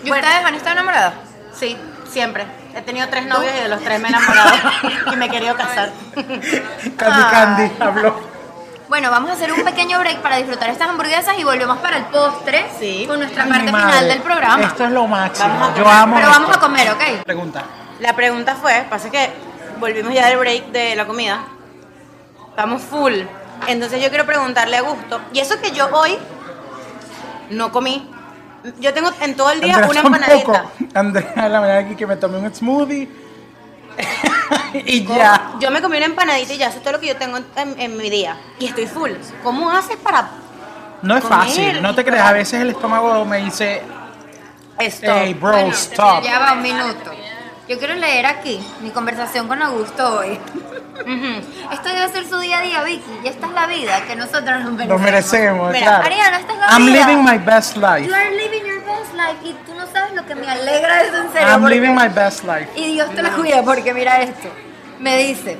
Speaker 2: ¿Y
Speaker 1: Bueno,
Speaker 2: ustedes han estado enamoradas?
Speaker 1: Sí, siempre. He tenido tres novios y de los tres me he enamorado
Speaker 2: [laughs]
Speaker 1: y me he querido casar.
Speaker 3: Candy Candy habló.
Speaker 2: Bueno, vamos a hacer un pequeño break para disfrutar estas hamburguesas y volvemos para el postre
Speaker 1: Sí.
Speaker 2: con nuestra
Speaker 3: Ay,
Speaker 2: parte
Speaker 3: mi
Speaker 2: final
Speaker 3: madre,
Speaker 2: del programa.
Speaker 3: Esto es lo máximo.
Speaker 1: Vamos a
Speaker 3: Yo
Speaker 1: comer,
Speaker 3: amo.
Speaker 2: Pero
Speaker 3: esto.
Speaker 2: vamos a comer, ¿ok?
Speaker 3: Pregunta.
Speaker 1: La pregunta fue, pasa que volvimos ya del break de la comida, estamos full, entonces yo quiero preguntarle a Gusto, y eso que yo hoy no comí, yo tengo en todo el día
Speaker 3: Andrea,
Speaker 1: una
Speaker 3: tampoco.
Speaker 1: empanadita.
Speaker 3: Andrea, la mañana aquí que me tomé
Speaker 2: [laughs]
Speaker 3: un smoothie. y ya.
Speaker 1: Yo me comí una empanadita y ya eso es todo lo que yo tengo en, en- en mi día, y estoy full. ¿Cómo haces para
Speaker 3: No es
Speaker 1: Comer,
Speaker 3: fácil, no te
Speaker 1: y
Speaker 3: creas.
Speaker 1: probar.
Speaker 3: A veces el estómago me dice,
Speaker 1: esto?
Speaker 3: hey, bro,
Speaker 2: Bueno,
Speaker 3: stop.
Speaker 2: Ya va un minuto. Yo quiero leer aquí mi conversación con Augusto hoy. Ujú. Esto debe ser su día a día, Vicky. Y esta es la vida que nosotros nos merecemos.
Speaker 3: Lo merecemos,
Speaker 1: Mira,
Speaker 3: claro.
Speaker 2: Ariana, esta es la
Speaker 3: I'm
Speaker 2: vida.
Speaker 3: living my best
Speaker 2: You
Speaker 3: life.
Speaker 2: are living your best life. Y tú no sabes lo que me alegra eso en serio.
Speaker 3: I'm
Speaker 2: porque-
Speaker 3: living my best life.
Speaker 2: Y Dios te la cuida porque mira esto. Me dice.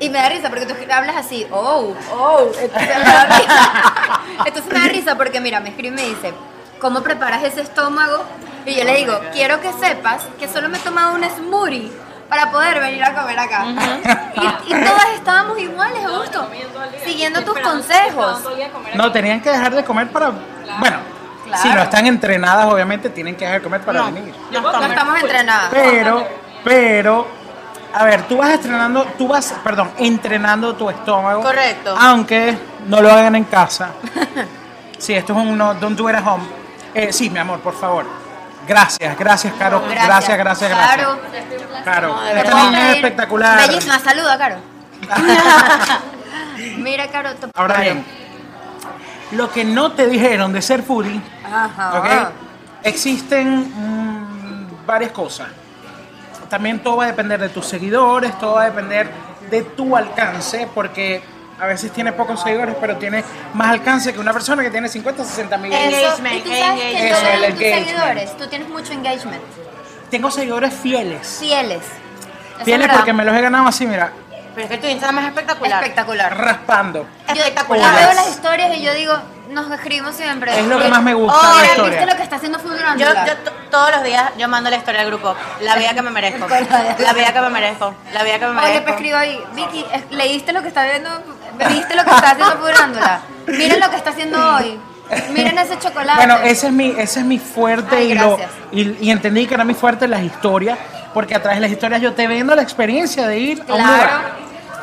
Speaker 2: Y me da risa porque tú hablas así, oh, oh. Entonces me da risa. Entonces me da risa porque mira, me escribe y me dice, ¿cómo preparas ese estómago? Y yo le digo, quiero que sepas que solo me he tomado un smoothie para poder venir a comer acá. y, y todas estábamos iguales, Augusto, siguiendo tus consejos.
Speaker 3: No, tenían que dejar de comer para. Bueno,
Speaker 2: Claro.
Speaker 3: si no están entrenadas, obviamente tienen que dejar de comer para
Speaker 1: No,
Speaker 3: venir.
Speaker 1: no
Speaker 2: No
Speaker 1: estamos.
Speaker 2: estamos entrenadas.
Speaker 3: Pero, pero, a ver, tú vas estrenando, tú vas, perdón, entrenando tu estómago.
Speaker 1: Correcto.
Speaker 3: Aunque no lo hagan en casa. [laughs] sí, esto es un no, don't do it at home. Eh, sí, mi amor, por favor. Gracias, gracias, Caro. Gracias, gracias, gracias.
Speaker 2: Claro.
Speaker 3: Caro,
Speaker 1: No, de
Speaker 2: ¿Te
Speaker 3: esta
Speaker 2: puedo
Speaker 3: niña es
Speaker 2: pedir?
Speaker 3: espectacular.
Speaker 2: Ah, Bellísima, saluda,
Speaker 3: [laughs]
Speaker 2: Caro. Mira, Caro, te-
Speaker 3: Ahora bien, lo que no te dijeron de ser foodie,
Speaker 2: Ajá.
Speaker 3: ¿ok? Existen mm, varias cosas. También todo va a depender de tus seguidores, todo va a depender de tu alcance, porque a veces tienes pocos seguidores, pero tienes más alcance que una persona que tiene 50, 60 mil.
Speaker 1: Eh,
Speaker 2: Eso,
Speaker 1: Engagement,
Speaker 2: y tú sabes que
Speaker 1: engagement.
Speaker 2: yo
Speaker 3: Eso,
Speaker 2: veo
Speaker 3: el
Speaker 2: en tus
Speaker 3: engagement.
Speaker 2: seguidores, tú tienes mucho engagement.
Speaker 3: Tengo seguidores fieles.
Speaker 2: Fieles. Eso
Speaker 3: Fieles
Speaker 2: es
Speaker 3: porque
Speaker 2: verdad.
Speaker 3: me los he ganado así, mira,
Speaker 1: Pero es que tu Instagram es espectacular.
Speaker 2: Espectacular.
Speaker 3: raspando.
Speaker 2: Yo
Speaker 1: Espectacular.
Speaker 2: veo las historias y yo digo, nos escribimos siempre.
Speaker 3: Es lo que más me gusta de la
Speaker 2: Oye,
Speaker 3: historia.
Speaker 2: ¿viste lo que está haciendo Full Durante?
Speaker 1: Yo, yo to- todos los días yo mando la historia al grupo. La vida que me merezco.
Speaker 2: ¿Cuál es?
Speaker 1: La vida que me merezco. La vida que me merezco.
Speaker 2: Oye, te escribo ahí, Vicky, es- ¿leíste lo que está viendo? ¿Viste lo que está haciendo Fudurándola? Miren lo que está
Speaker 3: [laughs]
Speaker 2: haciendo hoy. Miren ese chocolate.
Speaker 3: Bueno, ese es mi, ese es mi fuerte
Speaker 2: Ay,
Speaker 3: y, lo,
Speaker 2: gracias.
Speaker 3: y, y entendí que era mi fuerte las historias, porque a través de las historias yo te vendo la experiencia de ir a
Speaker 2: Claro.
Speaker 3: un lugar.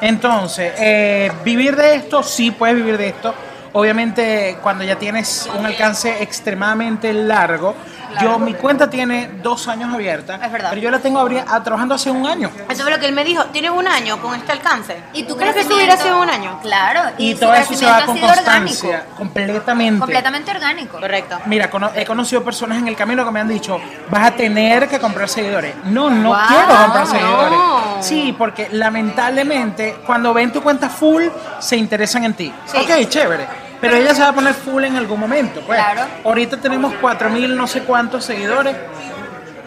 Speaker 3: Entonces, eh, vivir de esto, sí puedes vivir de esto. Obviamente, cuando ya tienes un alcance extremadamente largo, Yo, mi cuenta tiene dos años abierta.
Speaker 2: Es verdad.
Speaker 3: Pero yo la tengo abri- ah, trabajando hace un año.
Speaker 1: Eso fue lo que él me dijo. Tienes un año con este alcance.
Speaker 2: ¿Y tú
Speaker 1: crees que eso
Speaker 2: crecimiento-
Speaker 1: hubiera sido un año?
Speaker 2: Claro.
Speaker 3: Y,
Speaker 2: su
Speaker 3: todo eso se
Speaker 2: crecimiento
Speaker 3: va
Speaker 2: ha
Speaker 3: con
Speaker 2: sido
Speaker 3: constancia.
Speaker 2: orgánico.
Speaker 3: Completamente.
Speaker 2: Completamente orgánico.
Speaker 1: Correcto.
Speaker 3: Mira, cono- he conocido personas en el camino que me han dicho, vas a tener que comprar seguidores. No, no
Speaker 1: Wow,
Speaker 3: quiero comprar
Speaker 1: no.
Speaker 3: seguidores. Sí, porque lamentablemente cuando ven tu cuenta full, se interesan en ti.
Speaker 1: Sí.
Speaker 3: Ok, chévere. Pero ella se va a poner full en algún momento. Pues.
Speaker 2: Claro.
Speaker 3: Ahorita tenemos 4.000 no sé cuántos seguidores,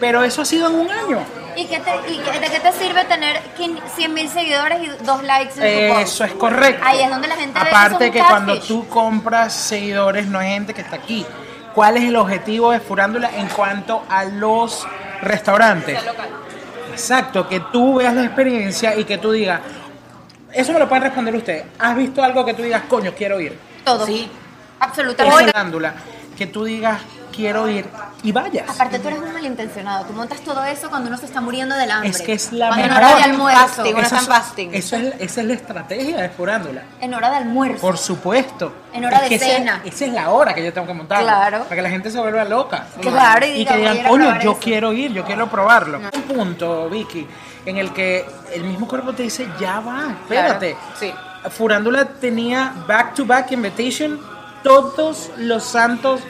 Speaker 3: pero eso ha sido en un año.
Speaker 2: ¿Y, qué te- y qué- de qué te sirve tener 100 mil seguidores y dos likes en tu post?
Speaker 3: Eso es correcto.
Speaker 2: Ahí es donde la gente ve que
Speaker 3: Aparte
Speaker 2: son
Speaker 3: que cuando
Speaker 2: catfish.
Speaker 3: tú compras seguidores no hay gente que está aquí. ¿Cuál es el objetivo de Furándula en cuanto a los restaurantes? Exacto, que tú veas la experiencia y que tú digas, eso me lo pueden responder ustedes. ¿Has visto algo que tú digas, coño, quiero ir?
Speaker 2: Todo.
Speaker 1: Sí.
Speaker 3: Es
Speaker 2: Absolutamente.
Speaker 3: Furándula, que tú digas, quiero ir y vayas.
Speaker 2: Aparte tú eres un malintencionado, tú montas todo eso cuando uno se está muriendo del hambre.
Speaker 3: Es que es la
Speaker 2: cuando
Speaker 3: mejor.
Speaker 2: en hora de almuerzo.
Speaker 1: Fasting. Digo, no
Speaker 3: Eso es-
Speaker 1: están fasting.
Speaker 3: eso es- esa es la estrategia de Furándula.
Speaker 2: En hora de almuerzo.
Speaker 3: Por supuesto.
Speaker 2: En hora de
Speaker 3: que esa-
Speaker 2: cena.
Speaker 3: Esa es la hora que yo tengo que montar.
Speaker 2: Claro.
Speaker 3: Para que la gente se vuelva loca.
Speaker 2: Claro, y
Speaker 3: y,
Speaker 2: diga,
Speaker 3: que
Speaker 2: voy a
Speaker 3: digan,
Speaker 2: ir a
Speaker 3: coño,
Speaker 2: probar
Speaker 3: yo
Speaker 2: eso".
Speaker 3: quiero ir, yo quiero probarlo. Un punto, Vicky, en el que el mismo cuerpo te dice, ya va, espérate.
Speaker 1: sí.
Speaker 3: Furándula tenía back-to-back invitation todos los santos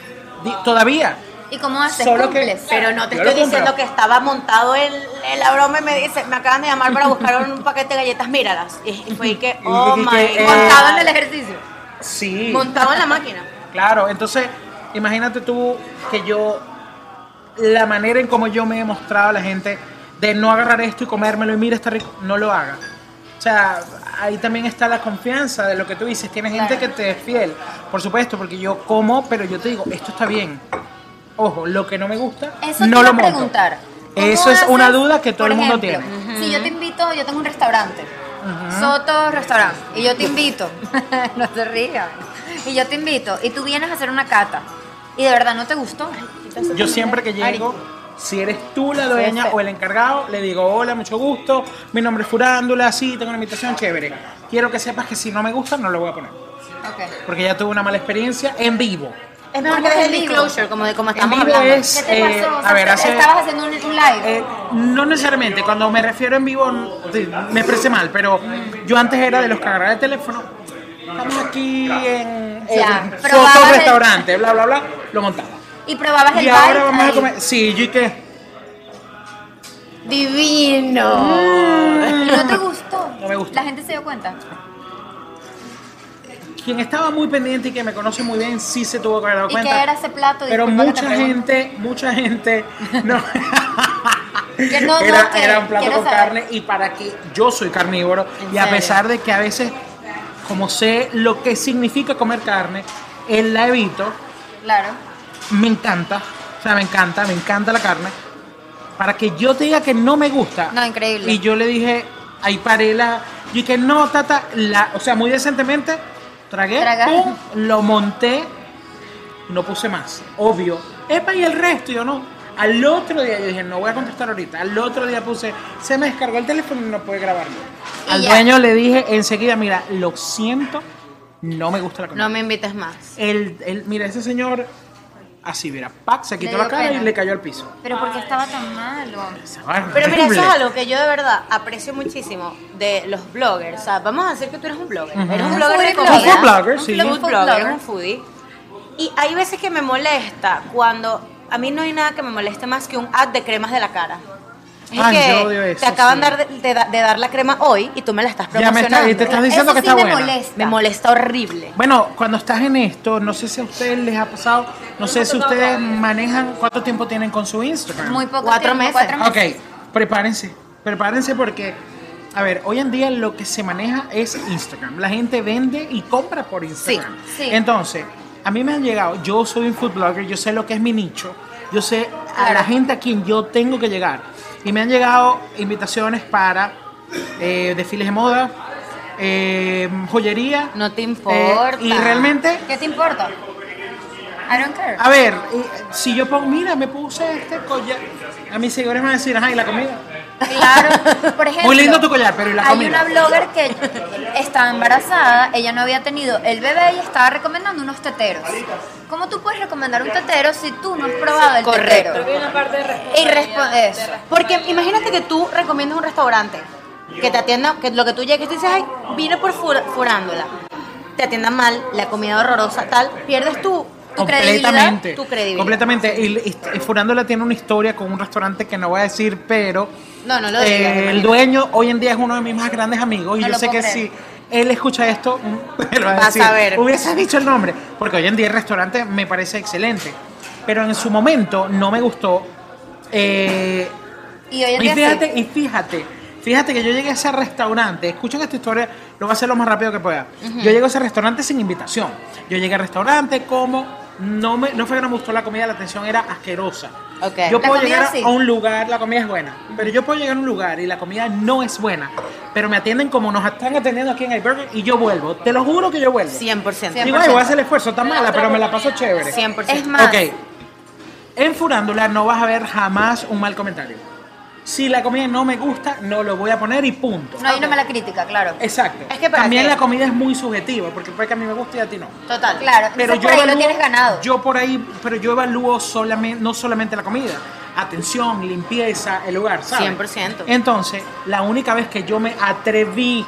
Speaker 3: di- todavía.
Speaker 2: ¿Y cómo haces?
Speaker 3: Solo que-
Speaker 2: Cumples.
Speaker 1: Pero no te
Speaker 3: Yo lo
Speaker 1: estoy diciendo
Speaker 3: compro.
Speaker 1: que estaba montado el, el- la broma y me dice, me acaban de llamar para buscar un paquete de galletas, míralas. Y y fue que, oh my
Speaker 3: [laughs] Y
Speaker 1: god.
Speaker 3: dije que, eh,
Speaker 2: Montado en el ejercicio.
Speaker 3: Sí.
Speaker 1: Montado en la máquina.
Speaker 3: Claro, entonces imagínate tú que yo, la manera en como yo me he mostrado a la gente de no agarrar esto y comérmelo y mira, está rico, no lo haga. O sea, ahí también está la confianza de lo que tú dices. Tienes gente que te es fiel, por supuesto, porque yo como, pero yo te digo, esto está bien. Ojo, lo que no me gusta,
Speaker 2: Eso
Speaker 3: no
Speaker 2: te
Speaker 3: lo
Speaker 2: iba a
Speaker 3: monto.
Speaker 2: preguntar. ¿Cómo
Speaker 3: Eso es una
Speaker 2: haces,
Speaker 3: duda que todo
Speaker 2: por
Speaker 3: el mundo
Speaker 2: ejemplo,
Speaker 3: tiene.
Speaker 2: Si yo te invito, yo tengo un restaurante. Soto Restaurante. Y yo te invito. [laughs] no te rías. Y yo te invito. Y tú vienes a hacer una cata. Y de verdad no te gustó.
Speaker 3: Yo siempre que llego, si eres tú la dueña o el encargado, le digo, hola, mucho gusto, mi nombre es Furándula, sí, tengo una invitación chévere. Quiero que sepas que si no me gusta, no lo voy a poner.
Speaker 2: Ok.
Speaker 3: Porque ya tuve una mala experiencia en vivo.
Speaker 1: Es mejor
Speaker 2: ¿Cómo
Speaker 1: que
Speaker 2: que
Speaker 1: des el
Speaker 2: en vivo?
Speaker 1: disclosure, como de cómo estamos
Speaker 3: en vivo
Speaker 1: hablando.
Speaker 3: es,
Speaker 2: ¿Qué te
Speaker 3: eh,
Speaker 2: pasó? O sea,
Speaker 3: a ver, hace-
Speaker 2: Estabas haciendo un, un live.
Speaker 3: eh, no necesariamente, cuando me refiero en vivo te- me expresé mal, pero yo antes era de los que agarraba el teléfono. Estamos aquí en,
Speaker 2: Ya,
Speaker 3: en
Speaker 2: probabas
Speaker 3: foto
Speaker 2: el-
Speaker 3: restaurante, bla, bla, bla, lo montaba.
Speaker 2: y probabas el
Speaker 3: Y
Speaker 2: vibe.
Speaker 3: ahora vamos a
Speaker 2: ahí.
Speaker 3: comer. Sí, yo y qué.
Speaker 1: Divino.
Speaker 2: Y no te gustó.
Speaker 3: Mm. No me gustó.
Speaker 2: La gente se dio cuenta.
Speaker 3: quien estaba muy pendiente y que me conoce muy bien sí se tuvo que haber dado
Speaker 2: ¿Y
Speaker 3: cuenta.
Speaker 2: qué era ese plato?
Speaker 3: Pero
Speaker 2: Disculpa que te
Speaker 3: mucha
Speaker 2: pregunte.
Speaker 3: gente, mucha
Speaker 2: [laughs]
Speaker 3: gente no.
Speaker 2: Que no, no,
Speaker 3: era,
Speaker 2: que
Speaker 3: era un plato
Speaker 2: quiero
Speaker 3: con
Speaker 2: saber.
Speaker 3: carne y para que yo soy carnívoro
Speaker 1: ¿En
Speaker 3: y a
Speaker 1: serio?
Speaker 3: pesar de que a veces como sé lo que significa comer carne, él la evito,
Speaker 2: Claro.
Speaker 3: me encanta, o sea, me encanta, me encanta la carne. Para que yo te diga que no me gusta.
Speaker 2: No, increíble.
Speaker 3: Y yo le dije, ahí paré la. Yo dije, no, tata, la, o sea, muy decentemente, tragué,
Speaker 2: Tragar.
Speaker 3: pum, lo monté, no puse más, obvio. Epa, y el resto, yo no. Al otro día yo dije, no voy a contestar ahorita. Al otro día puse, se me descargó el teléfono y no pude grabarlo.
Speaker 2: Y
Speaker 3: Al
Speaker 2: ya.
Speaker 3: dueño le dije enseguida, mira, lo siento, no me gusta la comida.
Speaker 1: No me invites más.
Speaker 3: El, el- mira, ese señor, así, mira, pac, se quitó
Speaker 2: Le
Speaker 3: la
Speaker 2: dio
Speaker 3: cara
Speaker 2: pena.
Speaker 3: y le cayó al piso.
Speaker 2: Pero porque estaba tan malo.
Speaker 1: Pero mira, eso
Speaker 3: Horrible.
Speaker 1: es algo que yo de verdad aprecio muchísimo de los bloggers. O sea, vamos a decir que tú eres un blogger. Eres un
Speaker 2: Un
Speaker 1: blogger de
Speaker 2: food
Speaker 1: comida.
Speaker 3: Un food blogger,
Speaker 1: Un
Speaker 3: sí.
Speaker 1: food
Speaker 2: Un food
Speaker 1: blogger,
Speaker 2: blogger.
Speaker 1: un foodie. Y hay veces que me molesta cuando... A mí no hay nada que me moleste más que un ad de cremas de la cara. Es
Speaker 3: Ay,
Speaker 1: que
Speaker 3: yo odio eso,
Speaker 1: te acaban
Speaker 3: sí.
Speaker 1: dar de, de da- de dar la crema hoy y tú me la estás
Speaker 3: Ya me
Speaker 1: promocionando.
Speaker 3: está, y te estás diciendo
Speaker 2: Eso
Speaker 3: que
Speaker 2: sí
Speaker 3: está
Speaker 2: me
Speaker 3: buena.
Speaker 2: molesta.
Speaker 1: Me molesta horrible.
Speaker 3: Bueno, cuando estás en esto, no sé si a ustedes les ha pasado, no sé si ustedes manejan cuánto tiempo tienen con su Instagram.
Speaker 2: Muy poco
Speaker 1: Cuatro
Speaker 2: tiempo,
Speaker 1: meses.
Speaker 2: Cuatro meses.
Speaker 3: Ok, prepárense, prepárense porque, a ver, hoy en día lo que se maneja es Instagram. La gente vende y compra por Instagram.
Speaker 2: Sí, sí.
Speaker 3: Entonces, a mí me han llegado, yo soy un food blogger, yo sé lo que es mi nicho, yo sé a la
Speaker 2: Claro.
Speaker 3: gente a quien yo tengo que llegar. Y me han llegado invitaciones para eh, desfiles de moda, eh, joyería.
Speaker 1: No te
Speaker 3: eh,
Speaker 1: importa.
Speaker 3: y realmente Ah.
Speaker 2: ¿Qué te importa? I don't care.
Speaker 3: a ver, eh, si yo pongo, mira, me puse este collar, a mis seguidores me van a decir, ajá, ¿y la comida?
Speaker 2: Claro, por ejemplo.
Speaker 3: [laughs] Muy lindo tu collar, pero ¿y la
Speaker 2: Hay
Speaker 3: comida?
Speaker 2: una blogger que estaba embarazada, ella no había tenido el bebé y estaba recomendando unos teteros. ¿Cómo tú puedes recomendar un tetero si tú no has probado el
Speaker 1: Correcto.
Speaker 4: Creo
Speaker 2: tetero?
Speaker 4: que hay una parte de
Speaker 2: Y
Speaker 4: responsabilidad.
Speaker 2: responde eso.
Speaker 1: Porque imagínate que tú recomiendas un restaurante que te atienda, que lo que tú llegues y dices, ay, vine por fur- furándola. Te atiendan mal, la comida horrorosa, tal, pierdes tú.
Speaker 2: Tu
Speaker 3: completamente.
Speaker 2: credibilidad,
Speaker 1: tu credibilidad.
Speaker 3: Completamente. Y, y- y Furándola tiene una historia con un restaurante que no voy a decir, pero.
Speaker 1: No, no lo digas,
Speaker 3: eh,
Speaker 1: María.
Speaker 3: el dueño hoy en día es uno de mis más grandes amigos. Y
Speaker 2: No
Speaker 3: yo
Speaker 2: lo
Speaker 3: sé que
Speaker 2: puedo creer.
Speaker 3: si él escucha esto, [laughs] pero
Speaker 1: Vas a ver.
Speaker 3: Hubiese dicho el nombre. Porque hoy en día el restaurante me parece excelente. Pero en su momento no me gustó. Eh,
Speaker 2: Y hoy en
Speaker 3: y
Speaker 2: día sí.
Speaker 3: fíjate, y fíjate, fíjate que yo llegué a ese restaurante, escuchen esta historia, lo voy a hacer lo más rápido que pueda. Yo llego a ese restaurante sin invitación. Yo llegué al restaurante como no me no fue que no me gustó la comida, la atención era asquerosa.
Speaker 1: Ok.
Speaker 3: Yo
Speaker 2: La
Speaker 3: puedo
Speaker 2: comida
Speaker 3: llegar a-
Speaker 2: sí.
Speaker 3: a un lugar, la comida es buena, pero yo puedo llegar a un lugar y la comida no es buena, pero me atienden como nos están atendiendo aquí en el burger y yo vuelvo. Te lo juro que yo vuelvo.
Speaker 1: 100%.
Speaker 3: Digo, "Ay, voy a hacer el esfuerzo, está mala, pero me la paso chévere.
Speaker 1: 100%.
Speaker 2: Es más,
Speaker 3: Ok. En Furándula no vas a ver jamás un mal comentario. Si la comida no me gusta, no lo voy a poner y punto.
Speaker 2: no hay una mala crítica, claro.
Speaker 3: Exacto.
Speaker 1: Es que para
Speaker 3: También
Speaker 1: qué.
Speaker 3: la comida es muy subjetiva, porque puede que a mí me guste y a ti no.
Speaker 1: Total.
Speaker 2: Claro, pero
Speaker 3: Pero yo
Speaker 2: por ahí
Speaker 3: evalúo-
Speaker 2: lo tienes ganado.
Speaker 3: Yo por ahí, pero yo evalúo solamente, no solamente la comida, atención, limpieza, el lugar, ¿sabes?
Speaker 1: 100%.
Speaker 3: Entonces, la única vez que yo me atreví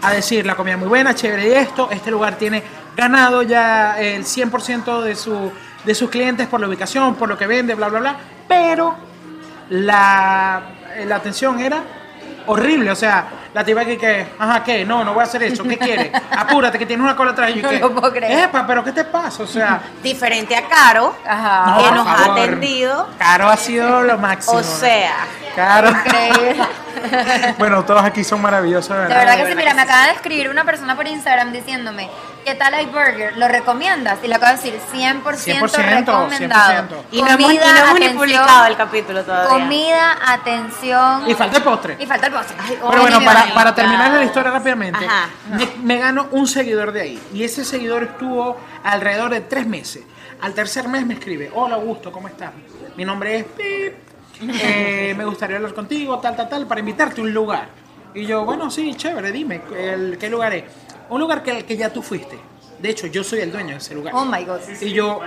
Speaker 3: a decir la comida es muy buena, chévere y esto, este lugar tiene ganado ya el 100% de, su, de sus clientes por la ubicación, por lo que vende, bla, bla, bla, pero la, la atención era horrible, o sea, la tipa que, que, ajá, ¿qué? No, no voy a hacer eso, ¿qué quiere? Apúrate, que tiene una cola atrás. Y yo,
Speaker 2: No
Speaker 3: ¿qué?
Speaker 2: lo puedo creer.
Speaker 3: Epa, pero ¿qué te pasa? O sea,
Speaker 1: Diferente a Caro,
Speaker 3: [laughs]
Speaker 2: Ajá.
Speaker 3: no,
Speaker 1: que
Speaker 3: por
Speaker 1: nos ha
Speaker 3: favor.
Speaker 1: atendido.
Speaker 3: Caro ha sido lo máximo.
Speaker 1: O sea,
Speaker 3: Caro.
Speaker 2: Increíble.
Speaker 3: bueno, todos aquí son maravillosos, de
Speaker 2: De
Speaker 3: ¿verdad?
Speaker 2: verdad que sí, mira, me acaba de escribir una persona por Instagram diciéndome, ¿qué tal iBurger? ¿Lo recomiendas? Y le acabo de decir, 100%,
Speaker 3: 100%,
Speaker 2: recomendado.
Speaker 3: 100%.
Speaker 1: y no hemos, y no hemos ni
Speaker 2: atención,
Speaker 1: publicado el capítulo todavía.
Speaker 2: Comida, atención.
Speaker 3: Y falta el postre.
Speaker 2: Y falta el postre. Ay,
Speaker 3: Pero bueno,
Speaker 2: oye,
Speaker 3: para,
Speaker 2: Dios.
Speaker 3: para terminar la historia rápidamente,
Speaker 1: Ajá.
Speaker 3: me, me ganó un seguidor de ahí. Y ese seguidor estuvo alrededor de tres meses. Al tercer mes me escribe, hola Augusto, ¿cómo estás? Mi nombre es Pip. Eh, me gustaría hablar contigo, tal, tal, tal, para invitarte a un lugar. Y yo, bueno, sí, chévere, dime, el, ¿qué lugar es? Un lugar que, al que ya tú fuiste. De hecho, yo soy el dueño de ese lugar.
Speaker 2: Oh my God.
Speaker 3: Y yo,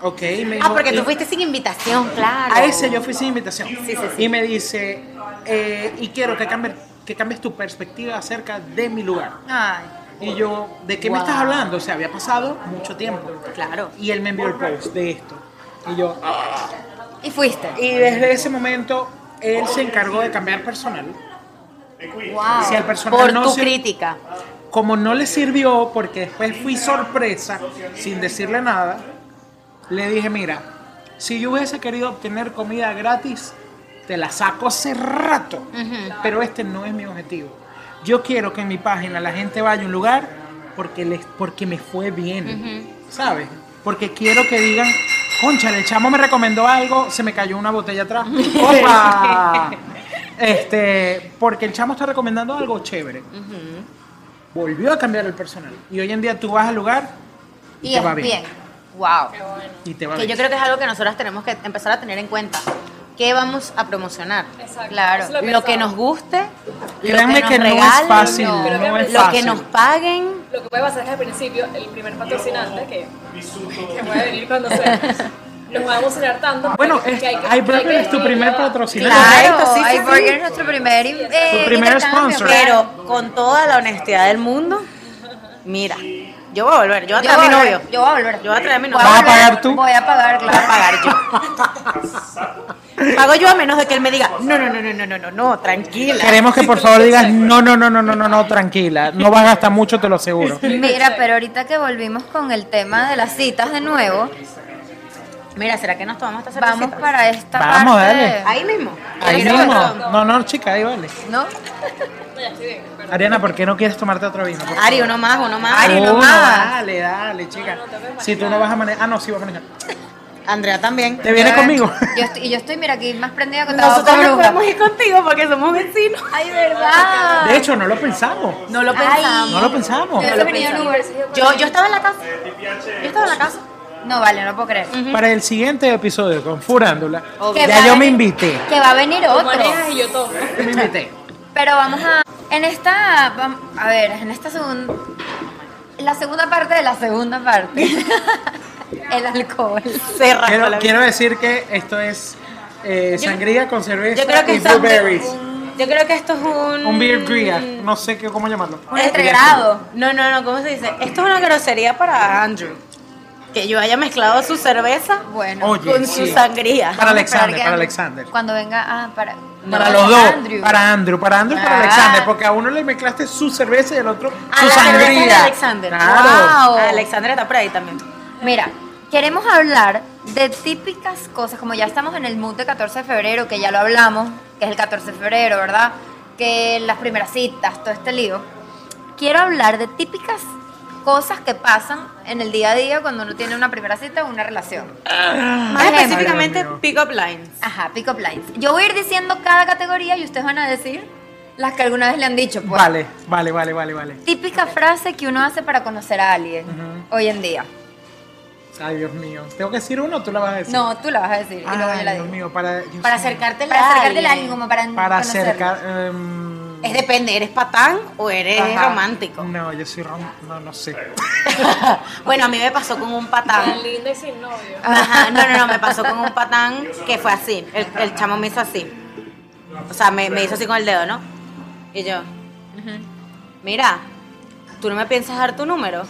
Speaker 3: ok, me
Speaker 1: Ah,
Speaker 3: dijo, "Eh,
Speaker 1: porque tú
Speaker 3: "Y-
Speaker 1: fuiste sin invitación, claro.
Speaker 3: a ese yo fui sin invitación.
Speaker 1: Sí, sí, sí.
Speaker 3: Y me dice, eh, y quiero que cambies, que cambies tu perspectiva acerca de mi lugar.
Speaker 2: Ay,
Speaker 3: Y yo, ¿de qué me
Speaker 2: Wow.
Speaker 3: estás hablando? O sea, había pasado mucho tiempo.
Speaker 1: Claro.
Speaker 3: Y él me envió el post de esto. Y yo, ah.
Speaker 2: y fuiste.
Speaker 3: y desde ese momento, él se encargó de cambiar personal.
Speaker 2: Wow.
Speaker 3: Si al personal
Speaker 1: Por
Speaker 3: no
Speaker 1: tu
Speaker 3: se-
Speaker 1: crítica.
Speaker 3: como no le sirvió, porque después fui sorpresa, sin decirle nada, le dije, mira, si yo hubiese querido obtener comida gratis, te la saco hace rato, pero este no es mi objetivo. Yo quiero que en mi página la gente vaya a un lugar porque, les, porque me fue bien, ¿sabes? Porque quiero que digan, concha, el chamo me recomendó algo, se me cayó una botella atrás. [laughs] ¡Opa! Este, porque el chamo está recomendando algo chévere volvió a cambiar el personal. Y hoy en día tú vas al lugar y,
Speaker 2: Y
Speaker 3: te
Speaker 2: es
Speaker 3: va
Speaker 2: bien.
Speaker 3: bien.
Speaker 2: Wow.
Speaker 3: Y te va
Speaker 1: Que yo
Speaker 3: bien.
Speaker 1: creo que es algo que nosotras tenemos que empezar a tener en cuenta. ¿Qué vamos a promocionar?
Speaker 4: Exacto.
Speaker 2: Claro.
Speaker 4: Eso
Speaker 1: Lo,
Speaker 4: he
Speaker 1: que
Speaker 4: pensado.
Speaker 1: nos guste,
Speaker 3: Créanme
Speaker 1: lo
Speaker 3: que
Speaker 1: que,
Speaker 3: no
Speaker 1: nos
Speaker 3: es
Speaker 1: regalen,
Speaker 3: fácil,
Speaker 2: no.
Speaker 3: no,
Speaker 4: Pero que-
Speaker 3: es
Speaker 4: lo
Speaker 1: lo
Speaker 3: fácil.
Speaker 1: que nos paguen.
Speaker 4: Lo que puede pasar es que al principio, el primer patrocinante, que, que
Speaker 2: [laughs]
Speaker 4: puede venir cuando sea, nos va a emocionar tanto.
Speaker 3: Bueno,
Speaker 4: que- que hay que-
Speaker 3: hay
Speaker 4: que hay que
Speaker 3: es tu primer
Speaker 4: llevar-
Speaker 3: patrocinante.
Speaker 2: Claro,
Speaker 1: Correcto, sí, sí,
Speaker 2: iBurger
Speaker 1: sí.
Speaker 2: es nuestro primer, eh,
Speaker 3: Tu primer
Speaker 2: intercambio,
Speaker 3: sponsor.
Speaker 2: claro.
Speaker 1: Pero con toda la honestidad del mundo, mira, yo voy a volver, yo voy a
Speaker 2: Yo
Speaker 1: traer a mi
Speaker 2: voy a volver,
Speaker 1: novio.
Speaker 2: Yo voy a volver.
Speaker 1: Yo voy a traer a mi
Speaker 2: Voy
Speaker 1: novio.
Speaker 3: ¿Vas a
Speaker 2: volver,
Speaker 3: pagar tú?
Speaker 2: Voy a pagar,
Speaker 1: Voy a
Speaker 2: claro.
Speaker 1: pagar yo. Pago yo a menos de que él me diga, no, no, no, no, no, no, no, no, tranquila.
Speaker 3: Queremos que por favor digas, no, no, no, no, no, no, no, tranquila. No vas a gastar mucho, te lo [laughs] aseguro.
Speaker 2: Mira, pero ahorita que volvimos con el tema de las citas de nuevo,
Speaker 1: Mira, ¿será que nos tomamos esta cervecita?
Speaker 2: vamos para esta
Speaker 3: Vamos,
Speaker 2: parte.
Speaker 3: dale.
Speaker 2: de-
Speaker 1: Ahí mismo.
Speaker 3: Ahí
Speaker 2: Pero-
Speaker 3: mismo. No, no, chica, ahí vale.
Speaker 2: ¿No?
Speaker 4: No, ya estoy bien, perdón.
Speaker 3: Ariana, ¿por qué no quieres tomarte otro vino? Por
Speaker 1: Ari,
Speaker 3: favor.
Speaker 1: uno más, uno más.
Speaker 2: Ari, uno
Speaker 3: Uno,
Speaker 2: más.
Speaker 3: Dale, dale, chica. Si tú no vas a manejar. Ah, no, sí vas a manejar.
Speaker 1: Andrea también.
Speaker 3: ¿Te vienes
Speaker 2: Yo-
Speaker 3: conmigo?
Speaker 2: [laughs] Yo estoy, y yo estoy, mira, aquí más prendida que estaba
Speaker 1: Nosotros no
Speaker 2: bruja.
Speaker 1: podemos ir contigo porque somos vecinos.
Speaker 2: Ay, ¿verdad?
Speaker 3: De hecho, no lo pensamos.
Speaker 1: No lo
Speaker 2: Ah, pensamos.
Speaker 3: No lo pensamos.
Speaker 2: Yo hubiese venido en Uber.
Speaker 1: Yo, yo estaba en la casa. Yo estaba en la casa.
Speaker 2: No, vale, no puedo creer.
Speaker 3: Para el siguiente episodio con Furándola,
Speaker 2: Que va
Speaker 3: ya
Speaker 2: a
Speaker 3: yo me
Speaker 2: venir-
Speaker 3: invité.
Speaker 2: Que va a venir
Speaker 4: Tú
Speaker 2: otro.
Speaker 4: manejas y yo tomo.
Speaker 3: Me invité.
Speaker 2: Pero vamos a. En esta. vam- A ver, en esta segunda. La segunda parte de la segunda
Speaker 1: [laughs]
Speaker 2: parte. El alcohol.
Speaker 1: Se raspa
Speaker 3: Quiero,
Speaker 1: la
Speaker 3: quiero decir que esto es eh, sangría con cerveza
Speaker 1: Yo creo que
Speaker 3: y
Speaker 1: esto es un-
Speaker 3: blueberries.
Speaker 1: Yo creo que esto es un.
Speaker 3: Un beer gría, no sé qué, cómo llamarlo.
Speaker 2: Un entregrado.
Speaker 1: No, no, no, ¿cómo se dice? Esto es una grosería para Andrew. Que yo haya mezclado su cerveza
Speaker 2: Bueno.
Speaker 3: Oye,
Speaker 1: con
Speaker 3: sí.
Speaker 1: su sangría.
Speaker 3: Para
Speaker 2: vamos a esperar
Speaker 3: Oh, Alexander,
Speaker 2: que
Speaker 3: para
Speaker 2: Andrew-
Speaker 3: Alexander.
Speaker 2: Cuando venga. Ah, para.
Speaker 3: Para
Speaker 2: no,
Speaker 3: los dos,
Speaker 2: Andrew.
Speaker 3: para Andrew, para Andrew y para
Speaker 2: Ah.
Speaker 3: Alexander, porque a uno le mezclaste su cerveza y al otro
Speaker 1: A
Speaker 3: su
Speaker 1: la cerveza de
Speaker 3: sangría.
Speaker 1: Alexander.
Speaker 3: Claro.
Speaker 2: Wow.
Speaker 1: Alexandra está por ahí también.
Speaker 2: Mira, queremos hablar de típicas cosas, como ya estamos en el mood de 14 de febrero, que ya lo hablamos, que es el 14 de febrero, ¿verdad? Que las primeras citas, todo este lío. Quiero hablar de típicas cosas que pasan en el día a día cuando uno tiene una primera cita o una relación.
Speaker 1: Más
Speaker 2: Ejemplo.
Speaker 1: específicamente,
Speaker 3: Ay, Ah, Dios mío.
Speaker 1: pick-up lines.
Speaker 2: Ajá, pick up lines. Yo voy a ir diciendo cada categoría y ustedes van a decir las que alguna vez le han dicho. Pues.
Speaker 3: Vale, vale, vale, vale, vale.
Speaker 2: Típica frase que uno hace para conocer a alguien hoy en día.
Speaker 3: Ay, Dios mío. ¿Tengo que decir uno o tú la vas a decir?
Speaker 2: No, tú la vas a decir y luego
Speaker 3: Ay,
Speaker 2: yo la
Speaker 3: Dios
Speaker 2: digo.
Speaker 3: mío, para, Dios
Speaker 1: Para
Speaker 3: mío.
Speaker 1: acercarte
Speaker 2: Para acercarte a alguien, como para
Speaker 3: Para
Speaker 2: conocerlo.
Speaker 3: acercar. em,
Speaker 1: Es depende, ¿eres patán o eres
Speaker 3: ajá.
Speaker 1: romántico?
Speaker 3: No, yo soy rom... No, no sé.
Speaker 1: Bueno, a mí me pasó con un patán.
Speaker 4: Tan linda y sin novio.
Speaker 1: Ajá, no, no, no, me pasó con un patán que fue así. El, el chamo me hizo así. O sea, me, me hizo así con el dedo, ¿no? Y yo, mira, tú no me piensas dar tu número.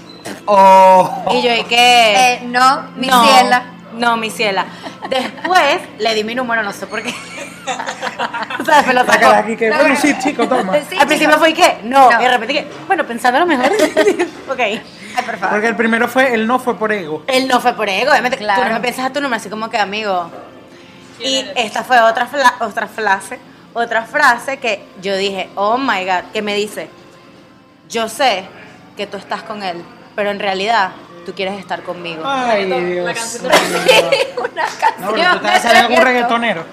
Speaker 3: Oh.
Speaker 1: Y yo, ¿y qué?
Speaker 2: Eh, no, mi
Speaker 1: no,
Speaker 2: ciela.
Speaker 1: No, mi ciela. Después le di mi número, no sé por qué. [laughs] o sea, me lo sacó.
Speaker 3: Sácala aquí, que
Speaker 2: No,
Speaker 3: bueno,
Speaker 2: bueno.
Speaker 3: sí, chico, toma.
Speaker 2: Sí,
Speaker 1: Al principio
Speaker 2: chicos.
Speaker 1: fue, ¿y qué? No.
Speaker 2: No.
Speaker 1: Y de repente, ¿qué? Bueno, pensando lo mejor. [laughs] ok.
Speaker 2: Ay, por favor.
Speaker 3: Porque el primero fue el no fue por ego.
Speaker 1: Él no fue por ego, obviamente. Tú no
Speaker 2: Claro.
Speaker 1: me piensas a tu número, así como que amigo.
Speaker 4: ¿Quién
Speaker 1: Y
Speaker 4: eres?
Speaker 1: esta fue otra, fla- otra frase, otra frase que yo dije, oh my God, que me dice, yo sé que tú estás con él, pero en realidad tú quieres estar conmigo.
Speaker 3: Ay,
Speaker 4: La
Speaker 3: Dios.
Speaker 4: canción
Speaker 3: mío.
Speaker 2: una canción.
Speaker 4: [laughs]
Speaker 3: No, pero tú estabas saliendo con un reggaetonero.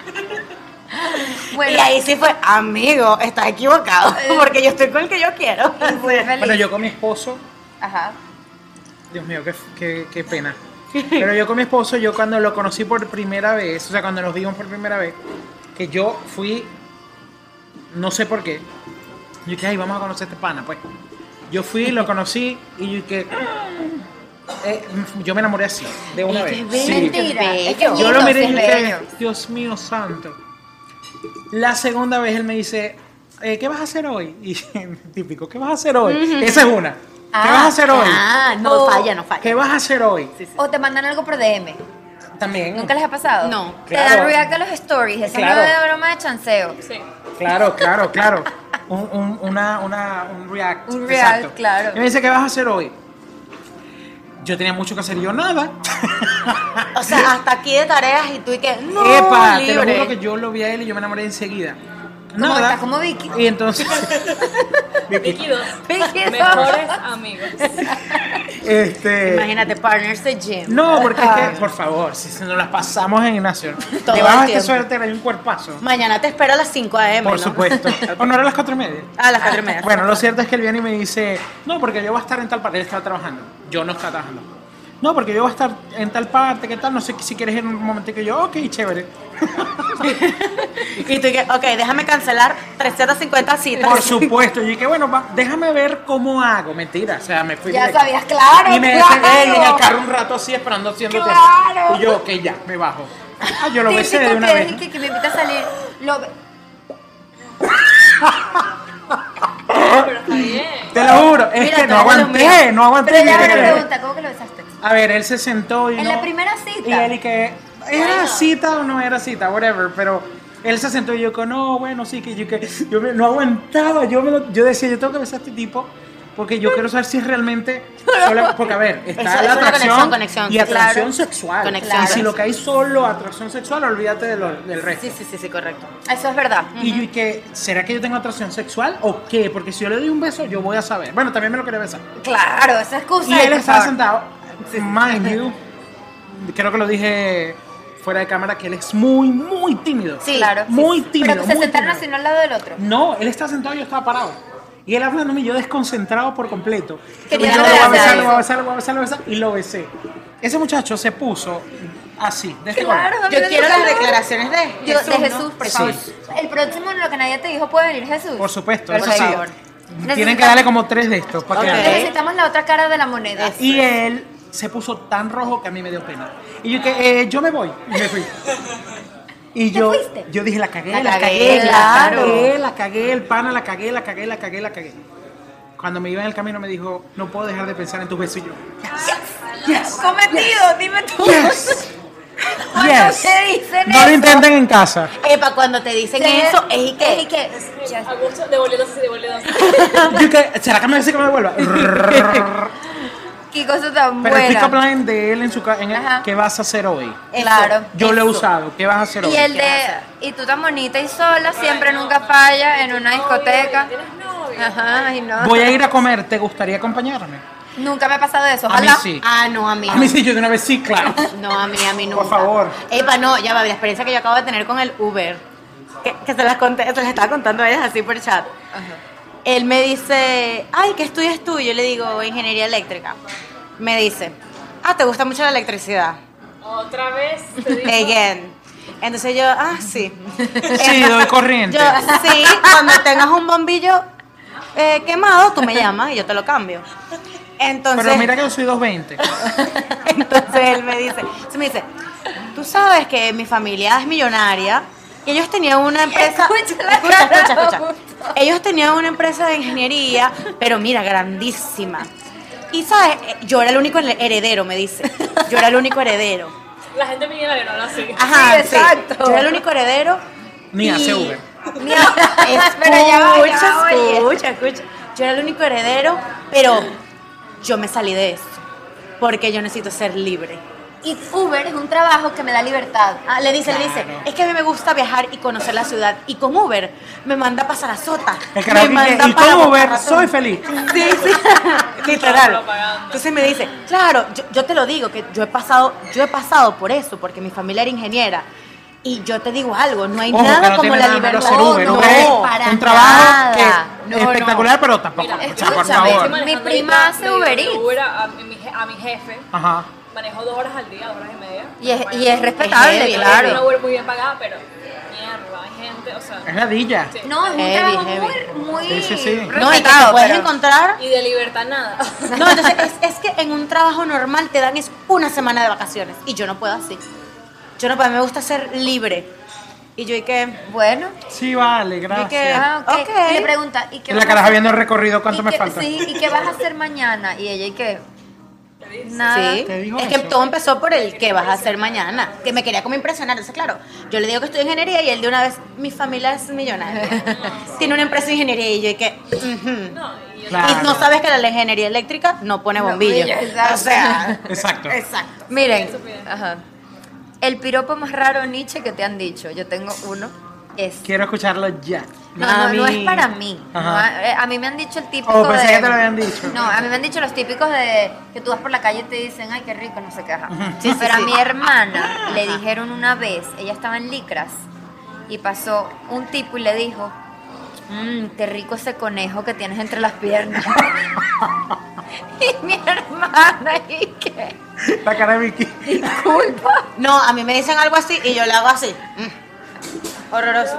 Speaker 2: Bueno,
Speaker 1: y ahí sí fue, amigo, estás equivocado, [laughs] porque yo estoy con el que yo [laughs] quiero.
Speaker 2: muy feliz.
Speaker 3: Bueno, yo con mi esposo,
Speaker 2: Ajá.
Speaker 3: Dios mío, qué, qué, qué pena. Pero yo con mi esposo, yo cuando lo conocí por primera vez, o sea, cuando nos vimos por primera vez, que yo fui, no sé por qué, yo dije, ay, vamos a conocer a este pana, pues. Yo fui, lo conocí y yo dije, eh, yo me enamoré así, de una vez. Sí.
Speaker 2: Mentira.
Speaker 1: Qué
Speaker 2: es que
Speaker 1: bello.
Speaker 3: Yo lo
Speaker 2: lindo,
Speaker 3: miré y
Speaker 2: sí,
Speaker 3: dije,
Speaker 2: bello.
Speaker 3: Dios mío santo. La segunda vez él me dice, eh, ¿qué vas a hacer hoy? [laughs] Y típico, ¿qué vas a hacer hoy? Esa es una. ¿Qué
Speaker 2: Ah,
Speaker 3: vas a hacer hoy?
Speaker 1: Ah, no
Speaker 2: Oh,
Speaker 1: falla, no falla.
Speaker 3: ¿Qué vas a hacer hoy?
Speaker 2: O te mandan algo por DM.
Speaker 3: También.
Speaker 2: ¿Nunca les ha pasado?
Speaker 1: No.
Speaker 2: Te
Speaker 3: Claro.
Speaker 2: dan react a los stories. Esa
Speaker 3: Claro.
Speaker 2: no es broma de chanceo.
Speaker 4: Sí.
Speaker 3: Claro, claro, claro. Un, un- una, una- un react.
Speaker 2: Un react, claro.
Speaker 3: Y me dice, ¿qué vas a hacer hoy? Yo tenía mucho que hacer, yo nada.
Speaker 1: O sea, hasta aquí de tareas y tú y que, no,
Speaker 3: Epa, te lo
Speaker 1: libre.
Speaker 3: juro que yo lo vi a él y yo me enamoré enseguida.
Speaker 2: Como
Speaker 3: Nada.
Speaker 2: está como
Speaker 3: [laughs]
Speaker 2: Vicky.
Speaker 1: [laughs]
Speaker 3: Y entonces,
Speaker 4: Vicky dos.
Speaker 2: Vicky dos.
Speaker 4: Mejores
Speaker 2: [laughs]
Speaker 4: amigos.
Speaker 3: este...
Speaker 1: Imagínate, partners de gym.
Speaker 3: No, porque es que, por favor, si se nos las pasamos
Speaker 2: [laughs]
Speaker 3: en Nacional.
Speaker 1: Todo
Speaker 3: Debajo
Speaker 1: el
Speaker 3: de este
Speaker 1: tiempo.
Speaker 3: suéter hay un cuerpazo.
Speaker 1: Mañana te espero a las 5 a.m., ¿no?
Speaker 3: Por supuesto.
Speaker 2: [laughs]
Speaker 3: ¿O no era las cuatro y media?
Speaker 1: A Ah, las 4 y media.
Speaker 3: [laughs] Bueno, lo cierto es que él viene y me dice, no, porque yo voy a estar en tal parte, él estaba trabajando, yo no estaba trabajando. No, porque yo voy a estar en tal parte, ¿qué tal? No sé si quieres ir en un momento que yo, ok, chévere.
Speaker 1: Y tú que, ok, déjame cancelar 350 citas.
Speaker 3: Por supuesto, yo dije, bueno, va, déjame ver cómo hago, mentira, o sea, me fui.
Speaker 2: Ya
Speaker 3: directo.
Speaker 2: sabías, claro.
Speaker 3: Y me
Speaker 2: claro.
Speaker 3: dejé en el carro un rato así esperando haciendo tiempo.
Speaker 2: Claro.
Speaker 3: Y yo, ok, ya, me bajo. Ah, yo lo besé
Speaker 2: Típico
Speaker 3: de una
Speaker 2: que,
Speaker 3: vez. ¿no?
Speaker 2: que, que me invita a salir. Lo be-
Speaker 4: Pero está bien.
Speaker 3: Te lo juro, es
Speaker 1: Mira,
Speaker 3: que no
Speaker 1: tú eres lo mío.
Speaker 3: aguanté, no aguanté.
Speaker 2: Pero ya
Speaker 3: mira,
Speaker 2: me
Speaker 3: mira.
Speaker 2: pregunta, ¿cómo que lo besaste?
Speaker 3: A ver, él se sentó y
Speaker 2: En
Speaker 3: no-
Speaker 2: la primera cita.
Speaker 3: Y él y que era cita o no era cita, whatever, pero él se sentó y yo que no, bueno, sí que yo que yo me- no aguantaba, yo me lo- yo decía, yo tengo que besar a este tipo porque yo quiero saber si
Speaker 1: [laughs]
Speaker 3: es realmente solo- porque a ver,
Speaker 1: Eso-
Speaker 3: está
Speaker 1: es
Speaker 3: la
Speaker 1: una
Speaker 3: atracción
Speaker 1: conexión, conexión,
Speaker 3: y
Speaker 1: sí, claro.
Speaker 3: atracción sexual.
Speaker 1: Conexión,
Speaker 3: Y si
Speaker 1: sí.
Speaker 3: lo que hay es solo atracción sexual, olvídate de lo- del resto.
Speaker 1: Sí, sí, sí, sí, correcto.
Speaker 2: Eso es verdad.
Speaker 3: Y yo y que ¿será que yo tengo atracción sexual o qué? Porque si yo le doy un beso, yo voy a saber. Bueno, también me lo quería besar.
Speaker 2: Claro, esa excusa.
Speaker 3: Y
Speaker 2: de,
Speaker 3: él
Speaker 2: por
Speaker 3: estaba
Speaker 2: favor.
Speaker 3: sentado, mind you, creo que lo dije fuera de cámara, que él es muy, muy tímido.
Speaker 2: Sí, claro.
Speaker 3: Muy
Speaker 2: sí.
Speaker 3: tímido,
Speaker 2: Pero que se
Speaker 3: muy
Speaker 2: sentaron
Speaker 3: tímido.
Speaker 2: así uno al lado del otro.
Speaker 3: No, él estaba sentado y yo estaba parado. Y él hablándome, yo desconcentrado por completo.
Speaker 2: Quería
Speaker 3: Y yo lo voy a besar,
Speaker 2: abrazar.
Speaker 3: lo voy a besar, lo voy a besar, lo voy a besar, y lo besé. Ese muchacho se puso así, de este color.
Speaker 1: Yo quiero las declaraciones de
Speaker 2: Yo-
Speaker 1: Jesús,
Speaker 2: de
Speaker 1: ¿no?
Speaker 2: Jesús, por favor.
Speaker 3: Sí.
Speaker 2: El próximo, lo que nadie te dijo, puede venir Jesús.
Speaker 3: Por supuesto,
Speaker 1: Por
Speaker 3: eso sí.
Speaker 1: favor.
Speaker 3: Tienen que
Speaker 2: Necesitamos-
Speaker 3: darle como tres de estos para que
Speaker 1: Ok.
Speaker 3: haga.
Speaker 2: Necesitamos la otra cara de la moneda.
Speaker 3: Y él se puso tan rojo que a mí me dio pena. Y yo que eh, yo me voy. Y me fui. Y yo,
Speaker 2: fuiste?
Speaker 3: yo dije, la cagué,
Speaker 1: La
Speaker 3: la,
Speaker 1: cagué,
Speaker 3: cagué,
Speaker 1: claro.
Speaker 3: la cagué, la cagué, el pana, la cagué, la cagué, la cagué, la cagué. Cuando me iba en el camino me dijo, no puedo dejar de pensar en tus besos. Y yo,
Speaker 2: Cometido, dime tú.
Speaker 3: yes,
Speaker 2: Cuando
Speaker 3: yes.
Speaker 2: te dicen
Speaker 3: No lo
Speaker 2: eso.
Speaker 3: intenten en casa.
Speaker 1: Epa, cuando te dicen
Speaker 2: Sí.
Speaker 1: eso, es y
Speaker 2: Es
Speaker 1: que.
Speaker 2: y que.
Speaker 4: A gusto, devolviéndose, devolviéndose.
Speaker 3: Yo que, ¿será que me dice que me vuelva?
Speaker 2: Qué cosa tan
Speaker 3: Pero el pick-up
Speaker 2: buena.
Speaker 3: line de él en su casa, en el-
Speaker 2: Ajá.
Speaker 3: ¿qué vas a hacer hoy?
Speaker 2: Claro.
Speaker 3: Yo lo he
Speaker 1: Eso.
Speaker 3: usado, ¿qué vas a hacer hoy?
Speaker 2: Y el de. Y tú tan bonita y sola, siempre nunca falla en una discoteca.
Speaker 4: ¿Tienes novio?
Speaker 2: Ajá, y no.
Speaker 3: Voy a ir a comer, ¿te gustaría acompañarme?
Speaker 2: Nunca me ha pasado eso,
Speaker 3: A mí
Speaker 2: ojalá.
Speaker 3: sí.
Speaker 1: Ah, no, a mí.
Speaker 3: A
Speaker 1: no.
Speaker 3: mí sí, yo de una vez sí, claro.
Speaker 1: No, a mí, a mí nunca.
Speaker 3: Por favor.
Speaker 1: Epa, no, ya va, la experiencia que yo acabo de tener con el Uber, que, que se, las conté, se las estaba contando a ellas así por chat. Él me dice, ay, ¿qué estudias tú? Yo le digo, ingeniería eléctrica. Me dice, ah, ¿te gusta mucho la electricidad?
Speaker 4: Otra vez te digo.
Speaker 1: Again. Entonces yo, ah, sí. Eh,
Speaker 3: Sí, doy corriente.
Speaker 1: Yo, sí, cuando tengas un bombillo eh, quemado, tú me llamas y yo te lo cambio. Entonces,
Speaker 3: Pero mira que yo soy 220.
Speaker 1: [laughs] Entonces él me dice, se me dice, tú sabes que mi familia es millonaria y ellos tenían una empresa.
Speaker 2: [laughs] Escucha la
Speaker 1: escucha,
Speaker 2: cara
Speaker 1: escucha,
Speaker 2: de
Speaker 1: escucha.
Speaker 2: Augusto.
Speaker 1: Ellos tenían una empresa de ingeniería, pero mira, grandísima. Y sabes, Eh, yo era el único heredero, me dice. Yo era el único heredero.
Speaker 4: La gente millonaria no lo sigue.
Speaker 1: Ajá,
Speaker 2: Sí, exacto.
Speaker 1: Yo era el único heredero.
Speaker 3: Ni
Speaker 1: y-
Speaker 3: hace Uber.
Speaker 2: [laughs] Ni a- Pero ya va, ya va,
Speaker 1: Escucha,
Speaker 2: oye.
Speaker 1: escucha, escucha. Yo era el único heredero, pero yo me salí de eso. Porque yo necesito ser libre.
Speaker 2: Y Uber es un trabajo que me da libertad.
Speaker 1: Ah, le dice, le dice, es que a mí me gusta viajar y conocer la ciudad. Y con Uber me manda para Sarasota.
Speaker 3: El carajo
Speaker 1: me
Speaker 3: que dice,
Speaker 1: manda
Speaker 3: y
Speaker 1: para
Speaker 3: con Uber
Speaker 1: Pocahontas".
Speaker 3: soy feliz.
Speaker 1: Sí,
Speaker 3: [laughs]
Speaker 1: sí. Literal.
Speaker 4: propaganda.
Speaker 1: Entonces me dice, claro, yo, yo te lo digo, que yo he pasado, yo he pasado por eso, porque mi familia era ingeniera. Y yo te digo algo, no hay
Speaker 3: Ojo, que
Speaker 1: nada
Speaker 3: no
Speaker 1: como
Speaker 3: tiene
Speaker 1: la
Speaker 3: nada malo
Speaker 1: libertad.
Speaker 3: hacer Uber.
Speaker 1: No,
Speaker 3: Uber es
Speaker 2: para
Speaker 3: un trabajo
Speaker 2: nada.
Speaker 3: que
Speaker 2: No,
Speaker 3: es
Speaker 2: no.
Speaker 3: espectacular, pero tampoco.
Speaker 4: Mira,
Speaker 3: o sea, por
Speaker 2: Ah, escúchame,
Speaker 3: favor.
Speaker 2: mi
Speaker 4: manejando
Speaker 2: prima
Speaker 4: ahorita
Speaker 2: hace
Speaker 4: de
Speaker 2: Uber Eats.
Speaker 4: Uber a, a mi, je- a mi jefe.
Speaker 3: Ajá.
Speaker 4: Manejo dos horas al día, dos horas y media.
Speaker 2: Y es, y
Speaker 4: Bueno,
Speaker 2: es respetable,
Speaker 1: heavy,
Speaker 4: claro. Una
Speaker 2: claro.
Speaker 4: Uber muy bien pagada, pero mierda, hay gente, o sea.
Speaker 3: Es ladilla.
Speaker 4: Sí.
Speaker 2: No, es un
Speaker 1: Heavy,
Speaker 2: trabajo
Speaker 1: heavy.
Speaker 2: muy, muy
Speaker 3: Sí, sí, sí.
Speaker 1: No,
Speaker 3: No, y que
Speaker 1: y que
Speaker 2: respetado,
Speaker 1: te puedes
Speaker 2: pero-
Speaker 1: encontrar.
Speaker 4: Y de libertad nada. [laughs]
Speaker 1: No, entonces es, es que en un trabajo normal te dan es una semana de vacaciones. Y yo no puedo así. Yo no puedo, me gusta ser libre. Y yo y que.
Speaker 2: Bueno,
Speaker 3: Sí, vale,
Speaker 1: que-
Speaker 3: gracias.
Speaker 2: ah, ok.
Speaker 1: Ok.
Speaker 2: Y le pregunta, ¿y qué
Speaker 3: En
Speaker 2: vas
Speaker 3: la
Speaker 2: a
Speaker 3: caraja
Speaker 2: hacer?
Speaker 3: viendo el recorrido, ¿cuánto
Speaker 2: ¿Y
Speaker 3: me
Speaker 2: qué-
Speaker 3: falta?
Speaker 2: Sí, ¿y qué vas a hacer mañana? Y ella, ¿y qué? Nada.
Speaker 1: Sí,
Speaker 3: Te digo
Speaker 1: es que
Speaker 3: eso.
Speaker 1: todo empezó por el que vas a hacer mañana, que me quería como impresionar. Entonces, claro, yo le digo que estudio ingeniería y él de una vez, mi familia es
Speaker 2: [laughs]
Speaker 1: millonaria. Tiene una empresa de ingeniería y yo y que... ujú.
Speaker 4: No, y yo-
Speaker 3: Claro.
Speaker 1: Y no sabes que la ingeniería eléctrica no pone
Speaker 2: No,
Speaker 1: bombillo.
Speaker 2: brillo, exacto.
Speaker 1: o [laughs] sea,
Speaker 3: Exacto.
Speaker 1: exacto.
Speaker 2: Miren,
Speaker 4: bien.
Speaker 2: ajá. el piropo más raro Nietzsche que te han dicho, yo tengo uno, es...
Speaker 3: Quiero escucharlo ya.
Speaker 2: No, no, no es
Speaker 1: Mami.
Speaker 2: para mí.
Speaker 3: Ajá.
Speaker 2: No, a, eh, a mí me han dicho el típico
Speaker 3: Oh, pensé
Speaker 2: de...
Speaker 3: que te lo habían dicho.
Speaker 2: No, a mí me han dicho los típicos de que tú vas por la calle y te dicen, ay, qué rico, no sé qué. ajá.
Speaker 1: Sí, sí,
Speaker 2: Pero
Speaker 1: sí.
Speaker 2: a mi hermana le dijeron una vez, ella estaba en licras, y pasó un tipo y le dijo, mmm, qué rico ese conejo que tienes entre las piernas. [laughs] y mi hermana, ¿y qué?
Speaker 3: La cara de Vicky.
Speaker 2: Disculpa.
Speaker 1: No, a mí me dicen algo así y yo le hago así. Mm. Horroroso.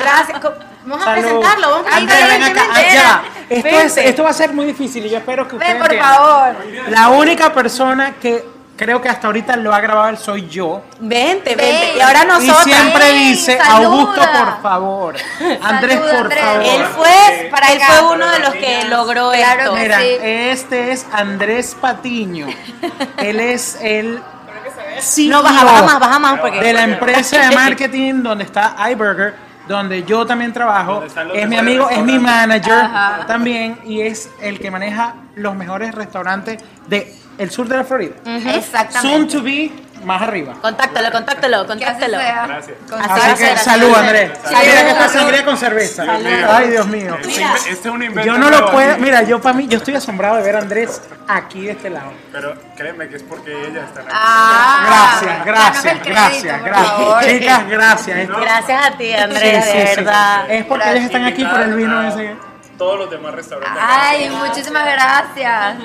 Speaker 1: Gracias. Co- Vamos a
Speaker 3: Salud.
Speaker 1: presentarlo. Vamos a
Speaker 2: Ay,
Speaker 3: Andrea, ven acá,
Speaker 2: Vente, vente.
Speaker 3: allá. Esto, es-
Speaker 2: Vente.
Speaker 3: esto va a ser muy difícil y yo espero que ustedes
Speaker 2: Ven, por
Speaker 3: entiendan.
Speaker 2: favor.
Speaker 3: La única persona que creo que hasta ahorita lo ha grabado él soy yo.
Speaker 1: Vente,
Speaker 2: Ven.
Speaker 1: vente. Y ahora nosotros.
Speaker 3: y siempre
Speaker 2: ey,
Speaker 3: dice,
Speaker 2: saluda.
Speaker 3: Augusto,
Speaker 1: [laughs]
Speaker 3: por favor. Andrés,
Speaker 2: Saluda,
Speaker 3: por
Speaker 2: Andrés.
Speaker 3: favor.
Speaker 1: Él fue,
Speaker 2: Para
Speaker 1: él
Speaker 2: acá.
Speaker 1: fue uno de los que logró
Speaker 2: Claro
Speaker 1: esto.
Speaker 2: que
Speaker 3: Mira,
Speaker 2: Sí.
Speaker 3: este es Andrés
Speaker 1: [laughs]
Speaker 3: Patiño. Él es el CEO
Speaker 1: No, baja, baja más, baja más. Porque...
Speaker 3: de la empresa de marketing donde está iBurger, donde yo también trabajo.
Speaker 6: Donde están los
Speaker 3: Es mi
Speaker 6: mejores
Speaker 3: amigo, es mi
Speaker 6: restaurantes.
Speaker 3: manager también y es el que maneja los mejores restaurantes de el sur de la Florida. Soon
Speaker 2: Exactamente.
Speaker 3: to be más arriba.
Speaker 1: [laughs] Contáctalo, contáctalo,
Speaker 2: Que así
Speaker 1: contáctalo.
Speaker 2: sea.
Speaker 6: Gracias.
Speaker 2: Con-
Speaker 1: Así
Speaker 3: Así que
Speaker 1: será,
Speaker 3: salud,
Speaker 1: así
Speaker 3: Andrés. Ah,
Speaker 1: será.
Speaker 3: Mira que
Speaker 1: Salud.
Speaker 3: esta sangría con cerveza.
Speaker 6: Dios mío.
Speaker 3: Ay, Dios mío.
Speaker 6: Este inve- este es un invento.
Speaker 3: Yo no lo
Speaker 6: nuevo.
Speaker 3: puedo. Mira, yo para mí, yo estoy asombrado de ver a Andrés aquí de este lado.
Speaker 6: Pero créeme que es porque ella está aquí.
Speaker 2: Ah,
Speaker 3: Gracias,
Speaker 2: danos el
Speaker 3: gracias,
Speaker 2: crédito,
Speaker 3: gracias,
Speaker 2: por favor.
Speaker 3: gracias. Chicas, gracias.
Speaker 6: No,
Speaker 1: Gracias a ti,
Speaker 3: Sí,
Speaker 1: Andrea,
Speaker 3: sí,
Speaker 1: de
Speaker 3: sí.
Speaker 1: verdad.
Speaker 3: Es porque ellos están aquí por el vino ese.
Speaker 6: todos los demás restaurantes.
Speaker 2: Ay, muchísimas gracias.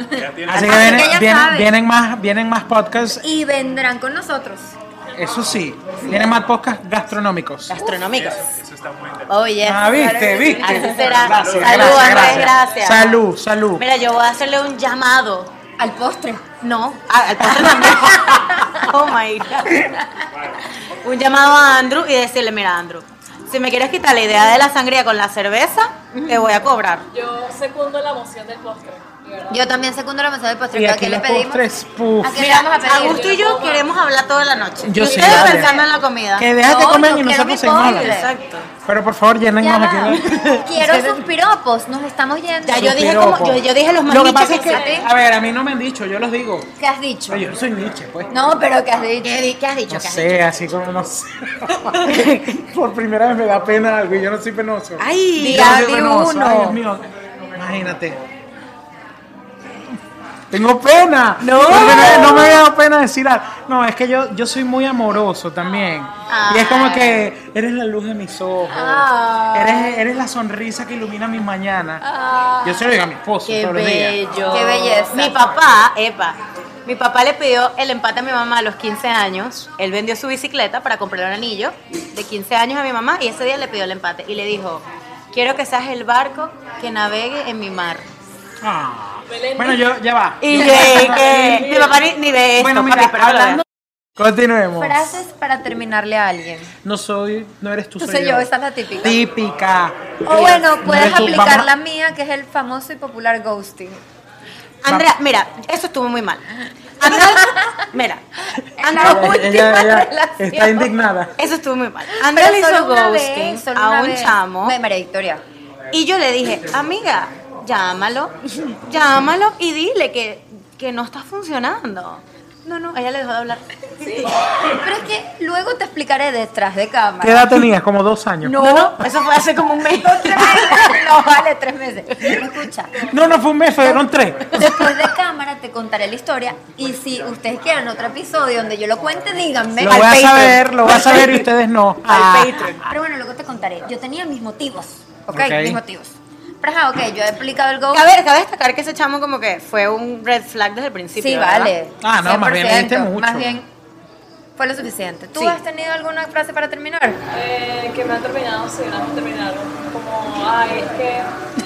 Speaker 6: Ya tienen-
Speaker 3: Así que
Speaker 2: Así
Speaker 3: vienen,
Speaker 2: que ya
Speaker 3: vienen-
Speaker 2: saben.
Speaker 3: vienen más, vienen más podcasts,
Speaker 2: Y vendrán con nosotros.
Speaker 3: eso sí, vienen más podcasts gastronómicos.
Speaker 1: Gastronómicos.
Speaker 6: Eso, eso está muy interesante.
Speaker 1: Oye.
Speaker 3: Ah, viste, viste.
Speaker 1: Así será.
Speaker 3: Gracias,
Speaker 1: Salud,
Speaker 3: gracias,
Speaker 1: Andrés,
Speaker 3: gracias.
Speaker 1: gracias.
Speaker 3: Salud, salud.
Speaker 1: Mira, yo voy a hacerle un llamado.
Speaker 2: Al postre.
Speaker 1: No, a- al
Speaker 3: [laughs]
Speaker 1: postre también. oh my God. Un llamado a Andrew y decirle, mira, Andrew, si me quieres quitar la idea de la sangría con la cerveza, te voy a cobrar.
Speaker 4: Yo secundo la emoción del postre. de verdad.
Speaker 2: Yo también secundo la mensaje del postre.
Speaker 3: Y
Speaker 2: ¿pero ¿A
Speaker 3: aquí
Speaker 2: qué le
Speaker 3: los
Speaker 2: pedimos?
Speaker 3: postres, puf.
Speaker 2: ¿A qué le
Speaker 1: Mira,
Speaker 2: vamos a pedir?
Speaker 1: Augusto y yo queremos hablar toda la noche.
Speaker 3: Yo
Speaker 1: y
Speaker 3: sí,
Speaker 1: ustedes
Speaker 3: dale.
Speaker 1: pensando en la comida.
Speaker 3: Que deja que
Speaker 2: No,
Speaker 3: comen
Speaker 2: yo
Speaker 3: y
Speaker 2: quiero mi
Speaker 3: nosotros seguimos
Speaker 2: postre.
Speaker 3: hablando.
Speaker 1: Exacto.
Speaker 3: Pero por favor, llenen
Speaker 2: Ya
Speaker 3: más
Speaker 2: va.
Speaker 3: aquí.
Speaker 2: [laughs]
Speaker 3: la-
Speaker 2: Quiero sus piropos. Nos estamos yendo.
Speaker 1: Ya yo dije,
Speaker 3: Piropo.
Speaker 1: como, yo, yo dije los más
Speaker 3: Lo que
Speaker 1: nichos
Speaker 3: pasa es que,
Speaker 1: sé.
Speaker 2: fíjate.
Speaker 3: a ver, a mí no me han dicho, yo los digo.
Speaker 2: ¿Qué has dicho?
Speaker 3: Oye, yo soy Nietzsche, pues.
Speaker 2: No, pero ¿qué has dicho?
Speaker 1: ¿Qué, di- qué has dicho?
Speaker 3: No
Speaker 1: ¿Qué has
Speaker 3: sé, así como no sé. [laughs] Por primera vez me da pena algo y yo no soy penoso.
Speaker 1: Ay,
Speaker 3: Yo
Speaker 2: ya
Speaker 3: soy
Speaker 2: di
Speaker 3: penoso.
Speaker 2: uno.
Speaker 3: Ay, Dios mío. Imagínate. Tengo pena.
Speaker 1: No.
Speaker 3: Porque no, no me había dado pena decir algo. No, es que yo, yo soy muy amoroso también. Y es como que eres la luz de mis ojos. Eres, eres la sonrisa que ilumina mis mañanas. Yo se lo digo a mi esposo
Speaker 1: Qué
Speaker 3: todos los días.
Speaker 1: bello.
Speaker 2: Qué belleza.
Speaker 1: Mi papá, epa, mi papá le pidió el empate a mi mamá a los 15 años. Él vendió su bicicleta para comprar un anillo de 15 años a mi mamá y ese día le pidió el empate y le dijo, quiero que seas el barco que navegue en mi mar.
Speaker 3: Ah.
Speaker 4: Belén.
Speaker 3: Bueno, yo ya va.
Speaker 1: Y que
Speaker 3: [laughs]
Speaker 1: mi papá ni, ni ve esto,
Speaker 3: Bueno, mira,
Speaker 1: papi, pero que lo
Speaker 3: hablando-
Speaker 1: vea.
Speaker 3: Continuemos.
Speaker 2: Frases para terminarle a alguien.
Speaker 3: No soy, no eres tú,
Speaker 2: Tú soy yo, esa es la típica.
Speaker 3: Típica.
Speaker 2: O bueno,
Speaker 3: No
Speaker 2: puedes
Speaker 3: eres tú,
Speaker 2: aplicar
Speaker 3: vamos a-
Speaker 2: la mía, que es el famoso y popular ghosting.
Speaker 1: Andrea, mira, eso estuvo muy mal. Andrea, mira,
Speaker 2: La
Speaker 1: Andrea,
Speaker 2: última
Speaker 3: [laughs] Ella, ella
Speaker 2: relación.
Speaker 3: está indignada.
Speaker 1: eso estuvo muy mal. Andrea le
Speaker 2: Pero
Speaker 1: hizo
Speaker 2: solo una vez,
Speaker 1: ghosting
Speaker 2: solo
Speaker 1: a
Speaker 2: una
Speaker 1: un
Speaker 2: vez.
Speaker 1: chamo.
Speaker 2: Me- María Victoria.
Speaker 1: Y yo le dije, amiga, llámalo, [laughs] llámalo y dile que, que no está funcionando. No, no, ella le dejó de hablar.
Speaker 2: Pero es que luego te explicaré detrás de cámara.
Speaker 3: ¿Qué edad tenías? Como dos años.
Speaker 1: No, no, eso fue hace como un mes. [laughs]
Speaker 2: [laughs] no vale tres meses. Escucha,
Speaker 3: no, no, fue un mes, fueron tres.
Speaker 2: después de cámara te contaré la historia y si ustedes quieren otro episodio donde yo lo cuente, díganme.
Speaker 3: Lo voy a saber, lo voy a saber y
Speaker 2: [laughs]
Speaker 3: ustedes no. Ah,
Speaker 2: Pero bueno, luego te contaré. Yo tenía mis motivos, ¿ok?
Speaker 3: Ok.
Speaker 2: Mis motivos. Pero ajá, ok, yo he explicado el go.
Speaker 1: Cabe, cabe destacar que ese chamo como que fue un red flag desde el principio.
Speaker 2: Sí,
Speaker 1: ¿verdad?
Speaker 2: vale.
Speaker 3: Ah, no, más bien le diste
Speaker 2: 100%,
Speaker 3: mucho.
Speaker 2: Más bien, fue lo suficiente. ¿Tú
Speaker 1: Sí.
Speaker 2: has tenido alguna frase para terminar?
Speaker 4: Eh, que me han terminado, sí, me han terminado. Como, ay, es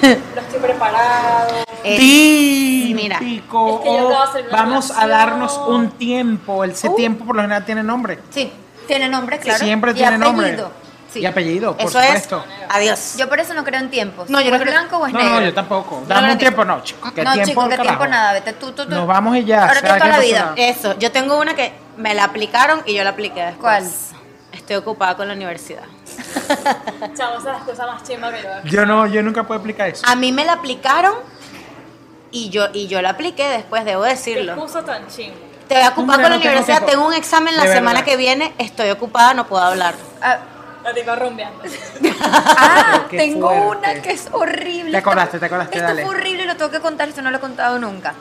Speaker 2: [laughs]
Speaker 4: que no estoy preparado.
Speaker 1: mira,
Speaker 3: Típico.
Speaker 4: es que
Speaker 3: o
Speaker 4: yo acabo de salir de una
Speaker 3: vamos a
Speaker 4: relación.
Speaker 3: darnos un tiempo. El ese
Speaker 2: Uh.
Speaker 3: tiempo por lo general tiene nombre.
Speaker 2: Sí. Tiene nombre, claro.
Speaker 3: Siempre
Speaker 2: y
Speaker 3: tiene
Speaker 2: apellido.
Speaker 3: nombre.
Speaker 2: Sí.
Speaker 3: Y apellido, por
Speaker 1: Eso es,
Speaker 3: supuesto.
Speaker 1: adiós.
Speaker 2: Yo por eso no creo en tiempos.
Speaker 1: No, yo
Speaker 2: O
Speaker 1: no
Speaker 2: es
Speaker 1: creo-
Speaker 2: blanco o es
Speaker 3: No,
Speaker 2: Pues negro.
Speaker 3: no, yo tampoco.
Speaker 2: no,
Speaker 3: Dame
Speaker 2: no,
Speaker 3: un tiempo, no, chico. ¿Qué
Speaker 2: no,
Speaker 3: tiempo,
Speaker 2: chico, que
Speaker 3: carajo?
Speaker 2: tiempo nada. Vete tú, tú, tú.
Speaker 3: Nos vamos y ya.
Speaker 2: Ahora
Speaker 3: será
Speaker 2: que
Speaker 3: que
Speaker 2: toda la
Speaker 3: no se
Speaker 2: vida.
Speaker 3: da.
Speaker 1: Eso, yo tengo una que me la aplicaron y yo la apliqué después.
Speaker 2: ¿Cuál?
Speaker 1: Estoy ocupada con la universidad. [laughs]
Speaker 4: Chavo, esa es la cosa más chimba que yo he
Speaker 3: Yo no, yo nunca puedo explicar eso.
Speaker 2: Ah.
Speaker 1: A mí me la aplicaron y yo, y yo la apliqué después, debo
Speaker 4: ¿Qué
Speaker 1: decirlo.
Speaker 4: excusa tan chimba?
Speaker 1: Te voy a ocupar con la
Speaker 3: Hombre, no tengo
Speaker 1: universidad,
Speaker 3: tiempo.
Speaker 1: tengo un examen la
Speaker 3: De
Speaker 1: semana
Speaker 3: verdad.
Speaker 1: que viene, estoy ocupada, no puedo hablar.
Speaker 3: [laughs]
Speaker 2: Ah,
Speaker 4: La tipa rumbeando.
Speaker 2: ah,
Speaker 3: Qué
Speaker 2: tengo
Speaker 3: fuerte.
Speaker 2: una que es horrible.
Speaker 3: Te acordaste, te acordaste,
Speaker 2: Esto
Speaker 3: dale.
Speaker 2: fue horrible y lo tengo que contar, esto no lo he contado nunca.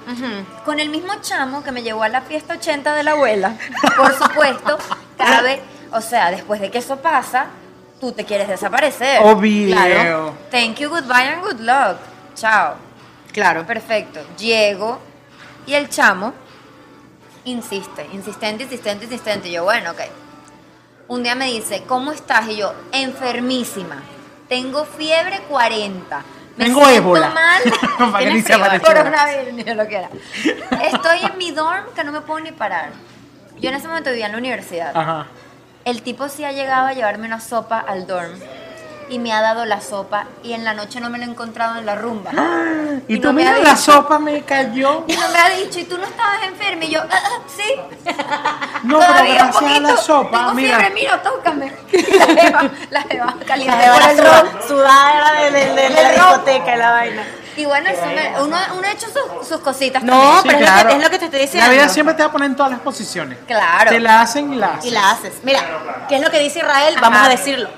Speaker 2: Con el mismo chamo que me llevó a la fiesta 80 de la abuela, por
Speaker 3: [laughs]
Speaker 2: supuesto, cabe, o sea, después de que eso pasa, tú te quieres desaparecer.
Speaker 3: Obvio.
Speaker 2: Claro. Thank you, goodbye and good luck. Chao.
Speaker 1: Claro.
Speaker 2: Perfecto. Llego y el chamo insiste, insistente, insistente, insistente. Yo, bueno, ok. Un día me dice, ¿cómo estás? Y yo, enfermísima. Tengo fiebre 40. Me
Speaker 3: Tengo
Speaker 2: siento
Speaker 3: ébola.
Speaker 2: mal.
Speaker 3: [laughs] Para que ni
Speaker 2: [laughs] Tienes
Speaker 3: se
Speaker 2: frío,
Speaker 3: aparezca.
Speaker 2: coronavirus, ni lo que era. Estoy en mi dorm que no me puedo ni parar. Yo en ese momento vivía en la universidad.
Speaker 3: Ajá.
Speaker 2: El tipo sí ha llegado a llevarme una sopa al dorm y me ha dado la sopa y en la noche no me lo he encontrado en la rumba.
Speaker 3: Y,
Speaker 2: Y
Speaker 3: tú
Speaker 2: no me
Speaker 3: mira,
Speaker 2: ha
Speaker 3: la
Speaker 2: dicho.
Speaker 3: sopa me
Speaker 2: [laughs]
Speaker 3: cayó.
Speaker 2: Y no me ha dicho, ¿y tú no estabas enferma? Y yo, "Ah, ah, sí.
Speaker 3: No, pero
Speaker 2: Todavía un
Speaker 3: gracias a la
Speaker 2: poquito.
Speaker 3: sopa,
Speaker 2: Tengo
Speaker 3: mira.
Speaker 2: fiebre, mira, tócame. [laughs] Y la jeva, la jeva
Speaker 1: La
Speaker 2: caliente
Speaker 1: de
Speaker 2: por el
Speaker 1: la
Speaker 2: rol.
Speaker 1: su- sudadera de, de- de la
Speaker 2: El rock.
Speaker 1: discoteca y la vaina.
Speaker 2: Y bueno, eso me- uno, uno ha hecho sus, sus cositas
Speaker 1: No,
Speaker 2: también.
Speaker 1: pero es lo que- es lo que te estoy diciendo.
Speaker 3: La vida siempre te va a poner en todas las posiciones.
Speaker 2: Claro.
Speaker 3: Te la hacen y la hacen.
Speaker 1: Y la haces. Mira, ¿qué es lo que dice Israel? Vamos
Speaker 2: Ajá.
Speaker 1: a decirlo.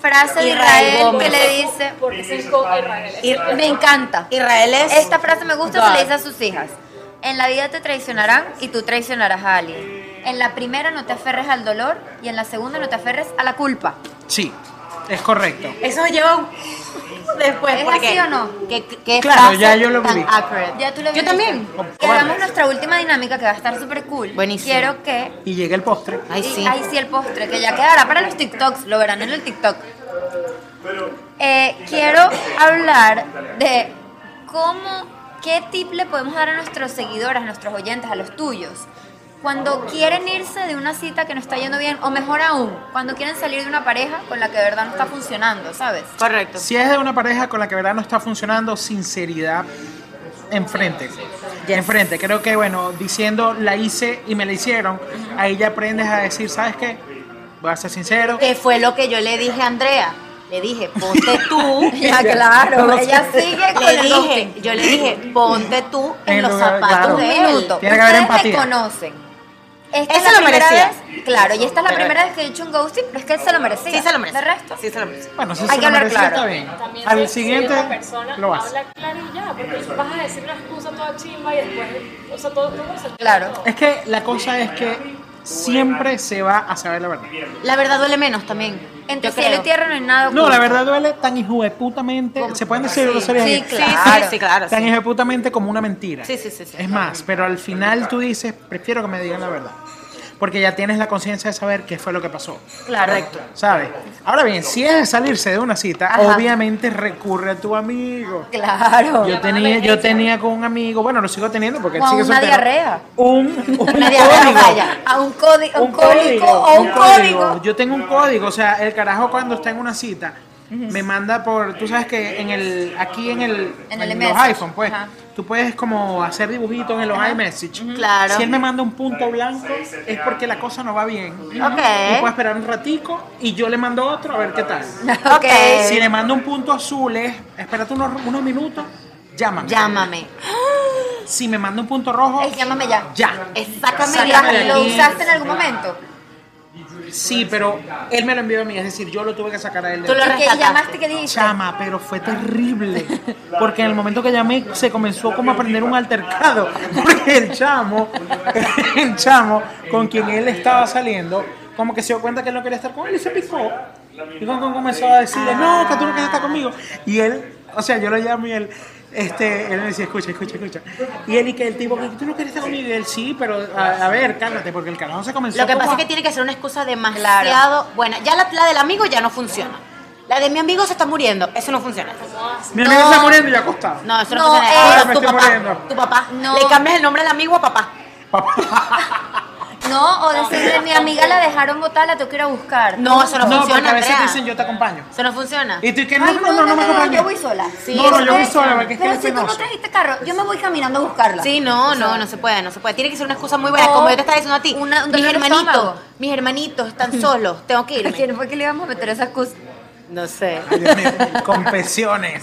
Speaker 2: Frase
Speaker 1: Israel
Speaker 2: de Israel que
Speaker 1: Gómez.
Speaker 2: le dice,
Speaker 4: Porque se encoge Israel.
Speaker 1: Y-
Speaker 2: me encanta.
Speaker 1: Israel es.
Speaker 2: Esta frase me gusta, se
Speaker 1: God.
Speaker 2: le dice a sus hijas. En la vida te traicionarán y tú traicionarás a alguien. En la primera no te aferres al dolor y en la segunda no te aferres a la culpa.
Speaker 3: Sí. Es correcto.
Speaker 1: Eso lleva un... después.
Speaker 2: ¿Es
Speaker 1: porque-
Speaker 2: así o no?
Speaker 1: ¿Qué, qué
Speaker 3: Claro,
Speaker 1: frase
Speaker 3: ya yo lo
Speaker 1: tan
Speaker 3: viví.
Speaker 1: accurate?
Speaker 2: Ya tú lo
Speaker 1: Yo
Speaker 2: viste.
Speaker 1: también.
Speaker 2: Y hagamos nuestra última dinámica que va a estar súper cool.
Speaker 1: Buenísimo.
Speaker 2: Quiero que.
Speaker 3: Y llega el postre.
Speaker 1: Ay,
Speaker 2: y-
Speaker 1: sí.
Speaker 2: Ay, sí, el postre, que ya quedará para los TikToks, lo verán en el TikTok. Eh, quiero hablar de cómo, qué tip le podemos dar a nuestros seguidores, a nuestros oyentes, a los tuyos. Cuando quieren irse de una cita que no está yendo bien, o mejor aún, cuando quieren salir de una pareja con la que de verdad no está funcionando, ¿sabes?
Speaker 1: Correcto.
Speaker 3: Si es de una pareja con la que verdad no está funcionando, sinceridad enfrente. Enfrente. Creo que, bueno, diciendo la hice y me la hicieron, ahí ya aprendes a decir, ¿sabes qué? Voy a ser sincero.
Speaker 1: Que fue lo que yo le dije a Andrea. Le dije, ponte tú.
Speaker 2: Ya, claro, ella sigue con
Speaker 1: le
Speaker 2: el ghosting.
Speaker 1: dije, yo le dije, ponte tú en
Speaker 3: En
Speaker 1: los
Speaker 3: lugar-
Speaker 1: zapatos
Speaker 3: claro.
Speaker 2: un
Speaker 1: de él.
Speaker 2: minuto.
Speaker 3: Tiene que haber
Speaker 2: Ustedes me
Speaker 3: empatía.
Speaker 2: conocen. Esta
Speaker 1: Él se
Speaker 2: es la
Speaker 1: lo
Speaker 2: primera
Speaker 1: merecía.
Speaker 2: vez- claro, y esta es la primera vez que he hecho un ghosting, pero es que él se lo merecía.
Speaker 1: Sí se lo merece.
Speaker 2: De resto.
Speaker 1: Sí se lo merece.
Speaker 3: Bueno, si
Speaker 2: Hay
Speaker 3: se
Speaker 2: que
Speaker 3: lo
Speaker 2: hablar
Speaker 3: merece,
Speaker 2: claro.
Speaker 3: está bien.
Speaker 4: También
Speaker 3: Al
Speaker 4: si-
Speaker 3: siguiente
Speaker 4: si una persona
Speaker 3: lo hace.
Speaker 4: habla claro y ya, porque vas a decir una excusa toda chimba y después, o sea, todo, todo se
Speaker 2: Claro.
Speaker 4: todo.
Speaker 3: Es que la cosa es que siempre se va a saber la verdad.
Speaker 1: La verdad duele menos también.
Speaker 2: Entre
Speaker 1: Yo
Speaker 2: cielo
Speaker 1: creo.
Speaker 2: y tierra no hay nada
Speaker 3: No,
Speaker 2: oculto.
Speaker 3: la verdad duele tan hijueputamente. ¿Se pueden decir groserías?
Speaker 2: Sí,
Speaker 1: Sí,
Speaker 3: aquí?
Speaker 2: Claro.
Speaker 1: sí, sí, claro.
Speaker 3: Tan
Speaker 1: sí.
Speaker 3: hijueputamente como una mentira.
Speaker 1: Sí, sí, sí, sí.
Speaker 3: Es más, pero al final tú dices, prefiero que me digan la verdad. Porque ya tienes la conciencia de saber qué fue lo que pasó.
Speaker 1: Claro.
Speaker 3: ¿Sabes? Ahora bien, si es de salirse de una cita,
Speaker 2: Ajá.
Speaker 3: obviamente recurre a tu amigo.
Speaker 2: Claro.
Speaker 3: Yo tenía, yo tenía con un amigo, bueno, lo sigo teniendo porque él
Speaker 2: O a
Speaker 3: sigue
Speaker 2: una
Speaker 3: soltero.
Speaker 2: diarrea.
Speaker 3: Un,
Speaker 2: [laughs]
Speaker 3: un
Speaker 1: Una diarrea
Speaker 3: código.
Speaker 1: vaya.
Speaker 2: A un, código, un código o
Speaker 3: un
Speaker 2: un código.
Speaker 3: Yo tengo un código, o sea, el carajo cuando está en una cita me manda por, tú sabes que en el aquí en el
Speaker 2: En el
Speaker 3: los
Speaker 2: iMessage,
Speaker 3: iPhone, pues,
Speaker 2: ajá.
Speaker 3: tú puedes como hacer dibujitos en los iMessage.
Speaker 1: Claro.
Speaker 3: Si él me manda un punto blanco es porque la cosa no va bien.
Speaker 1: Ok.
Speaker 3: Y puedo esperar un ratico y yo le mando otro a ver qué
Speaker 2: [laughs]
Speaker 3: tal.
Speaker 1: Ok.
Speaker 3: Si le mando un punto azul es, espérate unos, unos minutos, llámame.
Speaker 1: Llámame.
Speaker 3: Si me manda un punto rojo,
Speaker 2: Es llámame ya.
Speaker 3: ya.
Speaker 1: Exactamente.
Speaker 2: Sácame
Speaker 3: Sácame
Speaker 2: ya.
Speaker 3: de
Speaker 2: ¿Lo
Speaker 3: aquí.
Speaker 2: usaste en algún momento?
Speaker 3: Sí, pero él me lo envió a mí, es decir, yo lo tuve que sacar a él. de
Speaker 1: Tú
Speaker 2: ¿Y
Speaker 1: lo
Speaker 2: qué- y
Speaker 1: rescataste.
Speaker 2: llamaste y qué dijiste?
Speaker 3: Chama, pero fue terrible. Porque en el momento que llamé se comenzó como a prender un altercado. Porque el chamo, [laughs] el chamo con quien él estaba saliendo, como que se dio cuenta que él no quería estar con él y se picó. Y con- con- comenzó a decirle, no, que tú no quieres estar conmigo. Y él, o sea, yo lo llamo y él, este, él me decía, escucha, escucha, escucha. Y él y que el tipo, que tú no quieres estar conmigo. Y él, sí, pero a, a ver, cálmate, porque el carajo se comenzó
Speaker 1: Lo que
Speaker 3: como
Speaker 1: pasa
Speaker 3: a-
Speaker 1: es que tiene que ser una excusa demasiado buena. Ya la, la del amigo ya no funciona. La de mi amigo se está muriendo. Eso no funciona.
Speaker 3: Mi amigo
Speaker 2: No.
Speaker 3: está muriendo y yo acostado.
Speaker 1: No, eso no,
Speaker 2: No,
Speaker 1: funciona.
Speaker 2: eh,
Speaker 1: Ahora
Speaker 2: Ahora
Speaker 3: me
Speaker 1: tu
Speaker 3: estoy
Speaker 1: papá.
Speaker 3: muriendo.
Speaker 1: Tu papá.
Speaker 2: No.
Speaker 1: Le cambias el nombre del amigo a papá.
Speaker 2: No, o decirle, mi amiga la dejaron botar, la tengo que ir a buscar.
Speaker 1: No, eso no,
Speaker 3: No, porque
Speaker 1: funciona.
Speaker 3: a veces
Speaker 1: Andrea.
Speaker 3: dicen yo te acompaño.
Speaker 1: Eso no funciona.
Speaker 3: Y tú que no,
Speaker 2: Ay,
Speaker 3: no, no, no, me acompañes.
Speaker 2: yo voy sola.
Speaker 1: Sí, No, no,
Speaker 3: yo voy
Speaker 2: Ustedes-
Speaker 3: sola, porque es que
Speaker 2: Pero
Speaker 3: es
Speaker 2: si tú no
Speaker 3: penoso.
Speaker 2: trajiste carro, yo me voy caminando a buscarla.
Speaker 1: Sí, no, no, no se puede, no se puede. Tiene que ser una excusa muy buena,
Speaker 2: O
Speaker 1: como yo te estaba diciendo a ti.
Speaker 2: una- un
Speaker 1: mis
Speaker 2: dolor de
Speaker 1: hermanitos,
Speaker 2: estómago.
Speaker 1: mis hermanitos están solos, tengo que [laughs]
Speaker 2: ¿A
Speaker 1: irme.
Speaker 2: quién fue que le íbamos a meter esa excusa?
Speaker 1: No [laughs] sé.
Speaker 3: Ay, Dios mío, Confesiones.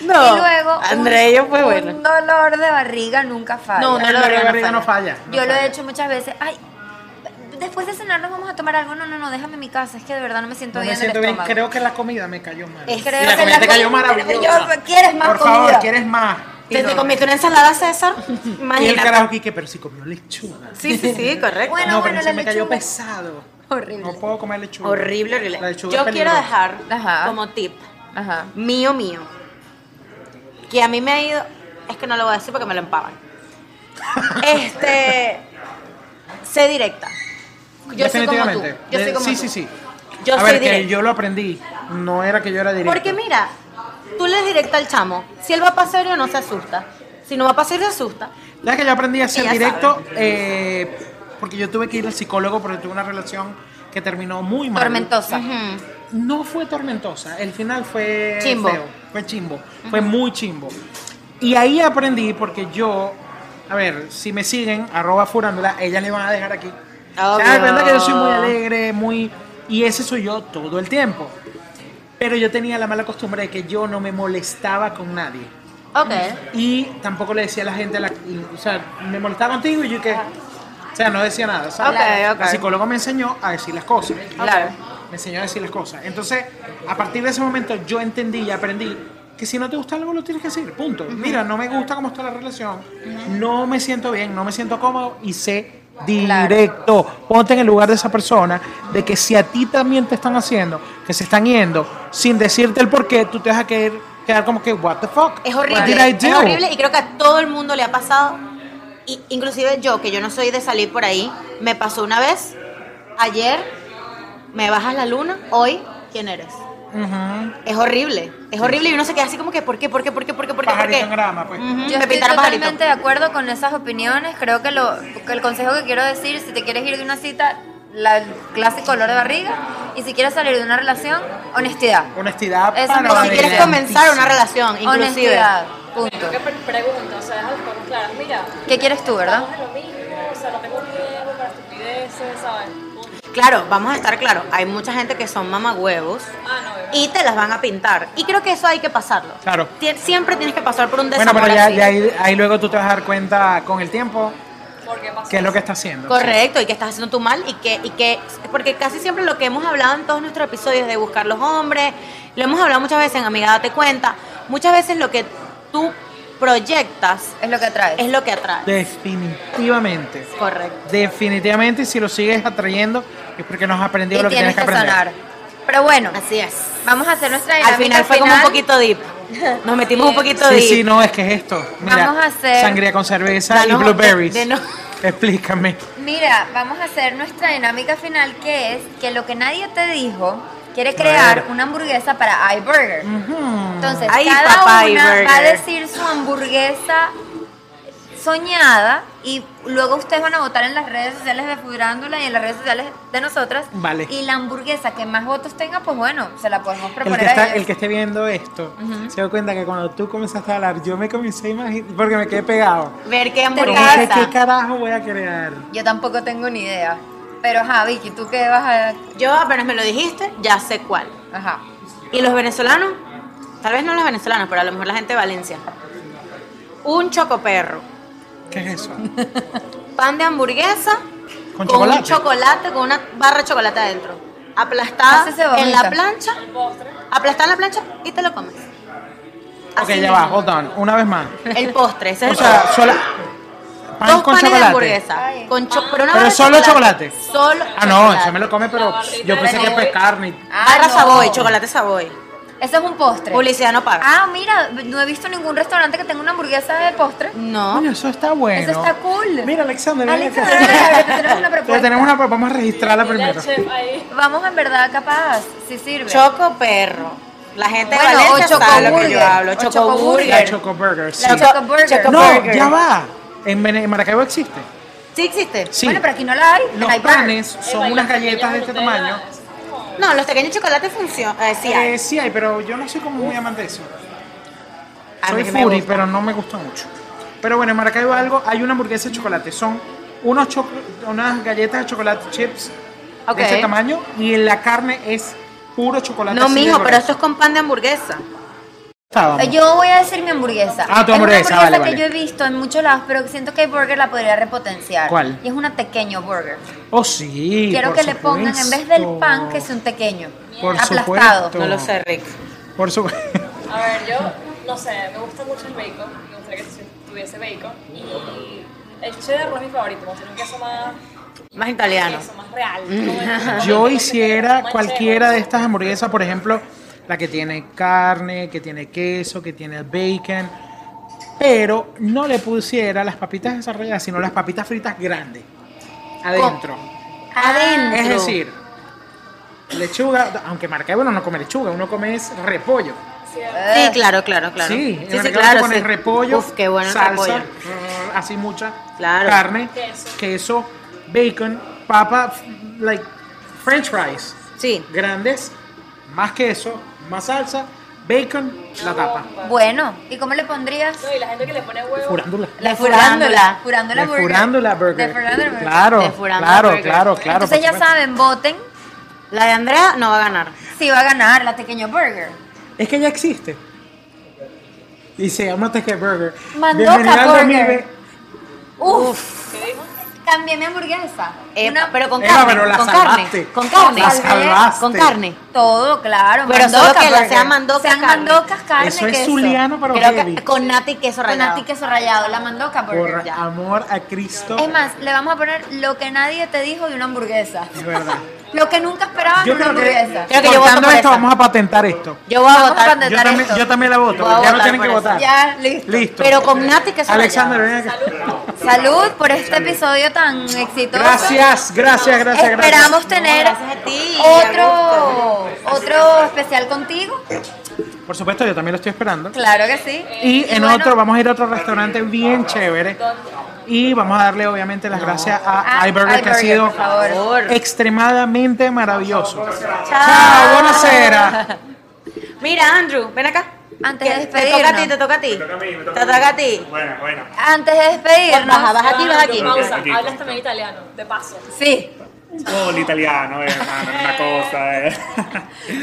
Speaker 1: No.
Speaker 2: y luego. un-
Speaker 1: Andrea y yo fue
Speaker 2: Un
Speaker 1: bueno.
Speaker 2: dolor de barriga nunca falla.
Speaker 1: No, no.
Speaker 3: El dolor de barriga no falla. no
Speaker 2: Yo lo he
Speaker 3: falla.
Speaker 2: hecho muchas veces. Ay, después de cenar nos vamos a tomar algo. No, no, no, déjame en mi casa. Es que de verdad no me siento
Speaker 3: No me
Speaker 2: bien.
Speaker 3: siento
Speaker 2: del
Speaker 3: bien.
Speaker 2: estómago.
Speaker 3: Creo que la comida me cayó mal.
Speaker 2: Es-
Speaker 3: Y
Speaker 2: creo
Speaker 3: la
Speaker 2: que
Speaker 3: comida
Speaker 2: la
Speaker 3: te cayó
Speaker 2: comida-
Speaker 3: maravillosa.
Speaker 2: Yo- ¿quieres más
Speaker 3: Por
Speaker 2: comida?
Speaker 3: favor, ¿quieres más? Y
Speaker 1: ¿Te, te
Speaker 3: no.
Speaker 1: comiste una ensalada, [laughs] César?
Speaker 3: Y el
Speaker 1: Imagínate.
Speaker 3: carajo que pero si comió lechuga.
Speaker 1: Sí, sí, sí, correcto.
Speaker 2: Bueno,
Speaker 3: no,
Speaker 2: bueno,
Speaker 3: pero
Speaker 2: la
Speaker 3: se me cayó
Speaker 2: lechuga.
Speaker 3: pesado.
Speaker 2: Horrible.
Speaker 3: No puedo comer lechuga.
Speaker 1: Horrible, horrible.
Speaker 3: La lechuga
Speaker 1: Yo
Speaker 3: es
Speaker 1: quiero
Speaker 3: peligrosa.
Speaker 1: dejar
Speaker 2: Ajá.
Speaker 1: como tip
Speaker 2: Ajá.
Speaker 1: mío, mío, que a mí me ha ido, es que no lo voy a decir porque me lo empavan. Este, sé directa. Yo soy como tú.
Speaker 3: Definitivamente.
Speaker 1: Yo soy
Speaker 3: Eh,
Speaker 1: como
Speaker 3: sí,
Speaker 1: tú.
Speaker 3: sí, sí.
Speaker 1: Yo
Speaker 3: a
Speaker 1: soy
Speaker 3: ver, que
Speaker 1: directa.
Speaker 3: yo lo aprendí. No era que yo era directo.
Speaker 1: Porque mira, tú le directa al chamo. Si él va a pasar no se asusta. Si no va a pasar se asusta.
Speaker 3: La que yo aprendí a hacer
Speaker 1: Ella
Speaker 3: directo, eh, porque yo tuve que ir al psicólogo porque tuve una relación que terminó muy mal.
Speaker 2: Tormentosa.
Speaker 3: No fue tormentosa, el final fue
Speaker 1: Chimbo.
Speaker 3: feo, fue chimbo, fue muy chimbo. Y ahí aprendí porque yo, a ver, si me siguen, arroba furándola, ellas le van a dejar aquí. Se
Speaker 1: Obvio.
Speaker 3: dan cuenta que yo soy muy alegre, muy... Y ese soy yo todo el tiempo. Pero yo tenía la mala costumbre de que yo no me molestaba con nadie.
Speaker 1: Ok.
Speaker 3: Y tampoco le decía a la gente, la- y- o sea, me molestaba contigo y yo que... O sea, no decía nada, ¿sabes?
Speaker 1: Ok, ok.
Speaker 3: La psicóloga me enseñó a decir las cosas.
Speaker 1: Claro.
Speaker 3: Me enseñó a decir las cosas. Entonces, a partir de ese momento yo entendí y aprendí que si no te gusta algo lo tienes que decir, punto. Mira, no me gusta cómo está la relación, no me siento bien, no me siento cómodo y sé directo. Ponte en el lugar de esa persona, de que si a ti también te están haciendo, que se están yendo, sin decirte el por qué, tú te vas a quedar, quedar como que, what the fuck?
Speaker 1: Es
Speaker 3: What did I
Speaker 1: horrible.
Speaker 3: do?"
Speaker 1: Es horrible y creo que a todo el mundo le ha pasado. Y, inclusive yo, que yo no soy de salir por ahí, me pasó una vez, ayer, me bajas la luna, hoy, ¿quién eres?
Speaker 3: Ujú.
Speaker 1: Es horrible, es horrible y uno se queda así como que, ¿por qué? ¿Por qué? ¿Por qué? ¿Por qué? ¿Por qué? ¿Por
Speaker 3: Pajarito
Speaker 1: qué?
Speaker 3: en grama, pues.
Speaker 1: Ujú,
Speaker 2: Yo
Speaker 1: me
Speaker 2: estoy
Speaker 1: pintaron pajarito.
Speaker 2: totalmente de acuerdo con esas opiniones. Creo que, lo, que el consejo que quiero decir, si te quieres ir de una cita, la el clásico olor de barriga. Y si quieres salir de una relación, honestidad.
Speaker 3: Honestidad,
Speaker 2: Eso me-
Speaker 1: O si quieres
Speaker 2: Honestidad.
Speaker 1: comenzar una relación, inclusive.
Speaker 2: Honestidad.
Speaker 4: Creo
Speaker 2: Punto.
Speaker 4: que pre- pregunto, o sea, deja las cosas claras. Mira,
Speaker 2: ¿Qué quieres tú, verdad?
Speaker 4: estamos en lo mismo, o sea, no tengo miedo para estupideces, ¿sabes? Punto.
Speaker 1: Claro, vamos a estar claros, hay mucha gente que son mamagüevos
Speaker 4: Ah, no, bebé.
Speaker 1: y te las van a pintar. Y creo que eso hay que pasarlo.
Speaker 3: Claro.
Speaker 1: Tien- siempre tienes que pasar por un
Speaker 3: Bueno,
Speaker 1: desamor
Speaker 3: pero ya,
Speaker 1: así.
Speaker 3: ya ahí, ahí luego tú te vas a dar cuenta con el tiempo
Speaker 4: ¿Por qué pasó?
Speaker 3: qué es lo que está haciendo.
Speaker 1: Correcto, y que estás haciendo tú mal y que, y que, porque casi siempre lo que hemos hablado en todos nuestros episodios de buscar los hombres, lo hemos hablado muchas veces en Amiga Date Cuenta, muchas veces lo que tú proyectas
Speaker 2: Es lo que atraes.
Speaker 1: es lo que atrae.
Speaker 3: Definitivamente.
Speaker 1: Correcto.
Speaker 3: Definitivamente, y si lo sigues atrayendo, es porque nos has aprendido
Speaker 2: y
Speaker 3: lo que tienes
Speaker 2: tienes
Speaker 3: que
Speaker 2: que
Speaker 3: aprender.
Speaker 2: sanar. Pero bueno,
Speaker 1: Así es.
Speaker 2: vamos a hacer nuestra
Speaker 1: Al
Speaker 2: dinámica.
Speaker 1: final fue como un poquito deep. Nos metimos un poquito
Speaker 3: Sí,
Speaker 1: deep.
Speaker 3: sí, no, es que es esto. Mira,
Speaker 2: Vamos a hacer-
Speaker 3: Sangría con cerveza
Speaker 1: Danos-
Speaker 3: y blueberries.
Speaker 1: de- denos-
Speaker 3: Explícame.
Speaker 2: Mira, vamos a hacer nuestra dinámica final que es que lo que nadie te dijo quiere crear
Speaker 3: ver.
Speaker 2: una hamburguesa para iBurger. Entonces,
Speaker 1: Ay,
Speaker 2: cada
Speaker 1: papá,
Speaker 2: una
Speaker 1: iBurger.
Speaker 2: va a decir su hamburguesa soñada y luego ustedes van a votar en las redes sociales de Fudrándula y en las redes sociales de nosotras.
Speaker 3: Vale.
Speaker 2: Y la hamburguesa que más votos tenga, pues bueno, se la podemos
Speaker 3: El
Speaker 2: proponer
Speaker 3: que,
Speaker 2: a
Speaker 3: está,
Speaker 2: ellos.
Speaker 3: el que esté viendo esto se da cuenta que cuando tú comenzaste a hablar, yo me comencé a imaginar, porque me quedé pegado.
Speaker 1: Ver qué
Speaker 2: Te
Speaker 3: Como
Speaker 1: hamburguesa.
Speaker 3: que,
Speaker 2: pasa?
Speaker 3: ¿Qué carajo voy a crear?
Speaker 2: Yo tampoco tengo ni idea. Pero ajá, Vicky, ¿tú qué vas a...?
Speaker 1: Yo apenas me lo dijiste, ya sé cuál.
Speaker 2: Ajá.
Speaker 1: ¿Y los venezolanos? Tal vez no los venezolanos, pero a lo mejor la gente de Valencia. Un chocoperro.
Speaker 3: ¿Qué es eso?
Speaker 1: pan de hamburguesa
Speaker 3: Con
Speaker 1: un
Speaker 3: chocolate.
Speaker 1: chocolate, con una barra de chocolate adentro.
Speaker 2: Así se
Speaker 1: Aplastada
Speaker 2: vomita.
Speaker 1: en la plancha, aplastada en la plancha y te lo comes.
Speaker 3: ok,
Speaker 1: Así
Speaker 3: ya va,
Speaker 1: mismo.
Speaker 3: hold on, una vez más.
Speaker 1: El postre, ese es
Speaker 3: O
Speaker 1: el
Speaker 3: sea,
Speaker 1: postre.
Speaker 3: solo. Pan
Speaker 1: Dos
Speaker 3: con
Speaker 1: panes de
Speaker 3: chocolate.
Speaker 1: hamburguesa.
Speaker 2: Ay. Ah.
Speaker 1: Con cho- pero una
Speaker 3: Pero
Speaker 1: barra de
Speaker 3: solo chocolate.
Speaker 1: Solo
Speaker 3: Ah, no,
Speaker 1: chocolate.
Speaker 3: eso me lo come, pero
Speaker 4: La barrita
Speaker 3: yo
Speaker 4: de
Speaker 3: pensé que
Speaker 4: Savoy.
Speaker 3: es carne.
Speaker 2: Ah,
Speaker 1: Barra
Speaker 2: no.
Speaker 1: Savoy, chocolate Savoy.
Speaker 2: Eso es un postre.
Speaker 1: Publicidad no paga.
Speaker 2: Ah, mira, no he visto ningún restaurante que tenga una hamburguesa de postre.
Speaker 1: No.
Speaker 3: Coño, eso está bueno.
Speaker 2: Eso está cool.
Speaker 3: Mira, Alexander, ven acá.
Speaker 2: Alexander, este. ven
Speaker 3: [laughs]
Speaker 2: acá, que tenemos una propuesta.
Speaker 3: Ya tenemos una propuesta. Vamos a registrarla
Speaker 4: Mira el
Speaker 3: primero.
Speaker 4: chef ahí.
Speaker 2: Vamos en verdad capaz, si sirve.
Speaker 1: Choco perro. La gente
Speaker 2: Bueno,
Speaker 1: de Valencia
Speaker 2: o
Speaker 1: sabe lo que
Speaker 2: chocoburger,
Speaker 1: yo hablo.
Speaker 2: o
Speaker 1: Choco
Speaker 2: chocoburger.
Speaker 3: La
Speaker 1: burger.
Speaker 3: Choco Burger. sí.
Speaker 1: La
Speaker 2: Choco burger.
Speaker 1: Choco
Speaker 3: No,
Speaker 1: burger.
Speaker 3: ya va. En, Vene- en Maracaibo existe.
Speaker 1: ¿Sí existe?
Speaker 3: Sí.
Speaker 2: Bueno, pero aquí no la hay.
Speaker 3: Los
Speaker 2: hay bar.
Speaker 3: panes son
Speaker 4: Eh,
Speaker 3: unas
Speaker 4: la
Speaker 3: galletas de
Speaker 4: pequeña
Speaker 3: este
Speaker 4: Nutella,
Speaker 3: tamaño.
Speaker 4: es
Speaker 1: No, los pequeños chocolates funcionan. Eh, sí hay.
Speaker 3: Eh, sí hay, pero yo no soy como muy amante de eso.
Speaker 1: A
Speaker 3: Soy
Speaker 1: mí me
Speaker 3: furi,
Speaker 1: gusta.
Speaker 3: pero no me gusta mucho. Pero bueno, en Maracaibo algo, hay una hamburguesa de chocolate. Son unos cho- unas galletas de chocolate chips
Speaker 1: Ok.
Speaker 3: de este tamaño y la carne es puro chocolate.
Speaker 1: No,
Speaker 3: así de
Speaker 1: mijo, pero
Speaker 3: grueso.
Speaker 1: esto es con pan de hamburguesa.
Speaker 3: Estábamos.
Speaker 2: Eh, Yo voy a decir mi hamburguesa.
Speaker 3: Ah, tu
Speaker 2: Es
Speaker 3: hamburguesa,
Speaker 2: una
Speaker 3: vale,
Speaker 2: hamburguesa que
Speaker 3: vale.
Speaker 2: yo he visto en muchos lados, pero siento que Burger la podría repotenciar.
Speaker 3: ¿Cuál?
Speaker 2: Y es una pequeño burger.
Speaker 3: Oh, sí.
Speaker 2: Quiero
Speaker 3: por
Speaker 2: que le pongan en vez del
Speaker 3: supuesto.
Speaker 2: pan que sea un pequeño.
Speaker 3: Por
Speaker 2: aplastado.
Speaker 3: supuesto.
Speaker 1: No lo sé, Rick.
Speaker 3: Por su...
Speaker 4: A ver, yo, no sé, me gusta mucho el bacon. Me gustaría que tu- tuviese bacon. Y el cheddar no es mi favorito, me gustaría un queso más...
Speaker 1: Más italiano.
Speaker 4: Queso más real. como el-
Speaker 3: Mm. Yo
Speaker 4: como el-
Speaker 3: hiciera
Speaker 4: como el
Speaker 3: cualquiera de
Speaker 4: cheddar.
Speaker 3: estas hamburguesas, por ejemplo, la que tiene carne, que tiene queso, que tiene bacon, pero no le pusiera las papitas desarrolladas, sino las papitas fritas grandes adentro.
Speaker 2: Ah,
Speaker 1: Adentro.
Speaker 3: Es decir, lechuga, aunque marca, bueno, no come lechuga, uno come es repollo.
Speaker 1: Sí, claro, claro, claro.
Speaker 3: Sí,
Speaker 1: sí,
Speaker 3: en
Speaker 1: sí,
Speaker 3: sí,
Speaker 1: claro.
Speaker 3: con
Speaker 1: sí.
Speaker 3: el repollo,
Speaker 1: Uf, qué bueno el
Speaker 3: salsa,
Speaker 1: repollo.
Speaker 3: rrr, así mucha
Speaker 1: Claro.
Speaker 3: carne,
Speaker 4: Queso.
Speaker 3: queso. bacon, papa, f- like french fries
Speaker 1: Sí.
Speaker 3: grandes, más queso, más salsa, bacon, la tapa.
Speaker 2: Bueno, ¿y cómo le pondrías?
Speaker 4: No, y la gente que le pone huevo...
Speaker 3: Furándula.
Speaker 1: La furándula.
Speaker 2: Furándula
Speaker 3: De
Speaker 2: burger.
Speaker 3: furándula burger.
Speaker 2: De furándula burger.
Speaker 3: Claro,
Speaker 1: De furándula
Speaker 3: claro,
Speaker 1: burger.
Speaker 3: claro, claro.
Speaker 2: Entonces
Speaker 3: por
Speaker 2: ya
Speaker 3: supuesto.
Speaker 2: saben, voten
Speaker 1: La de Andrea no va a ganar.
Speaker 2: si va a ganar la pequeño burger.
Speaker 3: Es que ya existe. Y se llama Teque Burger.
Speaker 2: Mandoca
Speaker 3: Bienvenido al
Speaker 2: Burger.
Speaker 3: 2020.
Speaker 2: Uf.
Speaker 4: ¿Qué dijo?
Speaker 2: Cambié mi hamburguesa.
Speaker 1: Epa,
Speaker 2: Una-
Speaker 1: Eh, pero con
Speaker 3: Eva,
Speaker 1: carne,
Speaker 3: pero la
Speaker 1: con
Speaker 3: salvaste.
Speaker 1: carne, con carne,
Speaker 2: La
Speaker 3: salvaste.
Speaker 1: con carne.
Speaker 2: Todo, claro.
Speaker 1: Pero solo que la
Speaker 2: burger.
Speaker 1: sea mandoca,
Speaker 2: Sean
Speaker 1: carne.
Speaker 2: mandocas, carne,
Speaker 3: Eso es
Speaker 2: queso.
Speaker 3: Zuliano, pero
Speaker 1: Creo que
Speaker 3: heavy.
Speaker 1: con nata y queso
Speaker 2: Con
Speaker 1: rallado.
Speaker 2: nati queso rallado, la mandoca burger.
Speaker 3: Por
Speaker 2: ya.
Speaker 3: amor a Cristo.
Speaker 2: Es más, le vamos a poner lo que nadie te dijo de una hamburguesa.
Speaker 3: Es
Speaker 2: [laughs]
Speaker 3: verdad.
Speaker 2: Lo que nunca esperaban de
Speaker 3: Yo
Speaker 2: una
Speaker 3: creo
Speaker 2: hamburguesa.
Speaker 1: Creo
Speaker 3: que
Speaker 1: que yo voto
Speaker 3: cortando
Speaker 1: por
Speaker 3: esto
Speaker 1: esa.
Speaker 3: vamos a patentar esto.
Speaker 1: Yo voy a
Speaker 2: Vamos a
Speaker 1: votar,
Speaker 2: patentar
Speaker 3: Yo también,
Speaker 2: esto.
Speaker 3: yo también la voto.
Speaker 1: Voy a
Speaker 3: Ya no
Speaker 1: votar
Speaker 3: tienen
Speaker 1: por
Speaker 3: que
Speaker 1: eso.
Speaker 3: votar.
Speaker 2: Ya, listo.
Speaker 3: Listo.
Speaker 1: pero con nata y queso
Speaker 3: Alexander, eh.
Speaker 1: rallado.
Speaker 3: ven acá.
Speaker 2: Salud por este episodio tan exitoso.
Speaker 3: Gracias, gracias, gracias, gracias.
Speaker 2: Esperamos tener
Speaker 1: gracias a ti,
Speaker 2: otro, otro especial contigo.
Speaker 3: Por supuesto, yo también lo estoy esperando.
Speaker 2: Claro que sí.
Speaker 3: Y en
Speaker 2: bueno,
Speaker 3: otro, vamos a ir a otro restaurante bien chévere. Y vamos a darle, obviamente, las gracias a
Speaker 2: Ah,
Speaker 3: iBurger, que ha
Speaker 2: iBurger,
Speaker 3: sido
Speaker 2: por favor.
Speaker 3: extremadamente maravilloso. Chao, buenas ceras.
Speaker 1: Mira, Andrew, ven acá.
Speaker 2: Antes de
Speaker 1: Que Te toca a ti, te toca a ti.
Speaker 2: despedirnos.
Speaker 6: Me toca a mí, me
Speaker 1: Te toca a ti.
Speaker 6: Bueno, bueno.
Speaker 2: Antes de despedirnos.
Speaker 1: Baja, baja aquí, baja aquí.
Speaker 4: Pausa,
Speaker 6: Aquí.
Speaker 4: hablas también italiano, de paso.
Speaker 2: Sí.
Speaker 6: Oh, el italiano, eh, hermano, es una cosa. eh.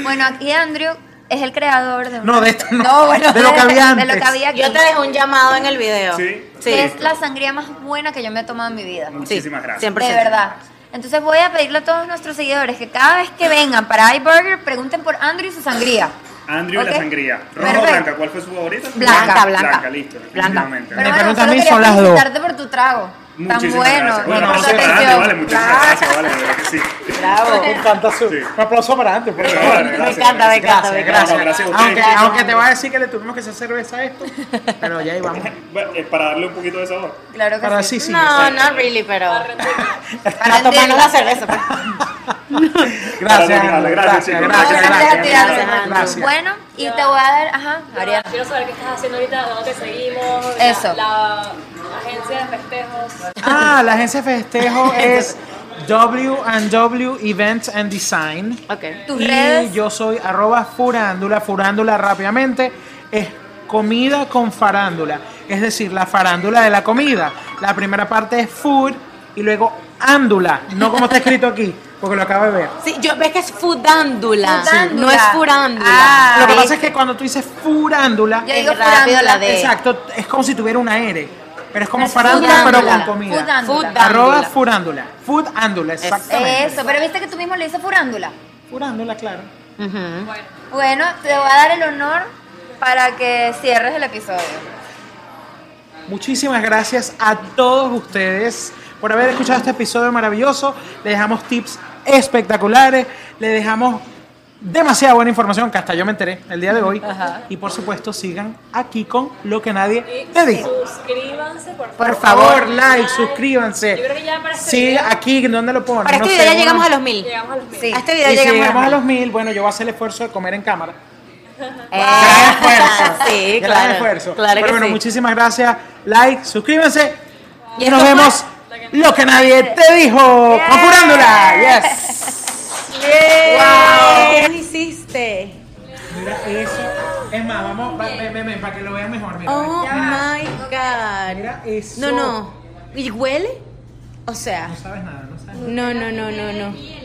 Speaker 2: Bueno, aquí Andrew es el creador de un-
Speaker 3: No, de esto no.
Speaker 2: No, bueno,
Speaker 3: de lo que había
Speaker 2: de
Speaker 3: antes.
Speaker 2: lo que había aquí.
Speaker 1: Yo te dejo un llamado en el video.
Speaker 6: Sí.
Speaker 1: Sí.
Speaker 2: Que es la sangría más buena que yo me he tomado en mi vida.
Speaker 1: Sí,
Speaker 6: Muchísimas gracias.
Speaker 1: 100%.
Speaker 2: De verdad. Entonces voy a pedirle a todos nuestros seguidores que cada vez que vengan para iBurger pregunten por Andrew y su sangría.
Speaker 6: Andrew y
Speaker 2: ¿Ok?
Speaker 6: la sangría. Roja
Speaker 2: Perfecto.
Speaker 6: o blanca, ¿cuál fue su favorita?
Speaker 2: Blanca,
Speaker 1: blanca.
Speaker 6: Blanca, listo.
Speaker 1: Blanca.
Speaker 6: definitivamente.
Speaker 2: Pero
Speaker 3: Me
Speaker 2: bueno,
Speaker 3: preguntan a
Speaker 2: solo
Speaker 3: mí,
Speaker 2: quería
Speaker 3: son las dos.
Speaker 2: felicitarte por tu trago. Tan
Speaker 6: Muchísimas
Speaker 2: bueno.
Speaker 6: gracias.
Speaker 3: Bueno,
Speaker 2: por tu
Speaker 3: vamos a
Speaker 6: aplauso para Andy,
Speaker 2: atención.
Speaker 6: vale, muchísimas gracias, vale, de verdad que sí.
Speaker 1: [laughs] Bravo.
Speaker 3: Me encanta su.
Speaker 6: Sí.
Speaker 3: Un aplauso para antes. por
Speaker 6: Por
Speaker 3: favor.
Speaker 6: favor,
Speaker 1: Me
Speaker 6: gracias,
Speaker 1: encanta, me encanta, me
Speaker 3: Gracias,
Speaker 1: encanta.
Speaker 6: No, gracias a ustedes.
Speaker 3: Aunque,
Speaker 1: Gracias.
Speaker 3: aunque te voy a decir que le tuvimos que hacer cerveza a esto, pero ya ahí vamos.
Speaker 6: Bueno, eh, Para darle un poquito de sabor.
Speaker 2: Claro que
Speaker 3: Para
Speaker 2: sí.
Speaker 3: sí, sí.
Speaker 1: No, no really, pero para
Speaker 2: Para
Speaker 1: tomarnos la
Speaker 2: rendirla.
Speaker 1: cerveza. pues.
Speaker 3: Gracias,
Speaker 6: Para terminarla,
Speaker 3: Andrew,
Speaker 6: gracias,
Speaker 3: gracias,
Speaker 6: chicos.
Speaker 3: gracias,
Speaker 2: Gracias a ti,
Speaker 3: gracias,
Speaker 2: Andrew.
Speaker 3: gracias.
Speaker 2: Bueno, y te voy a dar, ajá,
Speaker 4: Ariana,
Speaker 2: Ariana.
Speaker 4: quiero saber qué estás haciendo ahorita, dónde te seguimos, la-
Speaker 2: Eso.
Speaker 4: la agencia de festejos.
Speaker 3: Ah, la agencia de
Speaker 2: [laughs]
Speaker 3: festejo es W&W Events and Design.
Speaker 1: Ok.
Speaker 2: Tus
Speaker 3: y
Speaker 2: redes.
Speaker 3: yo soy arroba furándula, furándula rápidamente. Es comida con farándula. Es decir, la farándula de la comida. La primera parte es food y luego ándula. No como está escrito aquí, porque lo acabo de ver.
Speaker 1: Sí, yo ves que es fudándula,
Speaker 2: Fudándula.
Speaker 1: no es furándula.
Speaker 2: Ah,
Speaker 3: Lo que pasa
Speaker 2: ¿viste?
Speaker 3: es que cuando tú dices furándula,
Speaker 2: Yo digo
Speaker 1: rápido la
Speaker 2: furándula,
Speaker 1: de
Speaker 3: exacto, es como si tuviera una R. Pero es como
Speaker 2: Es
Speaker 3: farándula, pero con
Speaker 2: furándula,
Speaker 3: comida.
Speaker 2: furándula.
Speaker 1: fudándula.
Speaker 3: Arroba furándula. Foodándula, exactamente.
Speaker 2: Eso, pero viste que tú mismo le dices furándula.
Speaker 3: Furándula, claro.
Speaker 1: Ujú.
Speaker 2: Bueno, te voy a dar el honor para que cierres el episodio.
Speaker 3: Muchísimas gracias a todos ustedes por haber escuchado este episodio maravilloso. Les dejamos tips espectaculares, les dejamos demasiada buena información que hasta yo me enteré el día de hoy. Y por supuesto, sigan aquí con lo que nadie te
Speaker 4: Y
Speaker 3: dijo.
Speaker 4: suscríbanse, por favor.
Speaker 3: Por favor, like, suscríbanse.
Speaker 4: Yo creo que ya para este
Speaker 3: Sí,
Speaker 4: video
Speaker 3: aquí, ¿dónde lo ponen?
Speaker 1: Para este
Speaker 3: No
Speaker 1: video
Speaker 3: sé,
Speaker 1: ya llegamos a
Speaker 3: bueno.
Speaker 1: los mil.
Speaker 4: Llegamos a los mil.
Speaker 1: A este video
Speaker 3: Y si
Speaker 1: llegamos,
Speaker 3: llegamos a
Speaker 1: mil.
Speaker 3: los mil, bueno, yo voy a hacer el esfuerzo de comer
Speaker 1: [laughs]
Speaker 3: en cámara.
Speaker 1: Eh,
Speaker 3: Gran esfuerzo.
Speaker 1: Sí,
Speaker 3: gran
Speaker 1: claro.
Speaker 3: esfuerzo.
Speaker 1: Claro que
Speaker 3: Pero bueno,
Speaker 1: sí.
Speaker 3: muchísimas gracias. Like, suscríbanse.
Speaker 1: Y
Speaker 3: Y nos
Speaker 1: esto
Speaker 3: vemos lo que nadie te dijo.
Speaker 2: Yeah.
Speaker 3: Conjurándola.
Speaker 1: [laughs]
Speaker 3: Yes.
Speaker 1: Wow. ¡Eh! ¿Qué nos hiciste?
Speaker 3: Mira eso. Es más, vamos, va- ven, ven, ven, para que lo vean mejor. Mira,
Speaker 1: Oh
Speaker 3: ven.
Speaker 1: my god.
Speaker 3: Mira eso.
Speaker 1: No, no. ¿Y huele? O sea,
Speaker 3: No sabes nada, no sabes nada.
Speaker 1: no, no, no, no, no.